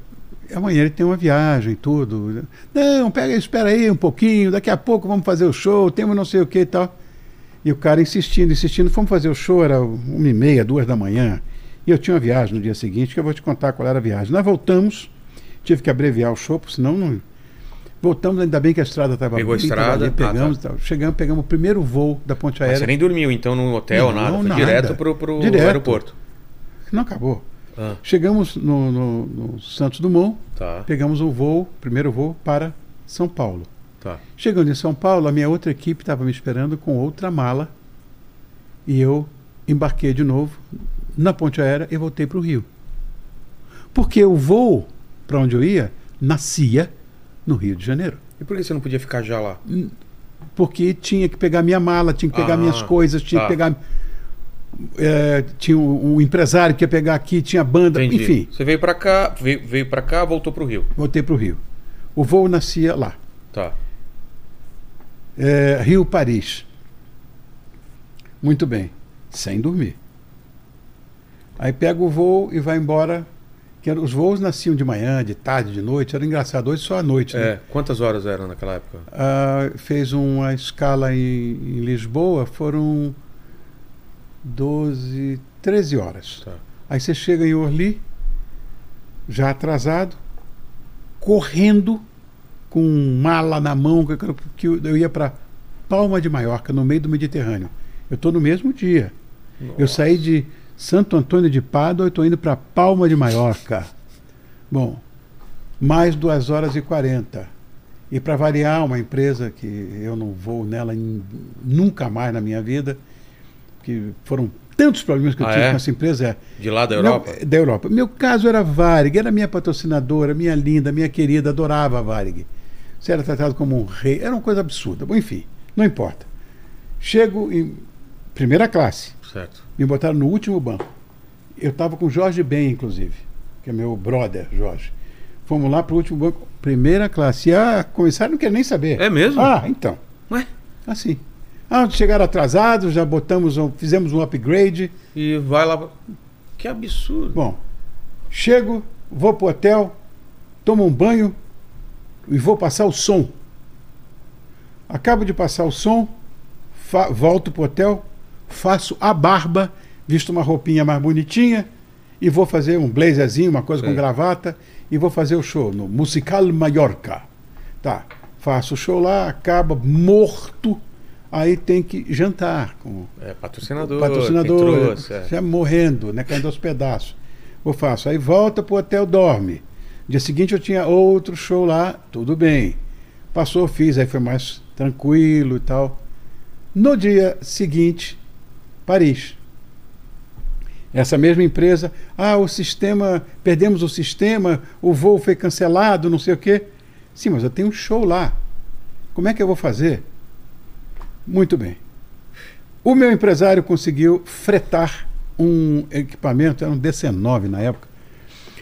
[SPEAKER 3] amanhã ele tem uma viagem, tudo. né? Não, pega, espera aí um pouquinho, daqui a pouco vamos fazer o show, temos não sei o que e tal. E o cara insistindo, insistindo, fomos fazer o show, era uma e meia, duas da manhã, e eu tinha uma viagem no dia seguinte, que eu vou te contar qual era a viagem. Nós voltamos, tive que abreviar o show, porque senão não... Voltamos, ainda bem que a estrada estava
[SPEAKER 1] Pegou a
[SPEAKER 3] bonita,
[SPEAKER 1] estrada,
[SPEAKER 3] ali,
[SPEAKER 1] ah, tá.
[SPEAKER 3] pegamos, tal. Então, Chegamos, pegamos o primeiro voo da ponte
[SPEAKER 1] Mas
[SPEAKER 3] aérea.
[SPEAKER 1] você nem dormiu então no hotel,
[SPEAKER 3] Não,
[SPEAKER 1] nada. Foi
[SPEAKER 3] nada.
[SPEAKER 1] direto pro, pro
[SPEAKER 3] Direto.
[SPEAKER 1] aeroporto.
[SPEAKER 3] Não acabou.
[SPEAKER 1] Ah,
[SPEAKER 3] Chegamos no, no- no Santos Dumont,
[SPEAKER 1] tá,
[SPEAKER 3] pegamos um voo, primeiro voo, para São Paulo.
[SPEAKER 1] tá.
[SPEAKER 3] Chegando em São Paulo, a minha outra equipe estava me esperando com outra mala. E eu embarquei de novo na ponte aérea e voltei para o Rio. Porque o voo para onde eu ia nascia no Rio de Janeiro.
[SPEAKER 1] E por que você não podia ficar já lá?
[SPEAKER 3] porque tinha que pegar minha mala, tinha que pegar
[SPEAKER 1] Ah,
[SPEAKER 3] minhas coisas, tinha
[SPEAKER 1] tá.
[SPEAKER 3] que pegar. eh, tinha um, um empresário que ia pegar aqui, tinha banda,
[SPEAKER 1] Entendi.
[SPEAKER 3] enfim,
[SPEAKER 1] Você veio pra cá, veio, veio pra cá, voltou pro Rio.
[SPEAKER 3] voltei para o Rio. O voo nascia lá,
[SPEAKER 1] Tá.
[SPEAKER 3] Eh, Rio-Paris. Muito bem, sem dormir. Aí pega o voo e vai embora, Que era- os voos nasciam de manhã, de tarde, de noite. Era engraçado. Hoje só à noite, né?
[SPEAKER 1] É, quantas horas eram naquela época?
[SPEAKER 3] Ah, fez uma escala em, em Lisboa, foram 12, 13 horas.
[SPEAKER 1] Tá.
[SPEAKER 3] Aí você chega em Orly, já atrasado, correndo, com mala na mão, que eu- que eu eu ia para Palma de Maiorca, no meio do Mediterrâneo. Eu estou no mesmo dia. Eu saí de Santo Antônio de Pádua e estou indo para Palma de Maiorca. Bom, mais 2 horas e 40. E para variar, uma empresa que eu não vou nela em- nunca mais na minha vida, que foram tantos problemas que eu
[SPEAKER 1] Ah,
[SPEAKER 3] tive
[SPEAKER 1] é?
[SPEAKER 3] com essa empresa, é,
[SPEAKER 1] De lá da Europa?
[SPEAKER 3] não, da Europa. Meu caso era a Varig, era minha patrocinadora, minha linda, minha querida, adorava a Varig. Você era tratado como um rei, era uma coisa absurda. Bom, enfim, não importa. Chego em primeira classe,
[SPEAKER 1] Certo.
[SPEAKER 3] me botaram no último banco. Eu estava com o Jorge Ben, inclusive, que é meu brother, Jorge. Fomos lá para o último banco, primeira classe. E a comissária não quer nem saber.
[SPEAKER 1] É mesmo?
[SPEAKER 3] Ah, então.
[SPEAKER 1] Ué?
[SPEAKER 3] Assim. Ah, chegaram atrasados, já botamos, um- fizemos um upgrade.
[SPEAKER 1] E vai lá. Que absurdo.
[SPEAKER 3] Bom, chego, vou pro hotel, tomo um banho e vou passar o som. Acabo de passar o som, fa- volto pro hotel, faço a barba, visto uma roupinha mais bonitinha e vou fazer um blazerzinho, uma coisa
[SPEAKER 1] Sim.
[SPEAKER 3] com gravata e vou fazer o show no Musical Mallorca. Tá, faço o show lá, acaba morto, aí tem que jantar com
[SPEAKER 1] É, patrocinador.
[SPEAKER 3] patrocinador, né?
[SPEAKER 1] quem trouxe, é.
[SPEAKER 3] já morrendo, né, caindo aos pedaços. Eu faço, aí volta pro hotel, dorme. Dia seguinte eu tinha outro show lá, tudo bem. Passou, fiz, aí foi mais tranquilo e tal. No dia seguinte, Paris. Essa mesma empresa, ah, o sistema, perdemos o sistema, o voo foi cancelado, não sei o quê. Sim, mas eu tenho um show lá. Como é que eu vou fazer? Muito bem. O meu empresário conseguiu fretar um equipamento, era um DC-9 na época,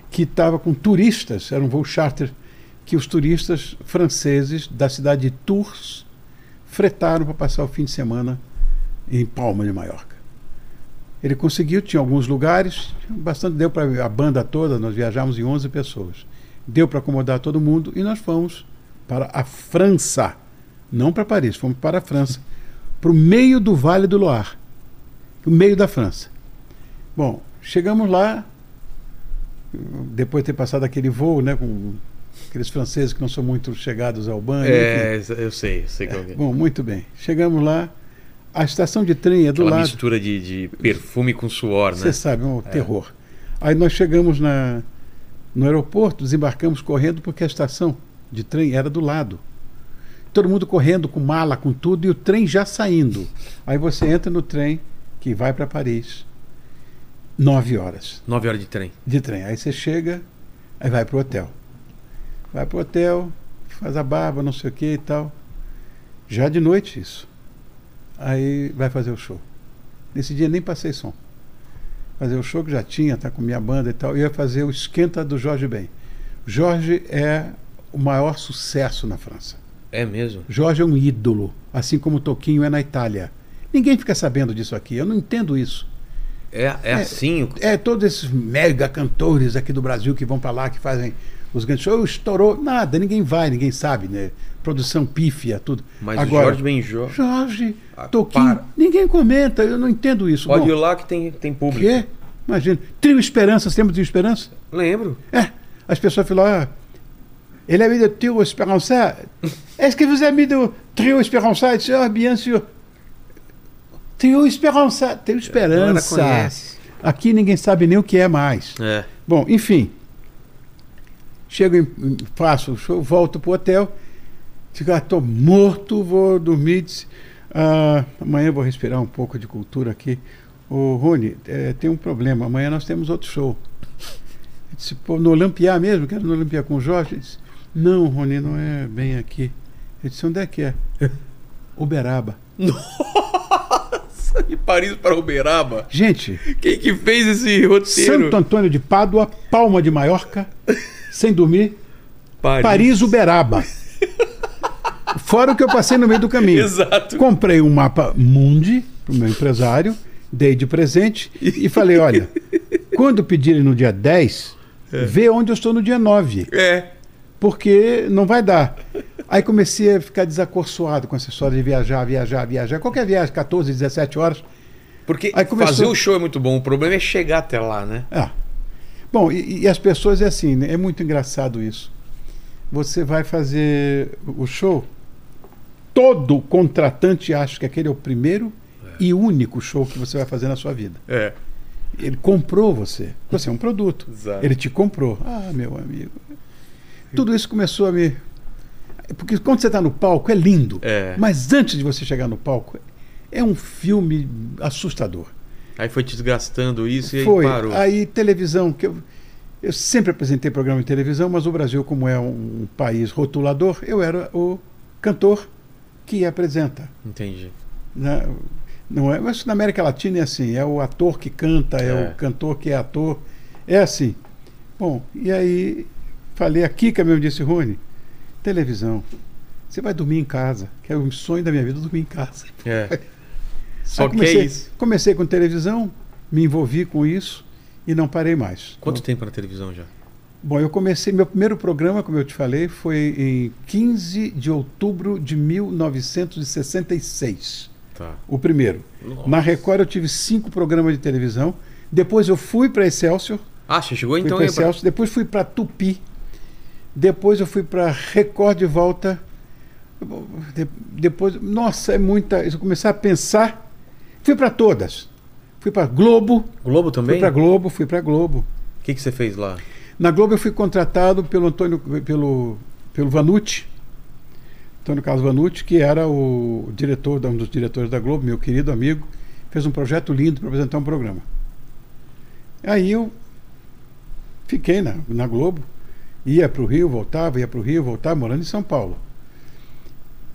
[SPEAKER 3] que estava com turistas, era um voo charter, que os turistas franceses da cidade de Tours fretaram para passar o fim de semana em Palma de Maiorca. Ele conseguiu, tinha alguns lugares, bastante deu para a banda toda, nós viajamos em 11 pessoas. Deu para acomodar todo mundo e nós fomos para a França, não para Paris, fomos para a França, para o meio do Vale do Loire, o meio da França. Bom, chegamos lá, depois de ter passado aquele voo, né, com aqueles franceses que não são muito chegados ao banho. enfim.
[SPEAKER 1] É, eu sei, eu sei que é.
[SPEAKER 3] Bom, muito bem. Chegamos lá. A estação de trem é do
[SPEAKER 1] Aquela
[SPEAKER 3] lado.
[SPEAKER 1] mistura de, de perfume com suor,
[SPEAKER 3] Você
[SPEAKER 1] né?
[SPEAKER 3] sabe, é um terror. Aí nós chegamos na, no aeroporto, desembarcamos correndo porque a estação de trem era do lado. Todo mundo correndo com mala, com tudo e o trem já saindo. Aí você entra no trem que vai para Paris. Nove horas
[SPEAKER 1] Nove horas de trem.
[SPEAKER 3] de trem. Aí você chega, aí vai pro hotel. Vai pro hotel, faz a barba, não sei o que e tal. Já de noite isso. Aí vai fazer o show. Nesse dia nem passei som. Fazer o show que já tinha, tá com minha banda e tal. Eu ia fazer o esquenta do Jorge Ben. Jorge é o maior sucesso na França.
[SPEAKER 1] É mesmo?
[SPEAKER 3] Jorge é um ídolo, assim como o Toquinho é na Itália. Ninguém fica sabendo disso aqui, eu não entendo isso.
[SPEAKER 1] É, é, assim? o-
[SPEAKER 3] É, todos esses mega cantores aqui do Brasil que vão pra lá, que fazem os grandes shows, estourou, nada, ninguém vai, ninguém sabe, né? Produção pífia, tudo.
[SPEAKER 1] Mas
[SPEAKER 3] Agora,
[SPEAKER 1] o Jorge Benjó.
[SPEAKER 3] Jorge,
[SPEAKER 1] Ah,
[SPEAKER 3] Toquinho,
[SPEAKER 1] para.
[SPEAKER 3] ninguém comenta, eu não entendo isso.
[SPEAKER 1] Pode ir
[SPEAKER 3] Bom,
[SPEAKER 1] lá que tem, tem
[SPEAKER 3] o
[SPEAKER 1] público.
[SPEAKER 3] quê? Imagina, Trio Esperança, você lembra do Trio Esperança?
[SPEAKER 1] Lembro.
[SPEAKER 3] É, as pessoas falam, ah, ele é do Trio Esperança, est-ce que vous êtes ami do Trio Esperança? Eu disse, ah, bien sûr. Trio Esperança, Trio
[SPEAKER 1] Agora
[SPEAKER 3] Esperança.
[SPEAKER 1] É, conhece.
[SPEAKER 3] Aqui ninguém sabe nem o que é mais.
[SPEAKER 1] É.
[SPEAKER 3] Bom, enfim. Chego, em, em- faço o show, volto pro hotel. Digo, ah, tô morto, vou dormir. Disse, ah, amanhã eu vou respirar um pouco de cultura aqui. Ô, Rony, eh, tem um problema. Amanhã nós temos outro show. Eu disse, pô, no Olimpiar mesmo? Quero no Olimpiar com o Jorge? Ele disse, não, Rony, não é bem aqui. Eu disse, onde é que é? Uberaba.
[SPEAKER 1] De Paris para Uberaba.
[SPEAKER 3] Gente,
[SPEAKER 1] Quem que fez esse roteiro?
[SPEAKER 3] Santo Antônio de Pádua, Palma de Maiorca, sem dormir,
[SPEAKER 1] Paris.
[SPEAKER 3] Paris Uberaba. Fora o que eu passei no meio do caminho.
[SPEAKER 1] Exato.
[SPEAKER 3] Comprei um mapa Mundi pro meu empresário, dei de presente e falei: olha, quando pedirem no dia 10, Vê onde eu estou no dia 9,
[SPEAKER 1] É.
[SPEAKER 3] porque não vai dar. Aí comecei a ficar desacorçoado com essa história de viajar, viajar, viajar. Qualquer viagem, 14, 17 horas.
[SPEAKER 1] Porque
[SPEAKER 3] Aí começou-
[SPEAKER 1] fazer o show é muito bom, o problema é chegar até lá, né?
[SPEAKER 3] Ah. Bom, e, e as pessoas é assim, né? é muito engraçado isso. Você vai fazer o show, todo contratante acha que aquele é o primeiro e único show que você vai fazer na sua vida.
[SPEAKER 1] É.
[SPEAKER 3] Ele comprou você. Você é um produto.
[SPEAKER 1] Exato.
[SPEAKER 3] Ele te comprou. Ah, meu amigo. Tudo isso começou a me. Porque quando você está no palco é lindo.
[SPEAKER 1] É.
[SPEAKER 3] Mas antes de você chegar no palco, é um filme assustador.
[SPEAKER 1] Aí foi desgastando isso e
[SPEAKER 3] Foi.
[SPEAKER 1] aí parou.
[SPEAKER 3] Aí televisão, que eu, eu sempre apresentei programa de televisão, mas o Brasil, como é um país rotulador, eu era o cantor que apresenta.
[SPEAKER 1] Entendi.
[SPEAKER 3] né? Não é, mas na América Latina é assim, é o ator que canta, é,
[SPEAKER 1] É.
[SPEAKER 3] o cantor que é ator, é assim. Bom, e aí falei a Kika mesmo disse, Rony, televisão, você vai dormir em casa, que é o sonho da minha vida, dormir em casa.
[SPEAKER 1] É. Só
[SPEAKER 3] Aí
[SPEAKER 1] que é
[SPEAKER 3] comecei,
[SPEAKER 1] isso.
[SPEAKER 3] Comecei com televisão, me envolvi com isso e não parei mais.
[SPEAKER 1] Quanto tempo na televisão já?
[SPEAKER 3] Bom, eu comecei, meu primeiro programa, como eu te falei, foi em 15 de outubro de 1966.
[SPEAKER 1] Tá.
[SPEAKER 3] O primeiro.
[SPEAKER 1] Nossa.
[SPEAKER 3] Na Record eu tive cinco programas de televisão. Depois eu fui para Excelsior,
[SPEAKER 1] Ah, você chegou
[SPEAKER 3] fui
[SPEAKER 1] então
[SPEAKER 3] pra
[SPEAKER 1] aí pra...
[SPEAKER 3] Excelsior. Depois fui para Tupi. Depois eu fui para Record de volta. De- depois, nossa, é muita. Se eu começar a pensar, fui para todas. Fui para Globo,
[SPEAKER 1] Globo também?
[SPEAKER 3] fui para Globo, fui para Globo.
[SPEAKER 1] O que, que você fez lá?
[SPEAKER 3] Na Globo eu fui contratado pelo Antônio pelo pelo Vanucci. Antônio Carlos Vanucci, que era o diretor, da- um dos diretores da Globo, meu querido amigo, fez um projeto lindo para apresentar um programa. Aí eu fiquei na, na Globo, ia para o Rio, voltava, ia para o Rio, voltava, morando em São Paulo.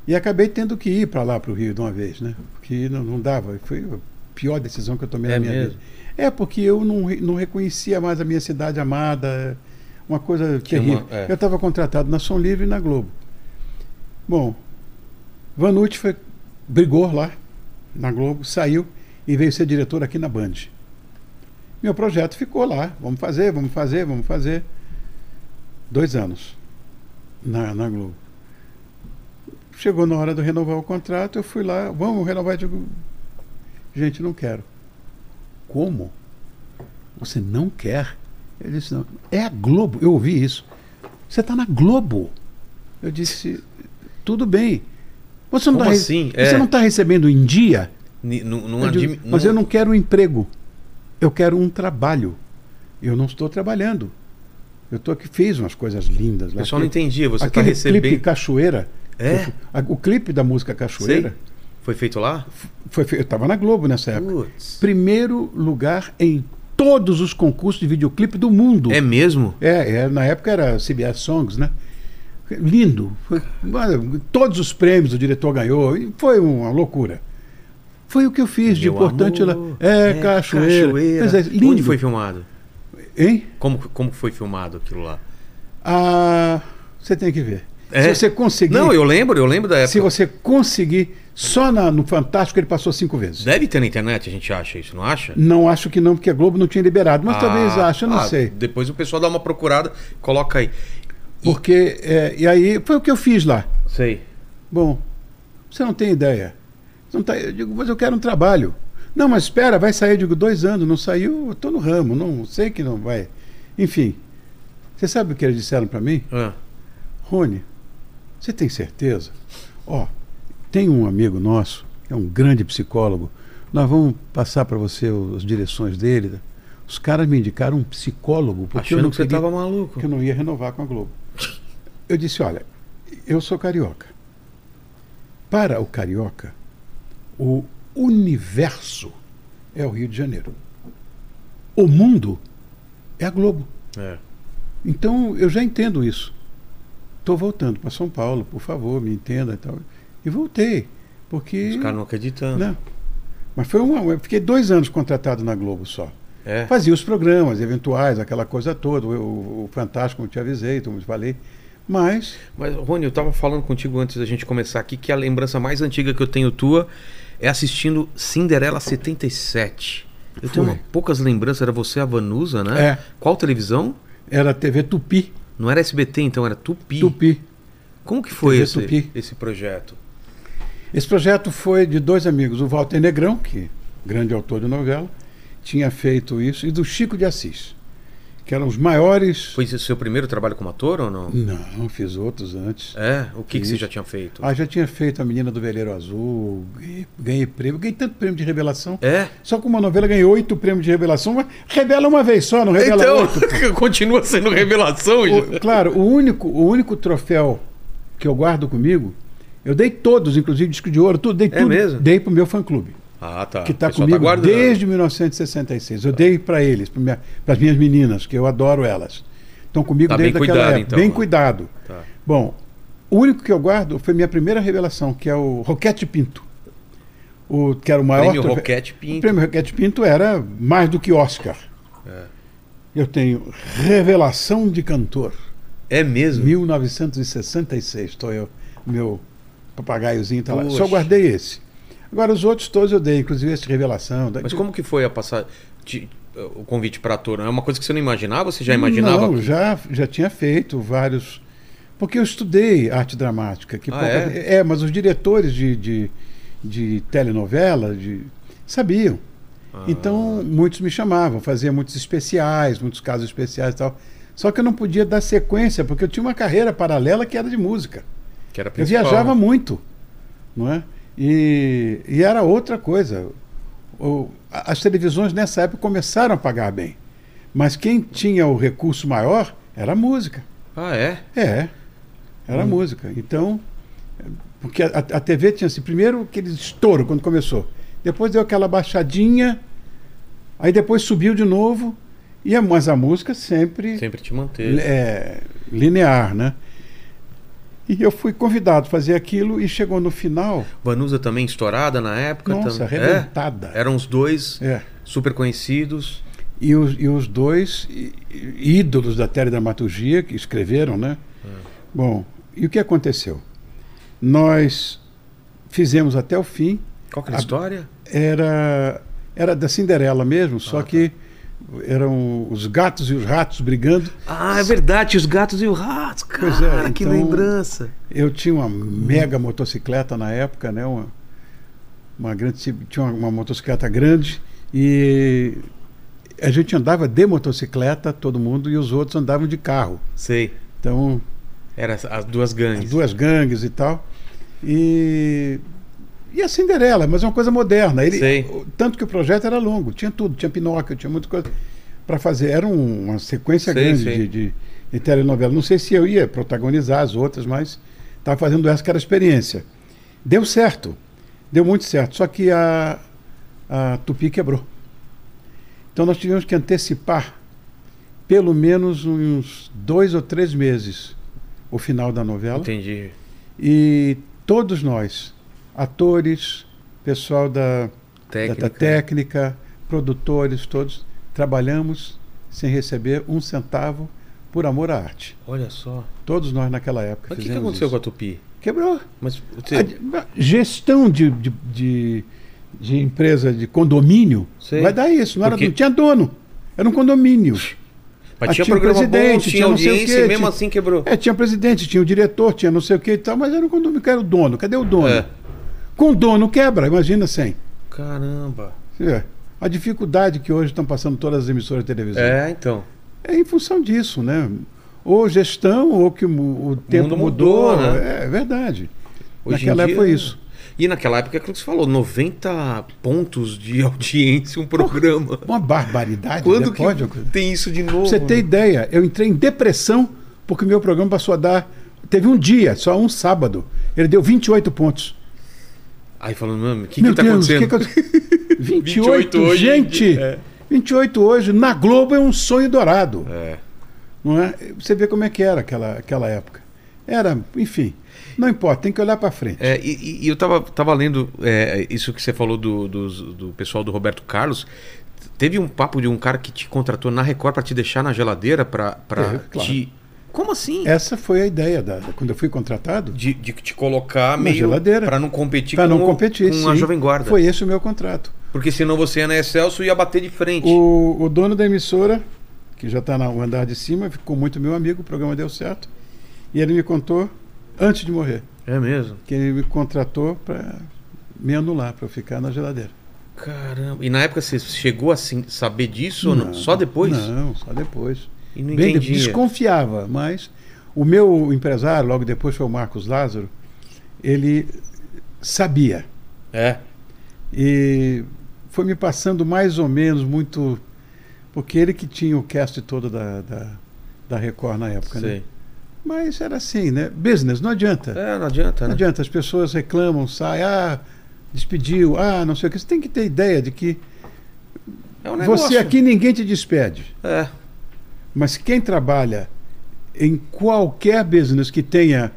[SPEAKER 3] E acabei tendo que ir para lá, para o Rio, de uma vez, né? Porque não, não dava. Foi a pior decisão que eu tomei
[SPEAKER 1] É
[SPEAKER 3] na minha
[SPEAKER 1] mesmo?
[SPEAKER 3] vida. É, porque eu não, re- não reconhecia mais a minha cidade amada, uma coisa
[SPEAKER 1] Tinha
[SPEAKER 3] terrível.
[SPEAKER 1] uma- é.
[SPEAKER 3] Eu estava contratado na Som Livre e na Globo. Bom, Vanucci foi, brigou lá na Globo, saiu e veio ser diretor aqui na Band. Meu projeto ficou lá. Vamos fazer, vamos fazer, vamos fazer. Dois anos na, na Globo. Chegou na hora de renovar o contrato, eu fui lá, vamos renovar. Eu digo, gente, não quero. Como? Você não quer? Ele disse, não. É a Globo. Eu ouvi isso. Você está na Globo. Eu disse, tudo bem. Você não
[SPEAKER 1] Como
[SPEAKER 3] está
[SPEAKER 1] assim? É.
[SPEAKER 3] recebendo em dia?
[SPEAKER 1] Ni- nu- nu-
[SPEAKER 3] Eu digo,
[SPEAKER 1] admi-
[SPEAKER 3] mas eu não quero um emprego. Eu quero um trabalho. Eu não estou trabalhando. Eu estou aqui, fiz umas coisas lindas.
[SPEAKER 1] O
[SPEAKER 3] lá.
[SPEAKER 1] pessoal não entendia. Você tá
[SPEAKER 3] Aquele clipe
[SPEAKER 1] recebendo.
[SPEAKER 3] Cachoeira.
[SPEAKER 1] É?
[SPEAKER 3] que eu- a- o clipe da música Cachoeira. É.
[SPEAKER 1] Foi feito lá?
[SPEAKER 3] Foi, fe- eu estava na Globo nessa época.
[SPEAKER 1] Putz.
[SPEAKER 3] Primeiro lugar em todos os concursos de videoclipe do mundo.
[SPEAKER 1] É mesmo?
[SPEAKER 3] É, é, na época era CBS Songs, né? Lindo. Foi- olha, todos os prêmios o diretor ganhou. e Foi uma loucura. Foi o que eu fiz de
[SPEAKER 1] Meu
[SPEAKER 3] importante
[SPEAKER 1] amor,
[SPEAKER 3] lá. É, cachoeira. Mas é lindo.
[SPEAKER 1] Onde foi filmado?
[SPEAKER 3] Hein?
[SPEAKER 1] Como, como foi filmado aquilo lá?
[SPEAKER 3] Ah, você tem que ver.
[SPEAKER 1] É?
[SPEAKER 3] Se você conseguir.
[SPEAKER 1] Não, eu lembro, eu lembro da época.
[SPEAKER 3] Se você conseguir, só na- no Fantástico ele passou cinco vezes.
[SPEAKER 1] Deve ter na internet, a gente acha isso, não acha?
[SPEAKER 3] Não acho que não, porque a Globo não tinha liberado, mas talvez
[SPEAKER 1] Ah,
[SPEAKER 3] ache, eu não
[SPEAKER 1] ah,
[SPEAKER 3] sei.
[SPEAKER 1] Depois o pessoal dá uma procurada, coloca aí.
[SPEAKER 3] Porque, é, e aí, foi o que eu fiz lá.
[SPEAKER 1] Sei.
[SPEAKER 3] Bom, você não tem ideia. Não tá, eu digo, mas eu quero um trabalho. Não, mas espera, vai sair. Eu digo, dois anos, não saiu, eu tô no ramo, não sei que não vai. Enfim, você sabe o que eles disseram para mim?
[SPEAKER 1] Ah,
[SPEAKER 3] Rony, você tem certeza? Ó, tem um amigo nosso, que é um grande psicólogo, nós vamos passar para você o- as direções dele. Os caras me indicaram um psicólogo, porque eu
[SPEAKER 1] achando
[SPEAKER 3] não
[SPEAKER 1] que você
[SPEAKER 3] queria-
[SPEAKER 1] tava maluco.
[SPEAKER 3] que eu não ia renovar com a Globo. Eu disse, olha, eu sou carioca. Para o carioca, o universo é o Rio de Janeiro. O mundo é a Globo.
[SPEAKER 1] É.
[SPEAKER 3] Então eu já entendo isso. Estou voltando para São Paulo, por favor, me entenda e tal. E voltei, porque.
[SPEAKER 1] Os caras não acreditando.
[SPEAKER 3] Não. Mas foi uma. Eu fiquei dois anos contratado na Globo só.
[SPEAKER 1] É.
[SPEAKER 3] Fazia os programas eventuais, aquela coisa toda, o, o- o Fantástico, como te avisei, como te falei. Mas
[SPEAKER 1] Mas, Rony, eu tava falando contigo antes da gente começar aqui que a lembrança mais antiga que eu tenho tua é assistindo Cinderela 77. Eu tenho
[SPEAKER 3] Foi.
[SPEAKER 1] uma- poucas lembranças, era você a Vanusa, né?
[SPEAKER 3] É.
[SPEAKER 1] Qual televisão?
[SPEAKER 3] Era a TV Tupi.
[SPEAKER 1] Não era SBT, então, era Tupi.
[SPEAKER 3] Tupi.
[SPEAKER 1] Como que foi
[SPEAKER 3] TV
[SPEAKER 1] esse,
[SPEAKER 3] Tupi.
[SPEAKER 1] esse projeto?
[SPEAKER 3] Esse projeto foi de dois amigos, o Walter Negrão, que é grande autor de novela, tinha feito isso, e do Chico de Assis, que eram os maiores.
[SPEAKER 1] Foi esse o seu primeiro trabalho como ator ou não?
[SPEAKER 3] Não, fiz outros antes.
[SPEAKER 1] É? O que, que você
[SPEAKER 3] Isso.
[SPEAKER 1] já tinha feito?
[SPEAKER 3] Ah, já tinha feito A Menina do Veleiro Azul, ganhei, ganhei prêmio, ganhei tanto prêmio de revelação.
[SPEAKER 1] É?
[SPEAKER 3] Só que uma novela ganhei oito prêmios de revelação, mas revela uma vez só, não revela oito.
[SPEAKER 1] então, continua sendo revelação.
[SPEAKER 3] O- claro, o único, o único troféu que eu guardo comigo, eu dei todos, inclusive disco de ouro, tudo, dei
[SPEAKER 1] É
[SPEAKER 3] tudo.
[SPEAKER 1] mesmo?
[SPEAKER 3] Dei pro meu fã clube,
[SPEAKER 1] Ah, tá. O
[SPEAKER 3] que está
[SPEAKER 1] pessoal
[SPEAKER 3] comigo
[SPEAKER 1] guardando.
[SPEAKER 3] desde 1966. Eu dei para eles, para minha, as minhas meninas, que eu adoro elas. Estão comigo
[SPEAKER 1] Tá bem
[SPEAKER 3] desde aquela
[SPEAKER 1] cuidado,
[SPEAKER 3] época.
[SPEAKER 1] então,
[SPEAKER 3] bem
[SPEAKER 1] né?
[SPEAKER 3] cuidado.
[SPEAKER 1] Tá.
[SPEAKER 3] Bom, o único que eu guardo foi minha primeira revelação, que é o Roquete Pinto. O, que era o maior
[SPEAKER 1] Prêmio
[SPEAKER 3] troféu-
[SPEAKER 1] Roquete
[SPEAKER 3] o
[SPEAKER 1] Pinto.
[SPEAKER 3] prêmio Roquete Pinto era mais do que Oscar.
[SPEAKER 1] É.
[SPEAKER 3] Eu tenho Revelação de Cantor,
[SPEAKER 1] É mesmo?
[SPEAKER 3] 1966. Estou eu, meu papagaiozinho está lá.
[SPEAKER 1] Poxa.
[SPEAKER 3] Só guardei esse. Agora, os outros todos eu dei, inclusive esse Revelação.
[SPEAKER 1] Mas como que foi a passar de- o convite para ator? É uma coisa que você não imaginava? Você já imaginava?
[SPEAKER 3] Não, já, já tinha feito vários. Porque eu estudei arte dramática. Que
[SPEAKER 1] Ah,
[SPEAKER 3] pouca-
[SPEAKER 1] é?
[SPEAKER 3] mas os diretores de, de, de telenovela de- sabiam.
[SPEAKER 1] Ah.
[SPEAKER 3] Então, muitos me chamavam, fazia muitos especiais, muitos casos especiais e tal. Só que eu não podia dar sequência, porque eu tinha uma carreira paralela que era de música.
[SPEAKER 1] que era
[SPEAKER 3] Eu
[SPEAKER 1] principal,
[SPEAKER 3] viajava
[SPEAKER 1] né?
[SPEAKER 3] muito, não é? E, e era outra coisa. O- a- as televisões nessa época começaram a pagar bem, mas quem tinha o recurso maior era a música.
[SPEAKER 1] Ah, é?
[SPEAKER 3] É, era a música. Então, é, porque a, a- a TV tinha assim, primeiro aquele estouro quando começou, depois deu aquela baixadinha, aí depois subiu de novo, e a, mas a música sempre
[SPEAKER 1] Sempre te manteve.
[SPEAKER 3] é, linear, né? E eu fui convidado a fazer aquilo e chegou no final,
[SPEAKER 1] Vanusa também estourada na época.
[SPEAKER 3] nossa,
[SPEAKER 1] tam-
[SPEAKER 3] arrebentada.
[SPEAKER 1] É? Eram os dois
[SPEAKER 3] É.
[SPEAKER 1] super conhecidos.
[SPEAKER 3] E, os, e os dois í- í- ídolos da teledramaturgia que escreveram, né? Bom, e o que aconteceu? Nós fizemos até o fim,
[SPEAKER 1] Qual que era a
[SPEAKER 3] A-
[SPEAKER 1] história?
[SPEAKER 3] era, era da Cinderela mesmo, só que eram os gatos e os ratos brigando.
[SPEAKER 1] Ah, é verdade, os gatos e o rato, cara,
[SPEAKER 3] Pois é,
[SPEAKER 1] que
[SPEAKER 3] então-
[SPEAKER 1] lembrança.
[SPEAKER 3] Eu tinha uma mega motocicleta na época, né? Uma, uma grande, tinha uma, uma motocicleta grande e a gente andava de motocicleta, todo mundo, e os outros andavam de carro.
[SPEAKER 1] Sei,
[SPEAKER 3] Então,
[SPEAKER 1] eram as- as duas
[SPEAKER 3] as
[SPEAKER 1] gangues.
[SPEAKER 3] duas gangues e tal. E, e a Cinderela, mas é uma coisa moderna. Ele,
[SPEAKER 1] Sei.
[SPEAKER 3] o- tanto que o projeto era longo, tinha tudo, tinha Pinóquio, tinha muita coisa para fazer. Era um- uma sequência
[SPEAKER 1] Sei,
[SPEAKER 3] grande
[SPEAKER 1] sei.
[SPEAKER 3] De, de, de telenovela. Não sei se eu ia protagonizar as outras, mas estava fazendo essa que era a experiência. Deu certo, deu muito certo. Só que a, a Tupi quebrou. Então nós tivemos que antecipar pelo menos uns dois ou três meses o final da novela.
[SPEAKER 1] Entendi.
[SPEAKER 3] E todos nós, atores, pessoal da técnica.
[SPEAKER 1] Técnica.
[SPEAKER 3] da técnica, produtores, todos, trabalhamos sem receber um centavo por amor à arte.
[SPEAKER 1] Olha só.
[SPEAKER 3] Todos nós naquela época.
[SPEAKER 1] Mas o que, que
[SPEAKER 3] fizemos
[SPEAKER 1] aconteceu
[SPEAKER 3] isso. Ah,
[SPEAKER 1] com a Tupi?
[SPEAKER 3] Quebrou.
[SPEAKER 1] Mas você...
[SPEAKER 3] A de- a gestão de, de, de- de empresa de condomínio
[SPEAKER 1] Sei.
[SPEAKER 3] vai dar isso. Não, era,
[SPEAKER 1] Porque-
[SPEAKER 3] não tinha dono. Era um condomínio.
[SPEAKER 1] Mas
[SPEAKER 3] Ah,
[SPEAKER 1] tinha
[SPEAKER 3] tinha um
[SPEAKER 1] programa bom,
[SPEAKER 3] presidente,
[SPEAKER 1] tinha,
[SPEAKER 3] tinha não sei o
[SPEAKER 1] audiência
[SPEAKER 3] quê,
[SPEAKER 1] e mesmo
[SPEAKER 3] tinha-
[SPEAKER 1] assim quebrou.
[SPEAKER 3] É, tinha presidente, tinha o diretor, tinha não sei o que e tal, mas era um condomínio que era o dono. Cadê o dono?
[SPEAKER 1] É.
[SPEAKER 3] Com o dono quebra, imagina sem.
[SPEAKER 1] Caramba.
[SPEAKER 3] Você vê, A dificuldade que hoje estão passando todas as emissoras de televisão é,
[SPEAKER 1] É, então.
[SPEAKER 3] em função disso, né? Ou gestão, ou que o, o tempo
[SPEAKER 1] mudou,
[SPEAKER 3] mudou.
[SPEAKER 1] né?
[SPEAKER 3] É, verdade.
[SPEAKER 1] Hoje em
[SPEAKER 3] Naquela
[SPEAKER 1] dia-
[SPEAKER 3] época foi isso.
[SPEAKER 1] E naquela época é aquilo que você falou, 90 pontos de audiência, um programa.
[SPEAKER 3] Uma barbaridade.
[SPEAKER 1] Quando
[SPEAKER 3] né?
[SPEAKER 1] que né?
[SPEAKER 3] Pode ocorrer.
[SPEAKER 1] tem isso de novo?
[SPEAKER 3] Pra você ter
[SPEAKER 1] mano?
[SPEAKER 3] ideia, eu entrei em depressão porque o meu programa passou a dar. Teve um dia, só um sábado. Ele deu 28 pontos.
[SPEAKER 1] Aí falando, mano, o que
[SPEAKER 3] Meu
[SPEAKER 1] que tá
[SPEAKER 3] Deus, o
[SPEAKER 1] acontecendo?
[SPEAKER 3] que que eu- 28,
[SPEAKER 1] 28 hoje,
[SPEAKER 3] gente!
[SPEAKER 1] é.
[SPEAKER 3] 28 hoje, na Globo é um sonho dourado.
[SPEAKER 1] É.
[SPEAKER 3] Não é? Você vê como é que era aquela, aquela época. Era, enfim, não importa, tem que olhar para frente.
[SPEAKER 1] É, e, e- e eu tava, tava lendo é, isso que você falou do, dos- do pessoal do Roberto Carlos. Teve um papo de um cara que te contratou na Record pra te deixar na geladeira pra, pra
[SPEAKER 3] Teve, claro.
[SPEAKER 1] te. Como assim?
[SPEAKER 3] Essa foi a ideia da, da- quando eu fui contratado.
[SPEAKER 1] De, de te colocar
[SPEAKER 3] Na
[SPEAKER 1] meio
[SPEAKER 3] geladeira.
[SPEAKER 1] pra não competir
[SPEAKER 3] Para não
[SPEAKER 1] com, o-
[SPEAKER 3] competir,
[SPEAKER 1] com a
[SPEAKER 3] sim.
[SPEAKER 1] Jovem Guarda.
[SPEAKER 3] Foi esse o meu contrato.
[SPEAKER 1] né, Porque senão você ia na Excelso e ia bater de frente.
[SPEAKER 3] O, o dono da emissora, que já está no andar de cima, ficou muito meu amigo, o programa deu certo. E ele me contou, antes de morrer,
[SPEAKER 1] É mesmo?
[SPEAKER 3] que ele me contratou para me anular, para eu ficar na geladeira.
[SPEAKER 1] Caramba. E na época você chegou a se- saber disso? ou não?
[SPEAKER 3] Não,
[SPEAKER 1] Só depois?
[SPEAKER 3] Não, só depois.
[SPEAKER 1] E não
[SPEAKER 3] Bem,
[SPEAKER 1] entendia.
[SPEAKER 3] desconfiava, mas o meu empresário, logo depois foi o Marcos Lázaro, ele sabia.
[SPEAKER 1] É.
[SPEAKER 3] E foi me passando mais ou menos muito. Porque ele que tinha o cast todo da, da, da Record na época, né?
[SPEAKER 1] Sei.
[SPEAKER 3] Mas era assim, né? Business, não adianta.
[SPEAKER 1] É, não adianta,
[SPEAKER 3] Não
[SPEAKER 1] né?
[SPEAKER 3] adianta, as pessoas reclamam, saem, ah, despediu, ah, não sei o que. Você tem que ter ideia de que
[SPEAKER 1] É um
[SPEAKER 3] você aqui ninguém te despede.
[SPEAKER 1] É.
[SPEAKER 3] Mas quem trabalha em qualquer business que tenha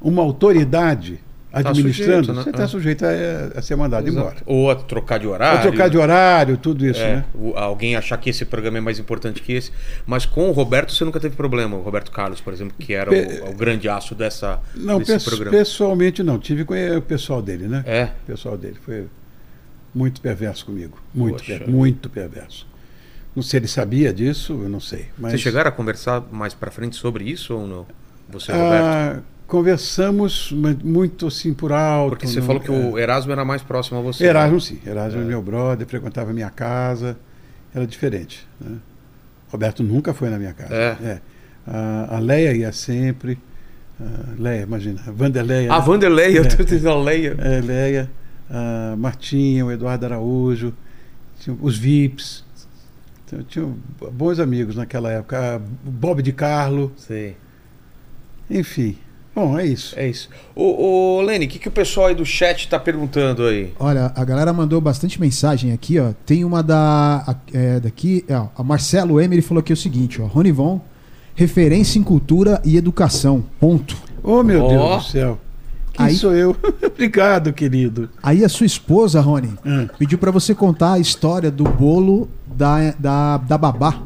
[SPEAKER 3] uma autoridade
[SPEAKER 1] Tá
[SPEAKER 3] administrando,
[SPEAKER 1] sujeito, né?
[SPEAKER 3] você
[SPEAKER 1] Ah.
[SPEAKER 3] está sujeito a, a ser mandado embora.
[SPEAKER 1] Exato. Ou a trocar de horário.
[SPEAKER 3] Ou trocar de horário, tudo isso,
[SPEAKER 1] É,
[SPEAKER 3] né?
[SPEAKER 1] o- alguém achar que esse programa é mais importante que esse. Mas com o Roberto você nunca teve problema. O Roberto Carlos, por exemplo, que era
[SPEAKER 3] Pe-
[SPEAKER 1] o, o grande aço dessa,
[SPEAKER 3] Não,
[SPEAKER 1] desse
[SPEAKER 3] pes-
[SPEAKER 1] programa.
[SPEAKER 3] pessoalmente não. Tive com o pessoal dele, né?
[SPEAKER 1] É.
[SPEAKER 3] O pessoal dele foi muito perverso comigo. Muito,
[SPEAKER 1] Poxa.
[SPEAKER 3] per- muito perverso. Não sei se ele sabia disso, eu não sei. Mas,
[SPEAKER 1] Vocês chegaram a conversar mais pra frente sobre isso ou não? Você, e o Roberto?
[SPEAKER 3] Ah, conversamos mas muito assim por alto.
[SPEAKER 1] Porque você
[SPEAKER 3] não-
[SPEAKER 1] falou que
[SPEAKER 3] é.
[SPEAKER 1] o Erasmo era mais próximo a você. né?
[SPEAKER 3] Erasmo, sim. Erasmo é. meu brother, frequentava minha casa. Era diferente. né? Roberto nunca foi na minha casa.
[SPEAKER 1] É.
[SPEAKER 3] A- a Leia ia sempre. Ah, Leia, imagina. Vanderleia.
[SPEAKER 1] Ah,
[SPEAKER 3] né?
[SPEAKER 1] Vanderlei, eu tô dizendo Leia.
[SPEAKER 3] É, Leia, a Martinha, o Eduardo Araújo, tinha os VIPs. Então, eu tinha bons amigos naquela época. Ah, Bob de Carlo,
[SPEAKER 1] Sei.
[SPEAKER 3] enfim. Bom, é isso.
[SPEAKER 1] É isso. Ô, ô Lene, o que, que o pessoal aí do chat tá perguntando aí?
[SPEAKER 2] Olha, a galera mandou bastante mensagem aqui, ó. Tem uma da. a- é, daqui, é, ó, a Marcelo Emery falou aqui o seguinte, ó. Ronivon, referência em cultura e educação. Ponto.
[SPEAKER 3] Oh, meu
[SPEAKER 1] Ó.
[SPEAKER 3] Deus do céu. Quem
[SPEAKER 2] Aí-
[SPEAKER 3] sou eu? Obrigado, querido.
[SPEAKER 2] Aí a sua esposa, Rony,
[SPEAKER 3] Hum.
[SPEAKER 2] pediu pra você contar a história do bolo da, da, da babá.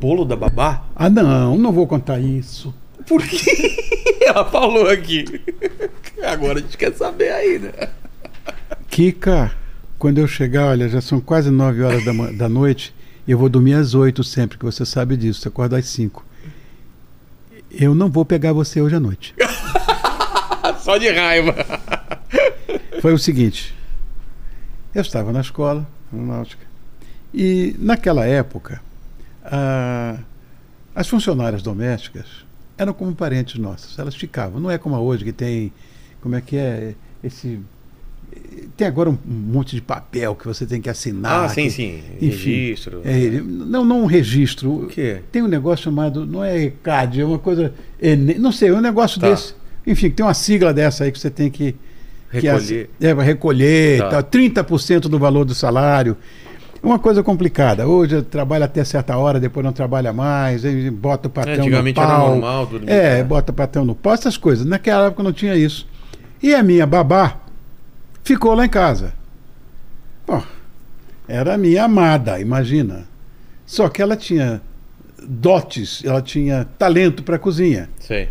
[SPEAKER 1] Bolo da babá?
[SPEAKER 3] Ah, não, não vou contar isso.
[SPEAKER 1] Por que ela falou aqui? Agora a gente quer saber né? ainda.
[SPEAKER 3] Kika, quando eu chegar, olha, já são quase 9 horas da, ma- da noite, e eu vou dormir às 8 sempre, que você sabe disso, você acorda às 5. Eu não vou pegar você hoje à noite.
[SPEAKER 1] Só de raiva.
[SPEAKER 3] Foi o seguinte: eu estava na escola, aeronáutica, e naquela época, a- as funcionárias domésticas eram como parentes nossas, elas ficavam. Não é como hoje que tem, como é que é, esse. Tem agora um monte de papel que você tem que assinar.
[SPEAKER 1] Ah, sim,
[SPEAKER 3] que-
[SPEAKER 1] sim.
[SPEAKER 3] Enfim,
[SPEAKER 1] Registro. né?
[SPEAKER 3] É, não, não um registro.
[SPEAKER 1] O quê?
[SPEAKER 3] Tem um negócio chamado, não é ECAD, é uma coisa. Ene- não sei, é um negócio
[SPEAKER 1] Tá.
[SPEAKER 3] desse. Enfim, tem uma sigla dessa aí que você tem que. que
[SPEAKER 1] Recolher.
[SPEAKER 3] assi- é, vai recolher,
[SPEAKER 1] Tá.
[SPEAKER 3] tal, 30% do valor do salário. É Uma coisa complicada. Hoje trabalha até certa hora, depois não trabalha mais, aí bota o patrão
[SPEAKER 1] É, antigamente
[SPEAKER 3] no
[SPEAKER 1] era
[SPEAKER 3] pau.
[SPEAKER 1] normal, tudo
[SPEAKER 3] É,
[SPEAKER 1] bem.
[SPEAKER 3] bota o patrão no pau, essas coisas. Naquela época não tinha isso. E a minha babá ficou lá em casa. Bom, era a minha amada, imagina. Só que ela tinha dotes, ela tinha talento para cozinha.
[SPEAKER 1] Sei.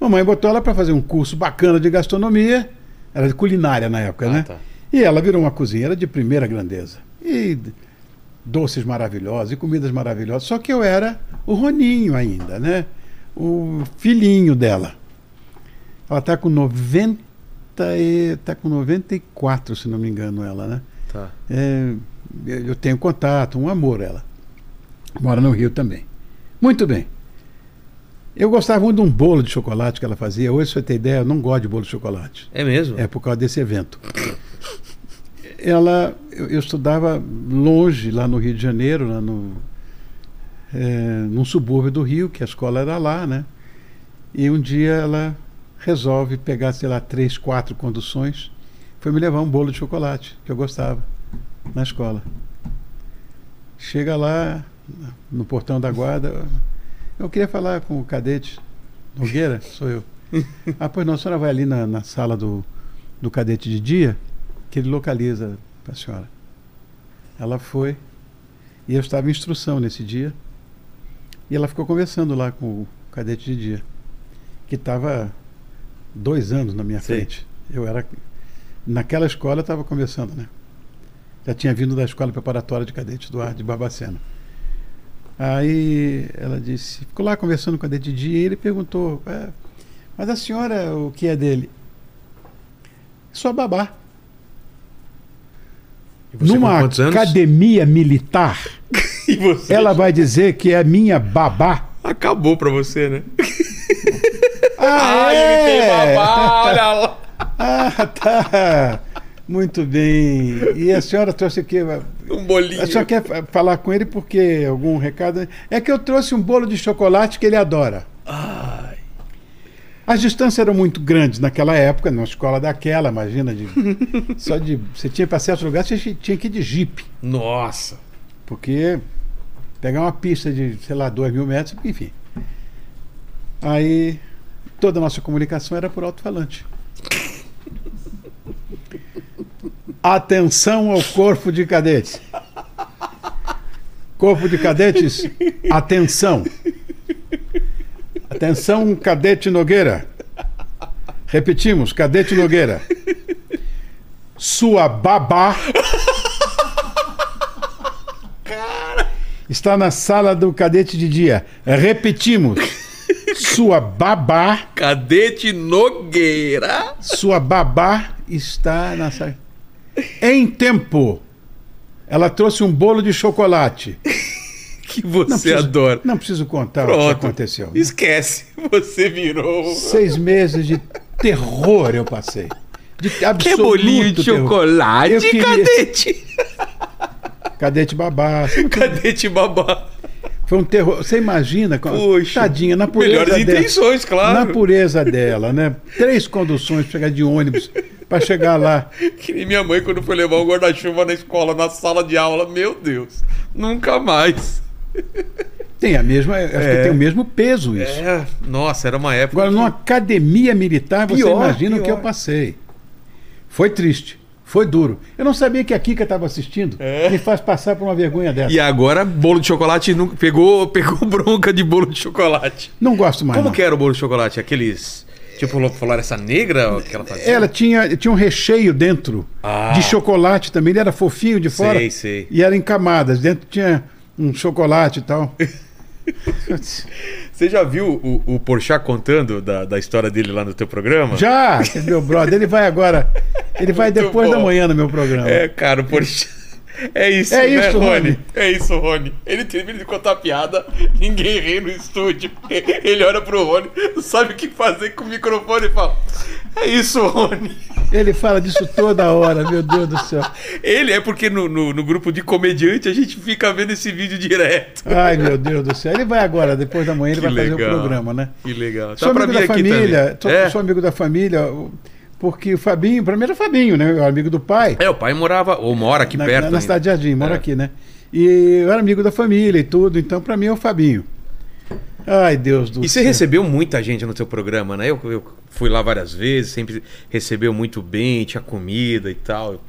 [SPEAKER 3] Mamãe botou ela para fazer um curso bacana de gastronomia, era de culinária na época,
[SPEAKER 1] Ah,
[SPEAKER 3] né?
[SPEAKER 1] tá.
[SPEAKER 3] E ela virou uma cozinheira de primeira grandeza. E d- doces maravilhosos e comidas maravilhosas. Só que eu era o Roninho ainda, né? O filhinho dela. Ela tá com 90 e tá com 94, se não me engano ela, né?
[SPEAKER 1] Tá.
[SPEAKER 3] É, eu eu tenho contato, um amor ela. Mora no Rio também. Muito bem. Eu gostava muito de um bolo de chocolate que ela fazia. Hoje, se você tem ideia, eu não gosto de bolo de chocolate.
[SPEAKER 1] É mesmo?
[SPEAKER 3] É por causa desse evento. Ela, eu, eu estudava longe, lá no Rio de Janeiro, lá no, eh, num subúrbio do Rio, que a escola era lá, né? E um dia ela resolve pegar, sei lá, três, quatro conduções, foi me levar um bolo de chocolate, que eu gostava, na escola. Chega lá, no portão da guarda, eu queria falar com o cadete. Nogueira, sou eu. Ah, pois não, a senhora vai ali na, na sala do, do cadete de dia, que ele localiza a senhora. Ela foi, e eu estava em instrução nesse dia, e ela ficou conversando lá com o cadete de dia, que estava dois anos na minha
[SPEAKER 1] Sei.
[SPEAKER 3] frente. Eu era. Naquela escola eu estava começando, né? Já tinha vindo da escola preparatória de cadete do ar de Barbacena. Aí ela disse, ficou lá conversando com a Dedidi e ele perguntou, "É, mas a senhora o que é dele? Sua babá.
[SPEAKER 1] E você com
[SPEAKER 3] Numa
[SPEAKER 1] quantos anos?
[SPEAKER 3] academia militar,
[SPEAKER 1] E você?
[SPEAKER 3] ela vai dizer que é minha babá.
[SPEAKER 1] Acabou pra você, né?
[SPEAKER 3] Ah,
[SPEAKER 1] imitei babá, olha lá.
[SPEAKER 3] Ah, tá. Muito bem. E a senhora trouxe o quê?
[SPEAKER 1] Um bolinho.
[SPEAKER 3] A senhora quer fa- falar com ele porque algum recado? É que eu trouxe um bolo de chocolate que ele adora.
[SPEAKER 1] Ai.
[SPEAKER 3] As distâncias eram muito grandes naquela época, numa escola daquela, imagina. de- só de, você tinha para certos lugares, você tinha que ir de jipe.
[SPEAKER 1] Nossa.
[SPEAKER 3] Porque pegar uma pista de, sei lá, dois mil metros, enfim. Aí toda a nossa comunicação era por alto-falante. Atenção ao corpo de cadetes. Corpo de cadetes, atenção. Atenção, cadete Nogueira. Repetimos, cadete Nogueira. Sua babá está na sala do cadete de dia. Repetimos. Sua babá,
[SPEAKER 1] Cadete Nogueira.
[SPEAKER 3] sua babá está na sala. Em tempo. Ela trouxe um bolo de chocolate.
[SPEAKER 1] Que você
[SPEAKER 3] preciso-
[SPEAKER 1] adora.
[SPEAKER 3] Não preciso contar o
[SPEAKER 1] Pronto.
[SPEAKER 3] que aconteceu.
[SPEAKER 1] Esquece. Você virou.
[SPEAKER 3] Seis meses de terror eu passei. De
[SPEAKER 1] Que
[SPEAKER 3] absoluto
[SPEAKER 1] bolinho de
[SPEAKER 3] terror.
[SPEAKER 1] chocolate,
[SPEAKER 3] Eu queria-
[SPEAKER 1] cadete.
[SPEAKER 3] Cadete babá.
[SPEAKER 1] Cadete babá.
[SPEAKER 3] Foi um terror. Você imagina? com-
[SPEAKER 1] Poxa.
[SPEAKER 3] Tadinha, na pureza
[SPEAKER 1] Melhores
[SPEAKER 3] dela.
[SPEAKER 1] intenções,
[SPEAKER 3] Na
[SPEAKER 1] claro.
[SPEAKER 3] pureza dela, né? Três conduções para chegar de ônibus, para chegar lá.
[SPEAKER 1] Que nem minha mãe quando foi levar o guarda-chuva na escola, na sala de aula. Meu Deus. Nunca mais.
[SPEAKER 3] Tem a mesma, acho
[SPEAKER 1] É.
[SPEAKER 3] que tem o mesmo peso isso.
[SPEAKER 1] É, nossa, era uma época.
[SPEAKER 3] Agora, numa academia militar, você
[SPEAKER 1] Pior,
[SPEAKER 3] imagina o que
[SPEAKER 1] pior.
[SPEAKER 3] eu passei. Foi triste, foi duro. Eu não sabia que a Kika estava assistindo. Me faz passar por uma vergonha dessa.
[SPEAKER 1] É. E agora, bolo de chocolate nunca- pegou, pegou bronca de bolo de chocolate.
[SPEAKER 3] Não gosto mais.
[SPEAKER 1] Como
[SPEAKER 3] não.
[SPEAKER 1] que é? era o bolo de chocolate? Aqueles. Tipo, falar essa negra que ela fazia?
[SPEAKER 3] Ela tinha, tinha um recheio dentro
[SPEAKER 1] Ah.
[SPEAKER 3] de chocolate também. Ele era fofinho de fora.
[SPEAKER 1] Sei, sei.
[SPEAKER 3] E era em camadas. Dentro tinha um chocolate e tal.
[SPEAKER 1] Você já viu o, o Porchat contando da, da história dele lá no teu programa?
[SPEAKER 3] Já, que é meu brother, ele vai agora. Ele vai
[SPEAKER 1] Muito
[SPEAKER 3] depois da
[SPEAKER 1] bom.
[SPEAKER 3] manhã no meu programa.
[SPEAKER 1] É, cara, o Porchat... É isso,
[SPEAKER 3] É
[SPEAKER 1] né,
[SPEAKER 3] isso,
[SPEAKER 1] Rony?
[SPEAKER 3] Rony.
[SPEAKER 1] É isso, Rony. Ele termina de contar a piada, ninguém ri no estúdio. Ele olha pro Rony, não sabe o que fazer com o microfone e fala: É isso, Rony.
[SPEAKER 3] Ele fala disso toda hora, meu Deus do céu.
[SPEAKER 1] Ele é porque no, no, no grupo de comediante a gente fica vendo esse vídeo direto.
[SPEAKER 3] Ai, meu Deus do céu. Ele vai agora, depois da manhã, ele
[SPEAKER 1] Que
[SPEAKER 3] vai fazer o
[SPEAKER 1] legal. tá
[SPEAKER 3] programa, né?
[SPEAKER 1] Que legal.
[SPEAKER 3] Sou amigo da família, sou,
[SPEAKER 1] é.
[SPEAKER 3] sou amigo da família, o- porque o Fabinho, pra mim era o Fabinho, né? O amigo do pai.
[SPEAKER 1] É, o pai morava, ou mora aqui
[SPEAKER 3] na,
[SPEAKER 1] perto.
[SPEAKER 3] na
[SPEAKER 1] ainda.
[SPEAKER 3] cidade de Jardim, mora
[SPEAKER 1] É.
[SPEAKER 3] aqui, né? E eu era amigo da família e tudo, então pra mim é o Fabinho. Ai, Deus do
[SPEAKER 1] E você
[SPEAKER 3] céu.
[SPEAKER 1] recebeu muita gente no seu programa, né? Eu, eu fui lá várias vezes, sempre recebeu muito bem, tinha comida e tal.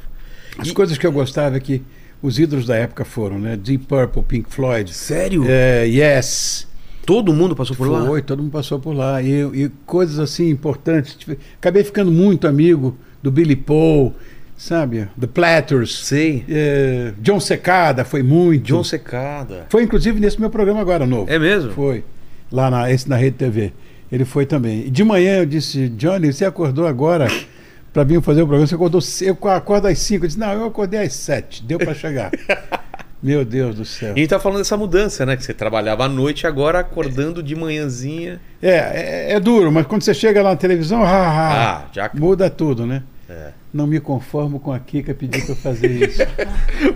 [SPEAKER 3] As coisas que eu gostava é que os ídolos da época foram, né? Deep Purple, Pink Floyd.
[SPEAKER 1] Sério?
[SPEAKER 3] É, yes.
[SPEAKER 1] Todo mundo passou por lá?
[SPEAKER 3] Foi, todo mundo passou por lá. E, e coisas assim importantes. Tipo, acabei ficando muito amigo do Billy Paul, sabe? The Platters.
[SPEAKER 1] Sei.
[SPEAKER 3] É, John Secada foi muito.
[SPEAKER 1] John Secada.
[SPEAKER 3] Foi inclusive nesse meu programa agora, novo.
[SPEAKER 1] É mesmo?
[SPEAKER 3] Foi. Lá na, esse na Rede TV. Ele foi também. E de manhã eu disse, Johnny, você acordou agora para vir fazer o programa? Você acordou cedo, eu acordo às 5. Eu disse, não, eu acordei às 7. Deu para chegar. Meu Deus do céu.
[SPEAKER 1] E a gente tá falando dessa mudança, né? Que você trabalhava à noite e agora acordando de manhãzinha.
[SPEAKER 3] É, é, é duro, mas quando você chega lá na televisão, ah, ah,
[SPEAKER 1] Ah, já-
[SPEAKER 3] muda tudo, né?
[SPEAKER 1] É.
[SPEAKER 3] Não me conformo com a Kika pedir para eu fazer isso.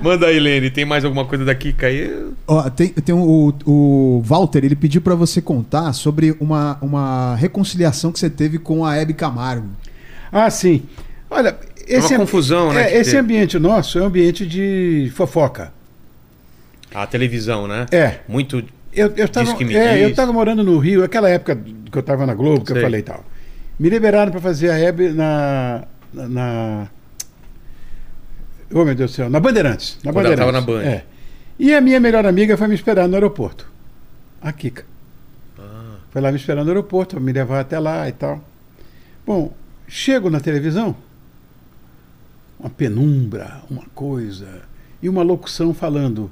[SPEAKER 1] Manda aí, Lene, tem mais alguma coisa da Kika aí?
[SPEAKER 2] Ó, tem, tem um- o, o Walter, ele pediu pra você contar sobre uma, uma reconciliação que você teve com a Hebe Camargo.
[SPEAKER 3] ah, sim. Olha, esse
[SPEAKER 1] uma
[SPEAKER 3] ambi-
[SPEAKER 1] confusão, né,
[SPEAKER 3] é,
[SPEAKER 1] que
[SPEAKER 3] esse
[SPEAKER 1] teve.
[SPEAKER 3] ambiente nosso é um ambiente de fofoca.
[SPEAKER 1] A televisão, né?
[SPEAKER 3] É.
[SPEAKER 1] Muito.
[SPEAKER 3] Eu, eu tava,
[SPEAKER 1] Diz que me
[SPEAKER 3] é,
[SPEAKER 1] diz.
[SPEAKER 3] eu tava morando no Rio, aquela época que eu tava na Globo, que
[SPEAKER 1] Sei.
[SPEAKER 3] eu falei e tal. Me liberaram para fazer a Hebe na. na- na. Oh, meu Deus do céu, na Bandeirantes. Na
[SPEAKER 1] Quando ela
[SPEAKER 3] Bandeirantes.
[SPEAKER 1] tava na Band.
[SPEAKER 3] É. E a minha melhor amiga foi me esperar no aeroporto. A Kika.
[SPEAKER 1] Ah.
[SPEAKER 3] Foi lá me esperar no aeroporto, me levar até lá e tal. Bom, chego na televisão, uma penumbra, uma coisa, e uma locução falando: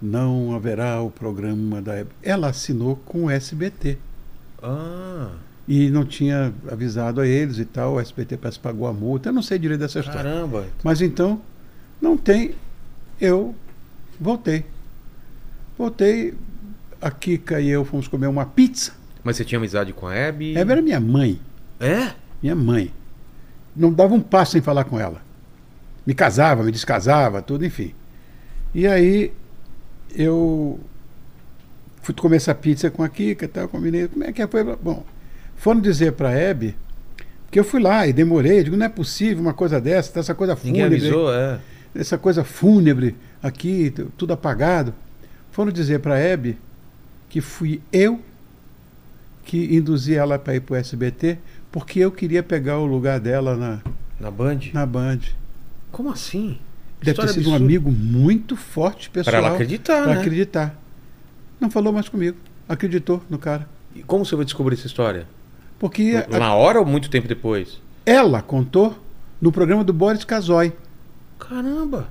[SPEAKER 3] não haverá o programa da Hebe. Ela assinou com o SBT
[SPEAKER 1] Ah,
[SPEAKER 3] e não tinha avisado a eles e tal. O SBT parece que pagou a multa. Eu não sei direito
[SPEAKER 1] Tá.
[SPEAKER 3] dessa história.
[SPEAKER 1] caramba.
[SPEAKER 3] Mas então, não tem. Eu voltei. Voltei. A Kika e eu fomos comer uma pizza.
[SPEAKER 1] Mas você tinha amizade com a Hebe?
[SPEAKER 3] Ela era minha mãe.
[SPEAKER 1] É?
[SPEAKER 3] Minha mãe. Não dava um passo sem falar com ela. Me casava, me descasava, tudo, enfim. E aí eu fui comer essa pizza com a Kika e tal, combinei. Como é que é? Foi? Bom, foram dizer pra Hebe que eu fui lá e demorei. Digo, não é possível uma coisa dessa, tá essa coisa
[SPEAKER 1] Ninguém
[SPEAKER 3] fúnebre
[SPEAKER 1] avisou, é.
[SPEAKER 3] essa coisa fúnebre aqui, t- tudo apagado. Foram dizer para a Hebe que fui eu que induzi ela para ir para o SBT, porque eu queria pegar o lugar dela na,
[SPEAKER 1] Na Band?
[SPEAKER 3] na Band.
[SPEAKER 1] Como assim?
[SPEAKER 3] Deve
[SPEAKER 1] História
[SPEAKER 3] ter sido um
[SPEAKER 1] absurda.
[SPEAKER 3] amigo muito forte pessoal.
[SPEAKER 1] Pra ela acreditar,
[SPEAKER 3] pra
[SPEAKER 1] né?
[SPEAKER 3] acreditar. Não falou mais comigo. Acreditou no cara.
[SPEAKER 1] E como você vai descobrir essa história?
[SPEAKER 3] Porque a-
[SPEAKER 1] Na hora ou muito tempo depois?
[SPEAKER 3] ela contou no programa do Boris Casoy.
[SPEAKER 1] Caramba.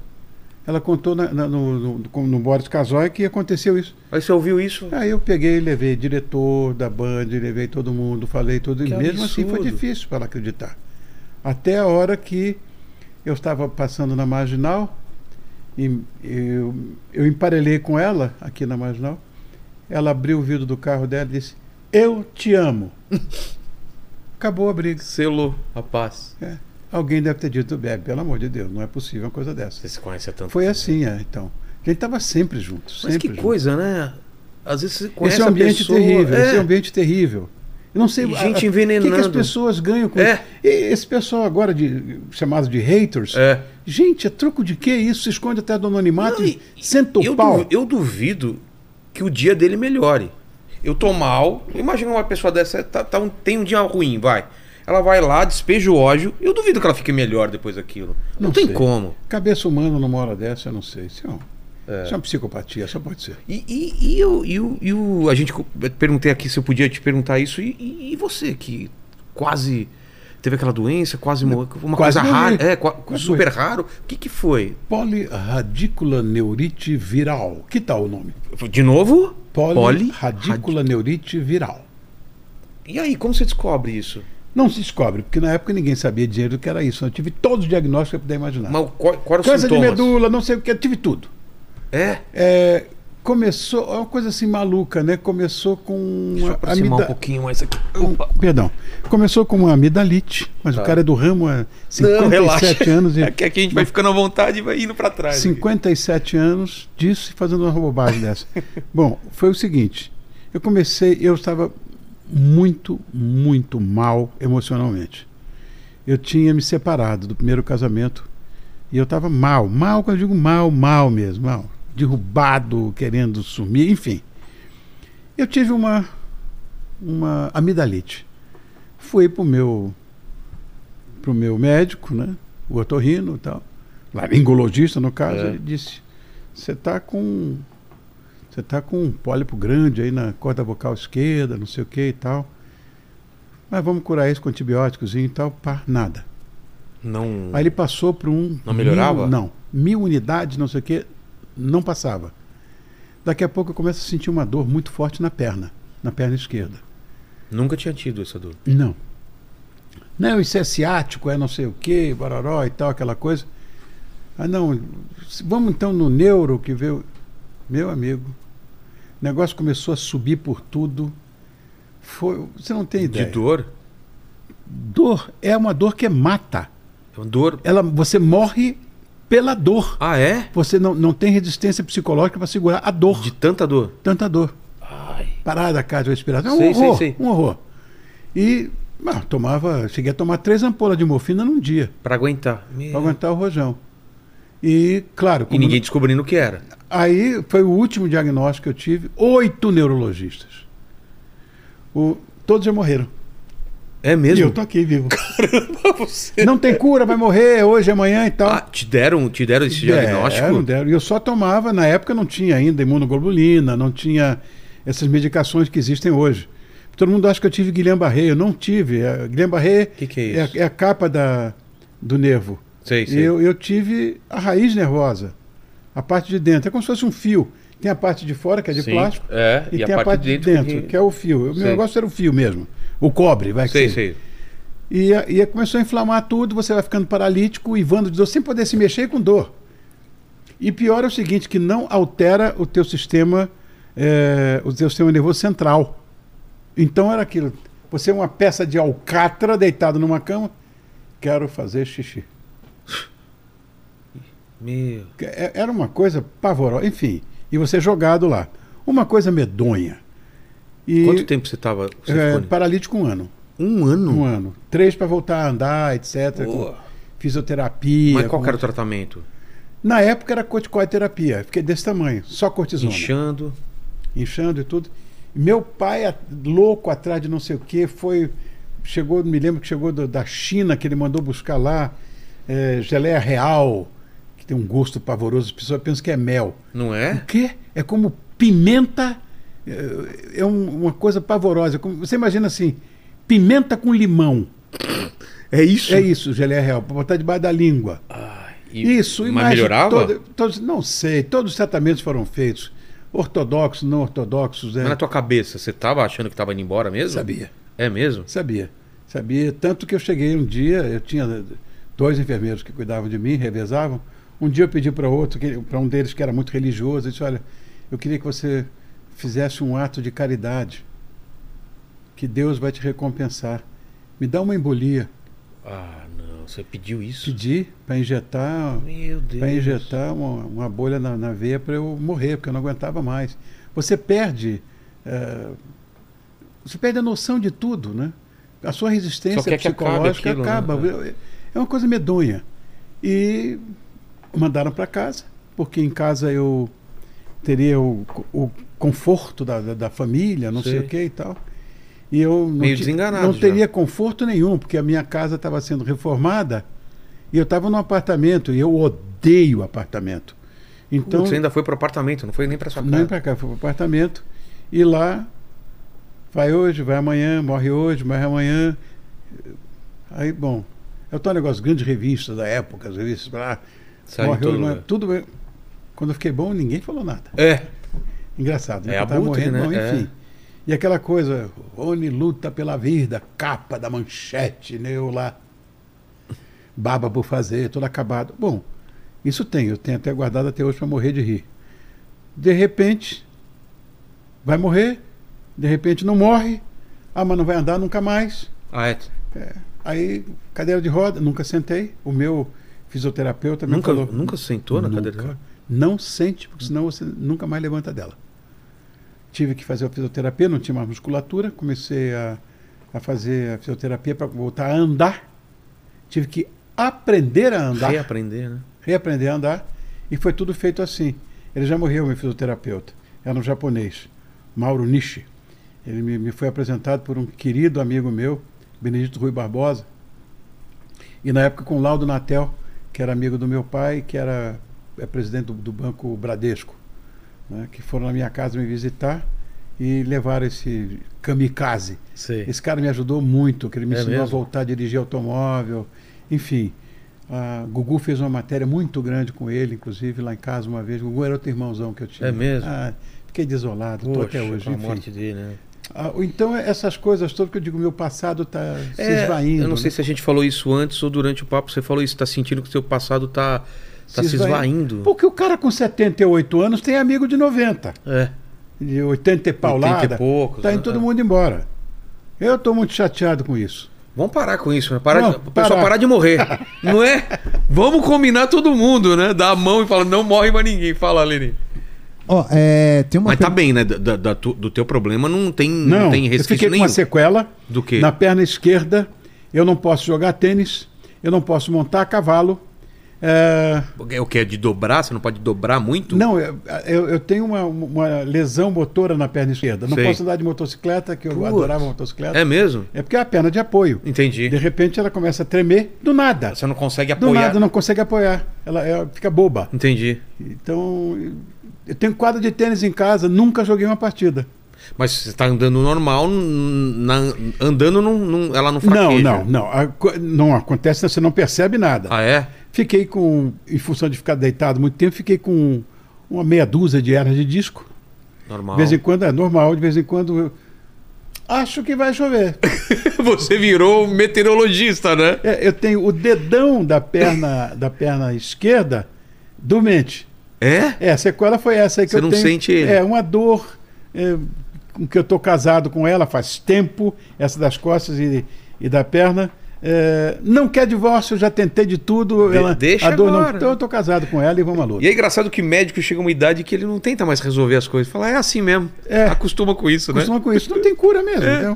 [SPEAKER 3] Ela contou na- na- no, no, no Boris Casoy que aconteceu isso.
[SPEAKER 1] Aí você ouviu isso?
[SPEAKER 3] Aí eu peguei, levei diretor da Band, levei todo mundo, falei tudo.
[SPEAKER 1] Que
[SPEAKER 3] e mesmo assim foi
[SPEAKER 1] absurdo.
[SPEAKER 3] difícil para ela acreditar. Até a hora que eu estava passando na Marginal, e eu, eu emparelhei com ela aqui na Marginal. Ela abriu o vidro do carro dela e disse: Eu te amo. Acabou a briga.
[SPEAKER 1] Selou a paz.
[SPEAKER 3] É. Alguém deve ter dito: Bebe, pelo amor de Deus, não é possível uma coisa dessa.
[SPEAKER 1] Você se conhece há tanto
[SPEAKER 3] Foi
[SPEAKER 1] tempo.
[SPEAKER 3] assim, é, então. A gente estava sempre junto.
[SPEAKER 1] Mas
[SPEAKER 3] sempre
[SPEAKER 1] que
[SPEAKER 3] junto.
[SPEAKER 1] coisa, né? Às vezes você conhece
[SPEAKER 3] Esse é um
[SPEAKER 1] a
[SPEAKER 3] ambiente
[SPEAKER 1] pessoa...
[SPEAKER 3] terrível.
[SPEAKER 1] É.
[SPEAKER 3] Esse é um ambiente terrível. Eu não sei
[SPEAKER 1] E
[SPEAKER 3] a-
[SPEAKER 1] gente
[SPEAKER 3] a- O que que,
[SPEAKER 1] envenenando.
[SPEAKER 3] as pessoas ganham com
[SPEAKER 1] É.
[SPEAKER 3] isso? E esse pessoal agora de chamado de haters.
[SPEAKER 1] É.
[SPEAKER 3] Gente, é troco de quê isso? Se esconde até do anonimato.
[SPEAKER 1] Não,
[SPEAKER 3] e
[SPEAKER 1] e-
[SPEAKER 3] Senta o
[SPEAKER 1] eu,
[SPEAKER 3] pau.
[SPEAKER 1] duvi- eu duvido que o dia dele melhore. Eu tô mal. Imagina uma pessoa dessa, tá- tá um- tem um dia ruim, vai. Ela vai lá, despeja o ódio. Eu duvido que ela fique melhor depois daquilo. Não,
[SPEAKER 3] Não
[SPEAKER 1] tem
[SPEAKER 3] sei.
[SPEAKER 1] como.
[SPEAKER 3] Cabeça humana numa hora dessa, eu não sei. Isso é, um- isso é uma psicopatia, só pode ser.
[SPEAKER 1] E, e, e, o, e, o, e o- a gente co- eu perguntei aqui se eu podia te perguntar isso. E, e- e você que quase teve aquela doença, quase morreu, uma
[SPEAKER 3] Quase
[SPEAKER 1] coisa
[SPEAKER 3] morri.
[SPEAKER 1] rara, é, qua-
[SPEAKER 3] Quase
[SPEAKER 1] super raro. O que, que foi?
[SPEAKER 3] Polirradicula neurite viral. Que tal o nome?
[SPEAKER 1] De novo?
[SPEAKER 3] Polirradicula neurite viral.
[SPEAKER 1] E aí, como você descobre isso?
[SPEAKER 3] Não se descobre, porque na época ninguém sabia direito o que era isso. Eu tive todos os diagnósticos que eu puder imaginar.
[SPEAKER 1] Mas qual, qual era o
[SPEAKER 3] Ah. Câncer de
[SPEAKER 1] sintomas?
[SPEAKER 3] medula, não sei o que, eu tive tudo.
[SPEAKER 1] É?
[SPEAKER 3] É, começou, é uma coisa assim maluca, né? Começou com.
[SPEAKER 1] Deixa eu
[SPEAKER 3] uma
[SPEAKER 1] aproximar
[SPEAKER 3] amida- Um
[SPEAKER 1] um pouquinho mais aqui. Opa.
[SPEAKER 3] Perdão. Começou com uma amidalite, mas
[SPEAKER 1] Tá.
[SPEAKER 3] o cara é do ramo há
[SPEAKER 1] Não, relaxa.
[SPEAKER 3] 57 anos.
[SPEAKER 1] É
[SPEAKER 3] E um
[SPEAKER 1] que aqui a gente vai ficando à vontade e vai indo pra trás.
[SPEAKER 3] 57 anos disso e fazendo uma bobagem dessa. Bom, foi o seguinte: eu comecei, eu estava muito, muito mal emocionalmente. Eu tinha me separado do primeiro casamento e eu estava mal, mal, quando eu digo mal, mal mesmo, mal, derrubado, querendo sumir, enfim. Eu tive uma uma amidalite. Fui pro meu pro meu médico, né? O otorrino e tal. Laringologista no caso,
[SPEAKER 1] É.
[SPEAKER 3] ele disse: "Você tá com você tá com um pólipo grande aí na corda vocal esquerda, não sei o que e tal. Mas vamos curar isso com antibióticos e tal, pá, nada.
[SPEAKER 1] Não.
[SPEAKER 3] Aí ele passou para um.
[SPEAKER 1] Não melhorava?
[SPEAKER 3] mil- não. Mil unidades, não sei o quê, não passava. Daqui a pouco eu começo a sentir uma dor muito forte na perna, na perna esquerda.
[SPEAKER 1] Nunca tinha tido essa dor.
[SPEAKER 3] Não. Não, isso é ciático, é não sei o quê, bararó e tal, aquela coisa. Ah, não, se- vamos então no neuro que veio. Meu amigo, o negócio começou a subir por tudo. Foi, você não tem ideia.
[SPEAKER 1] De dor?
[SPEAKER 3] Dor é uma dor que mata.
[SPEAKER 1] É uma dor.
[SPEAKER 3] Ela, você morre pela dor.
[SPEAKER 1] Ah, é?
[SPEAKER 3] você não, não tem resistência psicológica para segurar a dor,
[SPEAKER 1] De tanta dor.
[SPEAKER 3] tanta dor.
[SPEAKER 1] Ai.
[SPEAKER 3] Parada cardiorrespiratória, é um
[SPEAKER 1] Sei, sei,
[SPEAKER 3] horror,
[SPEAKER 1] sei.
[SPEAKER 3] um horror. E ah, tomava, cheguei a tomar três ampolas de morfina num dia
[SPEAKER 1] Pra aguentar.
[SPEAKER 3] para aguentar o rojão. E claro,
[SPEAKER 1] É. E
[SPEAKER 3] como-
[SPEAKER 1] ninguém descobrindo o que era.
[SPEAKER 3] aí foi o último diagnóstico que eu tive, oito neurologistas. O- todos já morreram.
[SPEAKER 1] É
[SPEAKER 3] E
[SPEAKER 1] mesmo?
[SPEAKER 3] eu tô aqui vivo.
[SPEAKER 1] Você-
[SPEAKER 3] Não tem cura, vai morrer hoje, amanhã e tal.
[SPEAKER 1] Ah, te deram, te deram esse
[SPEAKER 3] Deram,
[SPEAKER 1] diagnóstico?
[SPEAKER 3] É, deram. E eu só tomava, na época não tinha ainda imunoglobulina, não tinha essas medicações que existem hoje. Todo mundo acha que eu tive Guillain-Barré, eu não tive. É, Guillain-Barré
[SPEAKER 1] Que que é
[SPEAKER 3] a-
[SPEAKER 1] isso?
[SPEAKER 3] a, capa da, do nervo.
[SPEAKER 1] Sei, sei.
[SPEAKER 3] Eu, eu tive a raiz nervosa, a parte de dentro. É como se fosse um fio Tem a parte de fora, que é de
[SPEAKER 1] Sim,
[SPEAKER 3] plástico,
[SPEAKER 1] É,
[SPEAKER 3] e, tem a parte de dentro, que... é o fio. O
[SPEAKER 1] Sei.
[SPEAKER 3] meu negócio era o fio mesmo. O cobre, vai que
[SPEAKER 1] Sei,
[SPEAKER 3] seja.
[SPEAKER 1] sei.
[SPEAKER 3] E, e começou a inflamar tudo, você vai ficando paralítico e vando de dor, sem poder se mexer e com dor. E pior é o seguinte, que não altera o teu sistema, eh, o teu sistema nervoso central. Então era aquilo. Você é uma peça de alcatra deitado numa cama, quero fazer xixi.
[SPEAKER 1] Meu.
[SPEAKER 3] Que é- Era uma coisa pavorosa, enfim. E você jogado lá. Uma coisa medonha. E,
[SPEAKER 1] Quanto tempo você tava? Você
[SPEAKER 3] eh,
[SPEAKER 1] ficou-
[SPEAKER 3] paralítico um ano.
[SPEAKER 1] Um ano?
[SPEAKER 3] Um ano. Três para voltar a andar, etc. com
[SPEAKER 1] Boa.
[SPEAKER 3] fisioterapia.
[SPEAKER 1] Mas qual
[SPEAKER 3] com-
[SPEAKER 1] que era o tratamento?
[SPEAKER 3] Na época era corticoterapia, fiquei desse tamanho, só cortisona,
[SPEAKER 1] Inchando.
[SPEAKER 3] inchando e tudo. Meu pai, a- louco atrás de não sei o que, foi. Chegou, me lembro que chegou do- da China, que ele mandou buscar lá eh, geleia real, que tem um gosto pavoroso, as pessoas pensam que é mel.
[SPEAKER 1] Não
[SPEAKER 3] O
[SPEAKER 1] é?
[SPEAKER 3] quê? É como pimenta, eh, é um- uma coisa pavorosa. Como- Você imagina assim, pimenta com limão.
[SPEAKER 1] É isso?
[SPEAKER 3] É isso, geleia real, pra botar debaixo da língua. Isso,
[SPEAKER 1] Mas
[SPEAKER 3] imagem
[SPEAKER 1] melhorava?
[SPEAKER 3] toda- todos, não sei, todos os tratamentos foram feitos. Ortodoxos, não ortodoxos, né?
[SPEAKER 1] Mas na tua cabeça, você tava achando que tava indo embora mesmo?
[SPEAKER 3] Sabia,
[SPEAKER 1] É mesmo?
[SPEAKER 3] sabia, sabia. Tanto que eu cheguei um dia, eu tinha dois enfermeiros que cuidavam de mim, revezavam. Um dia eu pedi para outro, para um deles que era muito religioso, eu disse, olha, eu queria que você fizesse um ato de caridade, que Deus vai te recompensar. Me dá uma embolia.
[SPEAKER 1] Ah, não. Você pediu isso?
[SPEAKER 3] Pedi para injetar
[SPEAKER 1] Meu Deus.
[SPEAKER 3] para injetar uma, uma bolha na, na veia para eu morrer, porque eu não aguentava mais. Você perde. eh, você perde a noção de tudo, né? A sua resistência
[SPEAKER 1] Só quer que acabe
[SPEAKER 3] psicológica
[SPEAKER 1] aquilo, né?
[SPEAKER 3] acaba. É uma coisa medonha. E mandaram para casa, porque em casa eu teria o, o conforto da, da, da família, não sei.
[SPEAKER 1] Sei.
[SPEAKER 3] o que e tal. E eu não,
[SPEAKER 1] Meio
[SPEAKER 3] ti-
[SPEAKER 1] desenganado
[SPEAKER 3] não
[SPEAKER 1] já.
[SPEAKER 3] teria conforto nenhum, porque a minha casa estava sendo reformada e eu estava num apartamento e eu odeio apartamento. Então,
[SPEAKER 1] Então... Você ainda foi pro apartamento, não foi nem pra sua casa.
[SPEAKER 3] nem para cá, foi para apartamento e lá vai hoje, vai amanhã, morre hoje, morre amanhã. Aí, bom, é o tal negócio, grandes revistas da época, as revistas para
[SPEAKER 1] Saiu em todo
[SPEAKER 3] morre,
[SPEAKER 1] lugar.
[SPEAKER 3] tudo bem. Quando eu fiquei bom, ninguém falou nada.
[SPEAKER 1] É.
[SPEAKER 3] Engraçado, né?
[SPEAKER 1] É
[SPEAKER 3] Eu tava
[SPEAKER 1] abutre,
[SPEAKER 3] morrendo,
[SPEAKER 1] né?
[SPEAKER 3] bom,
[SPEAKER 1] É.
[SPEAKER 3] enfim. E aquela coisa, Rony luta pela vida, capa da manchete, né? Eu lá, baba por fazer, todo acabado. Bom, isso tem, eu tenho até guardado até hoje para morrer de rir. De repente, vai morrer, de repente não morre, ah, mas não vai andar nunca mais.
[SPEAKER 1] Ah, é.
[SPEAKER 3] Aí, cadeira de roda, nunca sentei. O meu fisioterapeuta me
[SPEAKER 1] Nunca,
[SPEAKER 3] falou.
[SPEAKER 1] nunca sentou na cadeira?
[SPEAKER 3] Nunca. Não sente, porque senão você nunca mais levanta dela. Tive que fazer a fisioterapia, não tinha mais musculatura, comecei a, a fazer a fisioterapia para voltar a andar. Tive que aprender a andar,
[SPEAKER 1] Reaprender, né?
[SPEAKER 3] reaprender a andar, e foi tudo feito assim. Ele já morreu, meu fisioterapeuta. Era um japonês, Mauro Nishi. Ele me, me foi apresentado por um querido amigo meu, Benedito Rui Barbosa, e na época com o Laudo Natel, que era amigo do meu pai, que era é presidente do, do Banco Bradesco, né, que foram na minha casa me visitar e levaram esse kamikaze.
[SPEAKER 1] Sei.
[SPEAKER 3] Esse cara me ajudou muito, que ele me
[SPEAKER 1] É
[SPEAKER 3] ensinou a
[SPEAKER 1] mesmo?
[SPEAKER 3] voltar a dirigir automóvel, enfim. A Gugu fez uma matéria muito grande com ele, inclusive lá em casa uma vez. Gugu era outro irmãozão que eu tinha.
[SPEAKER 1] É mesmo?
[SPEAKER 3] Ah, fiquei desolado, estou
[SPEAKER 1] Poxa,
[SPEAKER 3] até hoje.
[SPEAKER 1] com a
[SPEAKER 3] Enfim.
[SPEAKER 1] morte dele, né?
[SPEAKER 3] Ah, então essas coisas todas que eu digo, meu passado está se
[SPEAKER 1] É,
[SPEAKER 3] esvaindo.
[SPEAKER 1] Eu não sei
[SPEAKER 3] né?
[SPEAKER 1] se a gente falou isso antes ou durante o papo. Você falou isso, tá sentindo que o seu passado tá, tá se, esvaindo.
[SPEAKER 3] Porque o cara com 78 anos tem amigo de 90,
[SPEAKER 1] É.
[SPEAKER 3] de 80 e paulada.
[SPEAKER 1] 80 e poucos,
[SPEAKER 3] Tá
[SPEAKER 1] né?
[SPEAKER 3] indo todo
[SPEAKER 1] É.
[SPEAKER 3] mundo embora. Eu estou muito chateado com isso.
[SPEAKER 1] Vamos parar com isso, né? Parar,
[SPEAKER 3] Não,
[SPEAKER 1] de- o pessoal
[SPEAKER 3] parar.
[SPEAKER 1] parar de morrer. não é? Vamos combinar todo mundo, né? Dar a mão e falar, não morre mais ninguém. Fala, Leni.
[SPEAKER 2] Ó, é, tem uma
[SPEAKER 1] Mas tá
[SPEAKER 2] pergunta.
[SPEAKER 1] bem, né? Da- da- da tu- do teu problema não tem, não,
[SPEAKER 3] Não,
[SPEAKER 1] tem
[SPEAKER 3] eu
[SPEAKER 1] resquício
[SPEAKER 3] fiquei com
[SPEAKER 1] nenhum.
[SPEAKER 3] uma sequela.
[SPEAKER 1] Do quê?
[SPEAKER 3] Na perna esquerda, eu não posso jogar tênis, eu não posso montar a cavalo. É,
[SPEAKER 1] É O que é de dobrar? Você não pode dobrar muito?
[SPEAKER 3] Não, eu, eu- eu tenho uma, uma lesão motora na perna esquerda. Não
[SPEAKER 1] Sei.
[SPEAKER 3] posso andar de motocicleta, que eu
[SPEAKER 1] Putz.
[SPEAKER 3] adorava motocicleta.
[SPEAKER 1] É mesmo?
[SPEAKER 3] É porque é a perna de apoio.
[SPEAKER 1] Entendi.
[SPEAKER 3] De repente ela começa a tremer do nada.
[SPEAKER 1] Você não consegue
[SPEAKER 3] Do
[SPEAKER 1] apoiar.
[SPEAKER 3] nada, não consegue apoiar. Ela, ela fica boba.
[SPEAKER 1] Entendi.
[SPEAKER 3] Então, eu tenho quadra de tênis em casa, nunca joguei uma partida.
[SPEAKER 1] Mas você tá andando normal, n- na- andando não, não- ela não
[SPEAKER 3] Não,
[SPEAKER 1] fraqueja.
[SPEAKER 3] não, não. A co- não acontece, você não percebe nada.
[SPEAKER 1] Ah, é?
[SPEAKER 3] Fiquei com, em função de ficar deitado muito tempo, fiquei com uma meia dúzia de eras de disco.
[SPEAKER 1] Normal.
[SPEAKER 3] De vez em quando é normal, de vez em quando eu acho que vai chover.
[SPEAKER 1] Você virou um meteorologista, né?
[SPEAKER 3] É, eu tenho o dedão da perna da perna esquerda doente.
[SPEAKER 1] É?
[SPEAKER 3] É, a sequela foi essa aí que
[SPEAKER 1] Você
[SPEAKER 3] eu
[SPEAKER 1] não
[SPEAKER 3] tenho.
[SPEAKER 1] sente ele?
[SPEAKER 3] É uma dor é, com que eu tô casado com ela faz tempo, essa das costas e, e da perna. É, não quer divórcio, eu já tentei de tudo.
[SPEAKER 1] De-
[SPEAKER 3] ela,
[SPEAKER 1] deixa
[SPEAKER 3] a dor
[SPEAKER 1] agora.
[SPEAKER 3] não. Então eu tô casado com ela e vamos à luta.
[SPEAKER 1] E é engraçado que médico chega a uma idade que ele não tenta mais resolver as coisas. Fala, é assim mesmo.
[SPEAKER 3] É.
[SPEAKER 1] Acostuma com isso, né?
[SPEAKER 3] Acostuma com isso. Não tem cura mesmo. entendeu?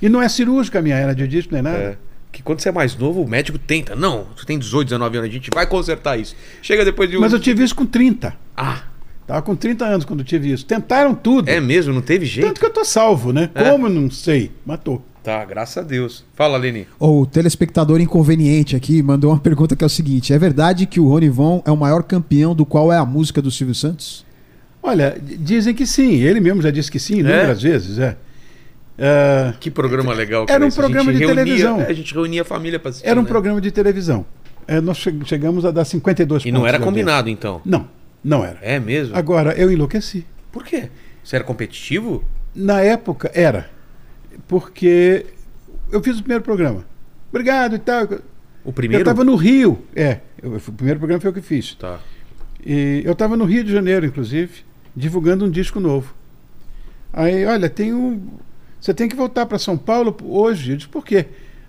[SPEAKER 3] E não é cirúrgica a minha era de disco, nem nada.
[SPEAKER 1] né? É. Que quando você é mais novo, o médico tenta. Não, tu tem 18, 19 anos, a gente vai consertar isso. Chega depois de um.
[SPEAKER 3] Mas eu tive isso com 30.
[SPEAKER 1] Ah,
[SPEAKER 3] Tava com 30 anos quando eu tive isso. Tentaram tudo.
[SPEAKER 1] é mesmo? Não teve jeito?
[SPEAKER 3] Tanto que eu tô salvo, né?
[SPEAKER 1] É.
[SPEAKER 3] Como não sei. Matou.
[SPEAKER 1] Tá, graças a Deus. Fala, Leni.
[SPEAKER 2] Ó, O telespectador inconveniente aqui mandou uma pergunta que é o seguinte: É verdade que o Ronivon é o maior campeão do qual é a música do Silvio Santos?
[SPEAKER 3] Olha, d- dizem que sim. Ele mesmo já disse que sim inúmeras vezes. É. É,
[SPEAKER 1] Que programa legal.
[SPEAKER 3] Era um
[SPEAKER 1] esse.
[SPEAKER 3] programa
[SPEAKER 1] A gente
[SPEAKER 3] de
[SPEAKER 1] reunia- É,
[SPEAKER 3] televisão.
[SPEAKER 1] A gente reunia a família pra assistir.
[SPEAKER 3] era um
[SPEAKER 1] né?
[SPEAKER 3] programa de televisão. É, nós che- chegamos a dar 52
[SPEAKER 1] E não
[SPEAKER 3] pontos
[SPEAKER 1] era
[SPEAKER 3] lá
[SPEAKER 1] combinado, então.
[SPEAKER 3] dentro. Não, não era.
[SPEAKER 1] É mesmo?
[SPEAKER 3] Agora, eu enlouqueci.
[SPEAKER 1] Por quê? Você era competitivo?
[SPEAKER 3] Na época, era. Porque eu fiz o primeiro programa. Obrigado e tal.
[SPEAKER 1] O
[SPEAKER 3] Eu
[SPEAKER 1] primeiro?
[SPEAKER 3] estava no Rio. É, eu- o primeiro programa foi o que eu fiz.
[SPEAKER 1] Tá.
[SPEAKER 3] E eu estava no Rio de Janeiro, inclusive, divulgando um disco novo. Aí, olha, tem um. Você tem que voltar para São Paulo hoje. Eu disse, por quê?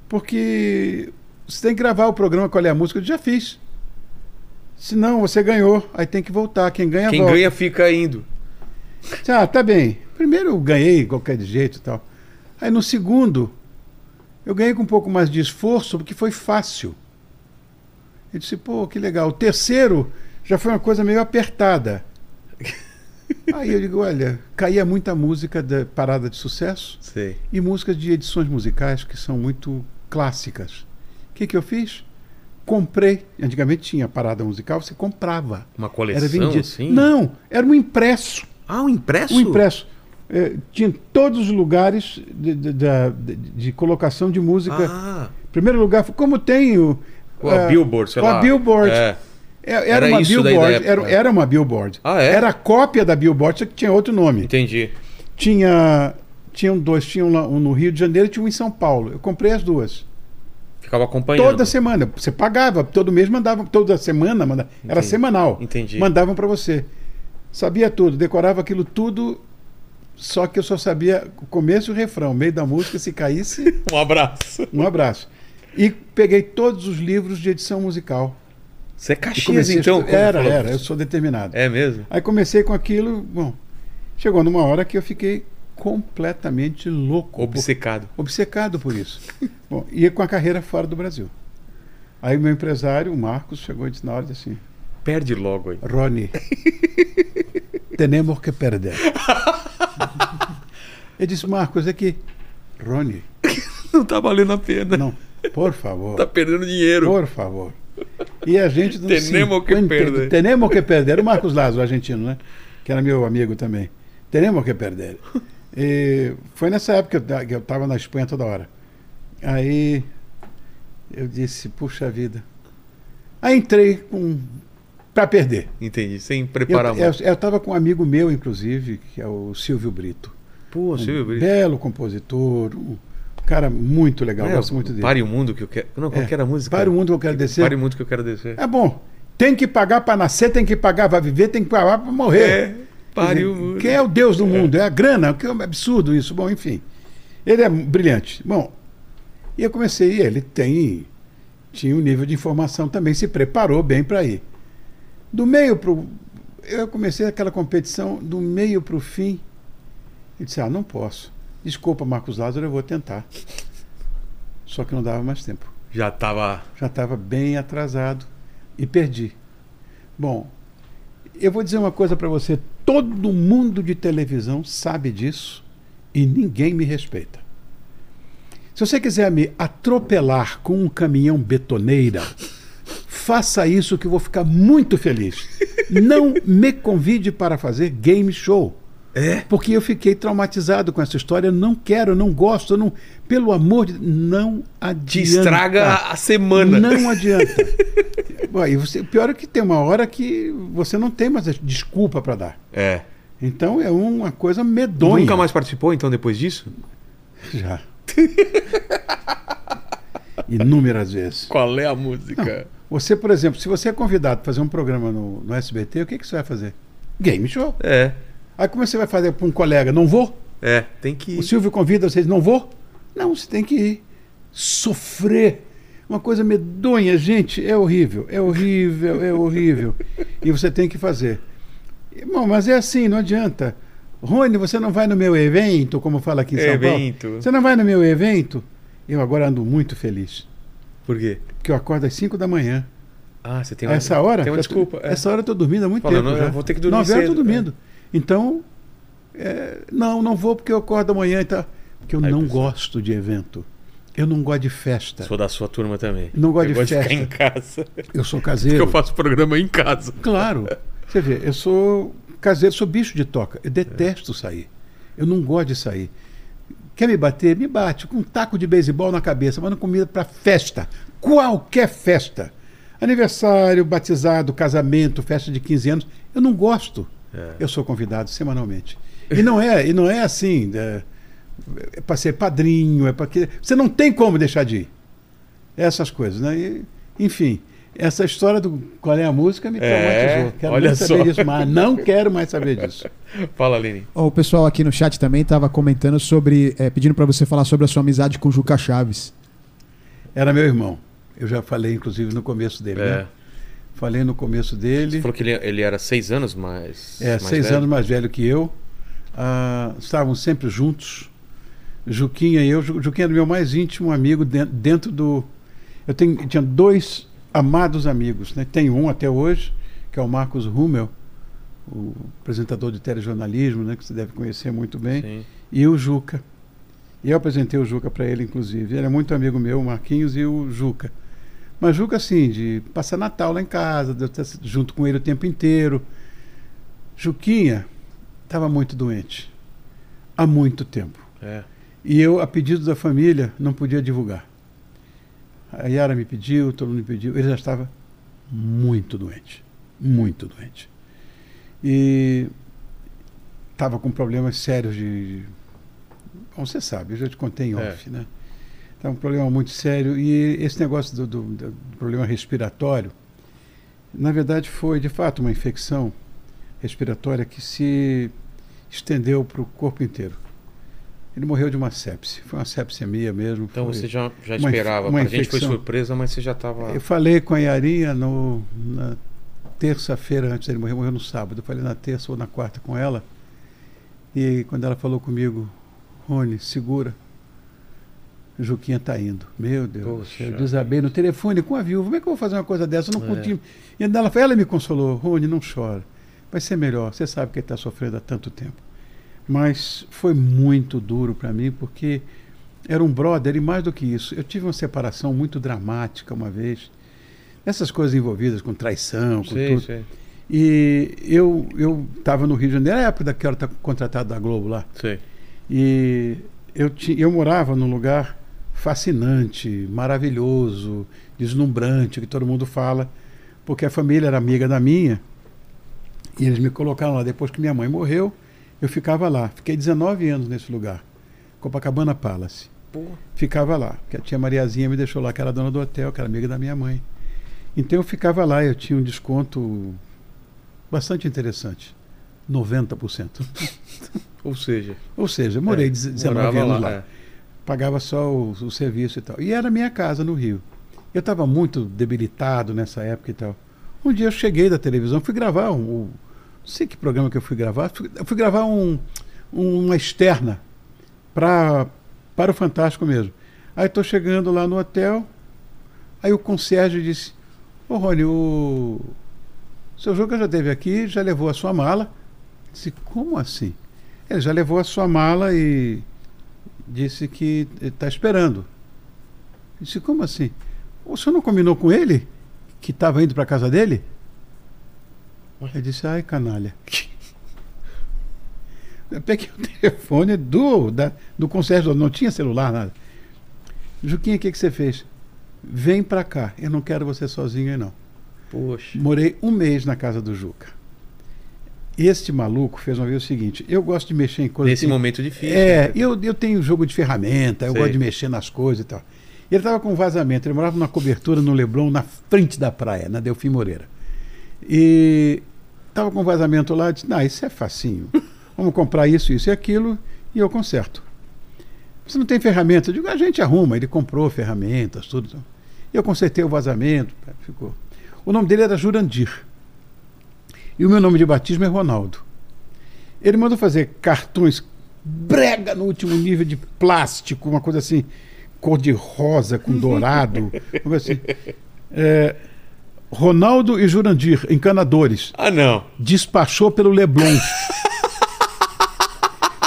[SPEAKER 3] Porque você tem que gravar o programa Qual é a Música? Eu disse, já fiz. Se não, você ganhou. Aí tem que voltar. Quem ganha,
[SPEAKER 1] Quem
[SPEAKER 3] volta.
[SPEAKER 1] ganha fica indo.
[SPEAKER 3] Disse, Ah, tá bem. Primeiro eu ganhei de qualquer jeito e tal. Aí no segundo, eu ganhei com um pouco mais de esforço, porque foi fácil. Eu disse, pô, que legal. O terceiro já foi uma coisa meio apertada. Aí eu digo, olha, caía muita música da parada de sucesso
[SPEAKER 1] Sei.
[SPEAKER 3] e músicas de edições musicais que são muito clássicas. O que, que eu fiz? Comprei. Antigamente tinha parada musical, você comprava.
[SPEAKER 1] Uma
[SPEAKER 3] Era
[SPEAKER 1] coleção,
[SPEAKER 3] vendido.
[SPEAKER 1] assim?
[SPEAKER 3] Não, era um impresso.
[SPEAKER 1] Ah, um impresso?
[SPEAKER 3] O impresso. eh, tinha em todos os lugares de, de- da- de- de colocação de música.
[SPEAKER 1] Ah,
[SPEAKER 3] Primeiro lugar, foi- como tem o.
[SPEAKER 1] com a
[SPEAKER 3] eh,
[SPEAKER 1] Billboard, sei
[SPEAKER 3] com a
[SPEAKER 1] lá.
[SPEAKER 3] Billboard.
[SPEAKER 1] É.
[SPEAKER 3] é, Era,
[SPEAKER 1] Era
[SPEAKER 3] uma
[SPEAKER 1] isso daí da
[SPEAKER 3] Billboard.
[SPEAKER 1] época.
[SPEAKER 3] Era, era uma Billboard.
[SPEAKER 1] Ah, é?
[SPEAKER 3] Era a cópia da Billboard, só que tinha outro nome.
[SPEAKER 1] Entendi.
[SPEAKER 3] Tinha. Tinham dois, tinha um, lá- um no Rio de Janeiro e tinha um em São Paulo. Eu comprei as duas.
[SPEAKER 1] Ficava acompanhando.
[SPEAKER 3] Toda semana. Você pagava, todo mês mandavam, toda semana mandava. Era
[SPEAKER 1] Entendi.
[SPEAKER 3] semanal.
[SPEAKER 1] Entendi.
[SPEAKER 3] Mandavam para você. Sabia tudo, decorava aquilo tudo, só que eu só sabia o começo e o refrão. Meio da música, se caísse,
[SPEAKER 1] Um abraço.
[SPEAKER 3] um abraço. E peguei todos os livros de edição musical.
[SPEAKER 1] Você é
[SPEAKER 3] E
[SPEAKER 1] Caxias,
[SPEAKER 3] comecei a
[SPEAKER 1] então?
[SPEAKER 3] estu-
[SPEAKER 1] como
[SPEAKER 3] Era,
[SPEAKER 1] falou.
[SPEAKER 3] era, eu sou determinado.
[SPEAKER 1] É mesmo?
[SPEAKER 3] Aí comecei com aquilo, bom, chegou numa hora que eu fiquei completamente louco.
[SPEAKER 1] Obcecado.
[SPEAKER 3] obcecado por isso. Bom, e com a carreira fora do Brasil. Aí meu empresário, o Marcos, chegou e disse na hora disse assim:
[SPEAKER 1] Perde logo aí.
[SPEAKER 3] Rony, tenemos que perder. Ele disse: Marcos, é que. Rony,
[SPEAKER 1] Não tá valendo a pena.
[SPEAKER 3] não, por
[SPEAKER 1] Tá
[SPEAKER 3] favor,
[SPEAKER 1] perdendo dinheiro.
[SPEAKER 3] por favor. E a gente não
[SPEAKER 1] Tenemos que perder.
[SPEAKER 3] Tenemos que perder. Era o Marcos Lazo, argentino, né? Que era meu amigo também. Tenemos que perder. E foi nessa época que eu ta- que eu estava na Espanha toda hora. Aí eu disse, puxa vida. Aí entrei com para perder.
[SPEAKER 1] Entendi. Sem
[SPEAKER 3] Eu
[SPEAKER 1] preparar muito.
[SPEAKER 3] estava com um amigo meu, inclusive, que é o Silvio Brito. Um
[SPEAKER 1] Pô, você viu?
[SPEAKER 3] Belo compositor, um cara muito legal,
[SPEAKER 1] É,
[SPEAKER 3] gosto muito dele.
[SPEAKER 1] Pare o mundo que eu quero. Não, qual
[SPEAKER 3] É,
[SPEAKER 1] que era a música?
[SPEAKER 3] Para o mundo que eu quero descer.
[SPEAKER 1] Pare o mundo que eu quero descer.
[SPEAKER 3] É bom. Tem que pagar para nascer, tem que pagar para viver, tem que pagar para
[SPEAKER 1] É,
[SPEAKER 3] morrer.
[SPEAKER 1] Pare
[SPEAKER 3] Quer
[SPEAKER 1] o
[SPEAKER 3] dizer,
[SPEAKER 1] mundo.
[SPEAKER 3] Quem é o Deus do mundo? É a grana, que é um absurdo isso. Bom, enfim. Ele é brilhante. Bom, e eu comecei, e ele tem. Tinha um nível de informação também, se preparou bem para ir. Do meio para o. Eu comecei aquela competição do meio para o fim. Ele disse: Ah, não posso. Desculpa, Marcos Lázaro, eu vou tentar. Só que não dava mais tempo
[SPEAKER 1] Já tava.
[SPEAKER 3] já estava bem atrasado e perdi. Bom, eu vou dizer uma coisa para você: todo mundo de televisão sabe disso e ninguém me respeita. Se você quiser me atropelar com um caminhão betoneira, faça isso que eu vou ficar muito feliz. Não me convide para fazer game show.
[SPEAKER 1] É?
[SPEAKER 3] Porque eu fiquei traumatizado com essa história. Eu não quero, eu não gosto, eu não. Pelo amor de. Não
[SPEAKER 1] Te
[SPEAKER 3] adianta. Ah.
[SPEAKER 1] estraga a semana.
[SPEAKER 3] Não adianta. Ué, e você, o pior é que tem uma hora que você não tem mais desculpa para dar.
[SPEAKER 1] É.
[SPEAKER 3] Então é uma coisa medonha.
[SPEAKER 1] Nunca mais participou, então, depois disso?
[SPEAKER 3] Já. Inúmeras vezes.
[SPEAKER 1] Qual é a música?
[SPEAKER 3] Você, por exemplo, se você é convidado para fazer um programa no, no SBT, o que, que você vai fazer? Game show.
[SPEAKER 1] É,
[SPEAKER 3] Aí como você vai fazer para um colega? Não vou?
[SPEAKER 1] é. Tem que
[SPEAKER 3] O
[SPEAKER 1] ir.
[SPEAKER 3] Silvio convida vocês, não vou? Não, você tem que ir. Sofrer. Uma coisa medonha, gente, é horrível, é horrível, é horrível. E você tem que fazer. Irmão, mas é assim, não adianta. Rony, você não vai no meu evento, como fala aqui em São
[SPEAKER 1] Evento.
[SPEAKER 3] Paulo? Você não vai no meu evento? Eu agora ando muito feliz,
[SPEAKER 1] Por quê?
[SPEAKER 3] porque eu acordo às 5 da manhã.
[SPEAKER 1] Ah, você tem
[SPEAKER 3] A essa hora?
[SPEAKER 1] Tem uma
[SPEAKER 3] eu tô-
[SPEAKER 1] desculpa. é.
[SPEAKER 3] Essa hora eu tô dormindo há muito
[SPEAKER 1] Fala,
[SPEAKER 3] tempo.
[SPEAKER 1] não,
[SPEAKER 3] né?
[SPEAKER 1] já vou ter que dormir
[SPEAKER 3] Nove horas eu tô
[SPEAKER 1] cedo, é.
[SPEAKER 3] dormindo. Então, é, não, não vou porque eu acordo amanhã e tá. Porque eu
[SPEAKER 1] Aí,
[SPEAKER 3] não
[SPEAKER 1] pessoal.
[SPEAKER 3] gosto de evento. Eu não gosto de festa.
[SPEAKER 1] Sou da sua turma também.
[SPEAKER 3] Não gosto
[SPEAKER 1] eu
[SPEAKER 3] de
[SPEAKER 1] gosto
[SPEAKER 3] festa.
[SPEAKER 1] de ficar em casa. Porque
[SPEAKER 3] Eu sou caseiro.
[SPEAKER 1] eu faço programa em casa.
[SPEAKER 3] Claro. Você vê, eu sou caseiro, sou bicho de toca. Eu detesto sair. Eu não gosto de sair. Quer me bater? Me bate. Com um taco de beisebol na cabeça, mas não comida para festa. Qualquer festa. Aniversário, batizado, casamento, festa de 15 anos. Eu não gosto.
[SPEAKER 1] É.
[SPEAKER 3] Eu sou convidado semanalmente. E não é, e não é assim. É, é para ser padrinho, é para que. Você não tem como deixar de ir. Essas coisas, né? E, enfim, essa história do qual é a música me
[SPEAKER 1] É,
[SPEAKER 3] traumatizou. Quero
[SPEAKER 1] olha
[SPEAKER 3] mais saber
[SPEAKER 1] só.
[SPEAKER 3] disso, mas não quero mais saber disso.
[SPEAKER 1] Fala, Aline.
[SPEAKER 2] Ó, O pessoal aqui no chat também tava comentando sobre. é, pedindo pra você falar sobre a sua amizade com Juca Chaves.
[SPEAKER 3] Era meu irmão. Eu já falei, inclusive, no começo dele.
[SPEAKER 1] É.
[SPEAKER 3] Né? Falei no começo
[SPEAKER 1] Você
[SPEAKER 3] dele.
[SPEAKER 1] falou que ele, ele era seis anos mais.
[SPEAKER 3] É,
[SPEAKER 1] mais
[SPEAKER 3] seis
[SPEAKER 1] velho.
[SPEAKER 3] anos mais velho que eu. Ah, estavam sempre juntos. Juquinha e eu. Ju- Juquinha era meu mais íntimo amigo den- dentro do. Eu tenho, eu tinha dois amados amigos. Né? Tem um até hoje, que é o Marcos Rummel, o apresentador de telejornalismo, né? que você deve conhecer muito bem
[SPEAKER 1] Sim.
[SPEAKER 3] e o Juca. E eu apresentei o Juca para ele, inclusive. Ele é muito amigo meu, o Marquinhos e o Juca. Mas Juca, assim, de passar Natal lá em casa, de eu estar junto com ele o tempo inteiro. Juquinha estava muito doente, há muito tempo.
[SPEAKER 1] É.
[SPEAKER 3] E eu, a pedido da família, não podia divulgar. A Yara me pediu, todo mundo me pediu. Ele já estava muito doente. Muito doente. E estava com problemas sérios de. de- Bom, você sabe, eu já te contei em
[SPEAKER 1] É.
[SPEAKER 3] off, né? Estava um problema muito sério. E esse negócio do, do- do- do problema respiratório, na verdade, foi de fato uma infecção respiratória que se estendeu para o corpo inteiro. Ele morreu de uma sepse. Foi uma sepsemia mesmo.
[SPEAKER 1] Então
[SPEAKER 3] foi-
[SPEAKER 1] você já, já
[SPEAKER 3] Uma inf-
[SPEAKER 1] esperava.
[SPEAKER 3] uma
[SPEAKER 1] Pra gente foi
[SPEAKER 3] infecção.
[SPEAKER 1] surpresa, mas você já tava.
[SPEAKER 3] Eu falei com a Iarinha no, na terça-feira antes dele morrer, morreu no sábado. Eu falei na terça ou na quarta com ela. E quando ela falou comigo, Rony, segura. Juquinha tá indo. Meu Deus. do céu,
[SPEAKER 1] Poxa
[SPEAKER 3] Eu desabei no telefone com a viúva. Como é que eu vou fazer uma coisa dessa? Eu não
[SPEAKER 1] É.
[SPEAKER 3] conti- E ela, ela me consolou, Rony, não chora. Vai ser melhor. Você sabe que ele está sofrendo há tanto tempo. Mas foi muito duro para mim, porque era um brother e mais do que isso. Eu tive uma separação muito dramática uma vez. Essas coisas envolvidas com traição, com
[SPEAKER 1] Sei,
[SPEAKER 3] tudo.
[SPEAKER 1] sei,
[SPEAKER 3] E eu eu estava no Rio de Janeiro, era a época que eu era contratado da Globo lá.
[SPEAKER 1] sei.
[SPEAKER 3] E eu, ti- eu morava num lugar fascinante, maravilhoso, deslumbrante, que todo mundo fala, porque a família era amiga da minha. E eles me colocaram lá. Depois que minha mãe morreu, eu ficava lá. Fiquei 19 anos nesse lugar, Copacabana Palace.
[SPEAKER 1] Pô,
[SPEAKER 3] Ficava lá, porque a tia Mariazinha me deixou lá, que era dona do hotel, que era amiga da minha mãe. Então eu ficava lá, eu tinha um desconto bastante interessante, 90%.
[SPEAKER 1] ou seja.
[SPEAKER 3] Ou seja, eu morei
[SPEAKER 1] é,
[SPEAKER 3] 19
[SPEAKER 1] morava
[SPEAKER 3] anos lá.
[SPEAKER 1] é.
[SPEAKER 3] Pagava só o, o serviço e tal. E era minha casa no Rio. Eu estava muito debilitado nessa época e tal. Um dia eu cheguei da televisão, fui gravar um. um- não sei que programa que eu fui gravar. Fui, eu fui gravar um, um- uma externa pra, para o Fantástico mesmo. Aí estou chegando lá no hotel. Aí o concierge disse: Ô Rony, o seu Juca já esteve aqui, já levou a sua mala. Eu Disse: Como assim? Ele já levou a sua mala e disse que está esperando. Eu Disse, como assim? O senhor não combinou com ele? Que estava indo para a casa dele? Ele disse, ai, canalha. Eu peguei o telefone do, da, do concierge, não tinha celular, nada. Juquinha, o que, que você fez? Vem para cá, eu não quero você sozinho aí não.
[SPEAKER 1] Poxa.
[SPEAKER 3] Morei um mês na casa do Juca. Este maluco fez uma vez o seguinte: eu gosto de mexer em coisas.
[SPEAKER 1] Nesse
[SPEAKER 3] que-
[SPEAKER 1] momento difícil.
[SPEAKER 3] É,
[SPEAKER 1] né?
[SPEAKER 3] eu, eu tenho jogo de ferramenta, eu
[SPEAKER 1] Sei.
[SPEAKER 3] gosto de mexer nas coisas e tal. Ele estava com um vazamento, ele morava numa cobertura no Leblon, na frente da praia, na Delfim Moreira. E estava com um vazamento lá, disse, não, isso é facinho. Vamos comprar isso, isso e aquilo, e eu conserto. Você não tem ferramenta? Eu digo, a gente arruma. Ele comprou ferramentas, tudo. Eu consertei o vazamento, ficou. O nome dele era Jurandir. E o meu nome de batismo é Ronaldo. Ele mandou fazer cartões brega no último nível de plástico, uma coisa assim, cor de rosa com dourado. uma coisa assim. É, Ronaldo e Jurandir, encanadores.
[SPEAKER 1] Ah, não.
[SPEAKER 3] Despachou pelo Leblon.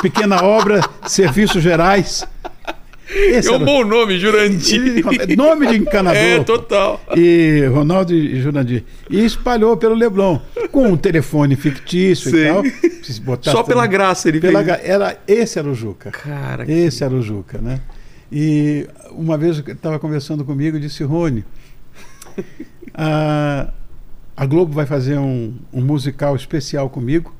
[SPEAKER 3] Pequena obra, serviços gerais. Esse
[SPEAKER 1] É um
[SPEAKER 3] era-
[SPEAKER 1] bom nome, Jurandir.
[SPEAKER 3] Ele- Nome de encanador.
[SPEAKER 1] É, total.
[SPEAKER 3] E Ronaldo e Jurandir. E espalhou pelo Leblon, com um telefone fictício
[SPEAKER 1] Sim.
[SPEAKER 3] e tal. Se botar
[SPEAKER 1] Só pela
[SPEAKER 3] também-
[SPEAKER 1] graça ele
[SPEAKER 3] Tá Pela
[SPEAKER 1] fez.
[SPEAKER 3] gra- era, esse era o Juca.
[SPEAKER 1] Cara, que-
[SPEAKER 3] Esse era o Juca, né? E uma vez ele estava conversando comigo e disse, Rony, a, a Globo vai fazer um, um musical especial comigo,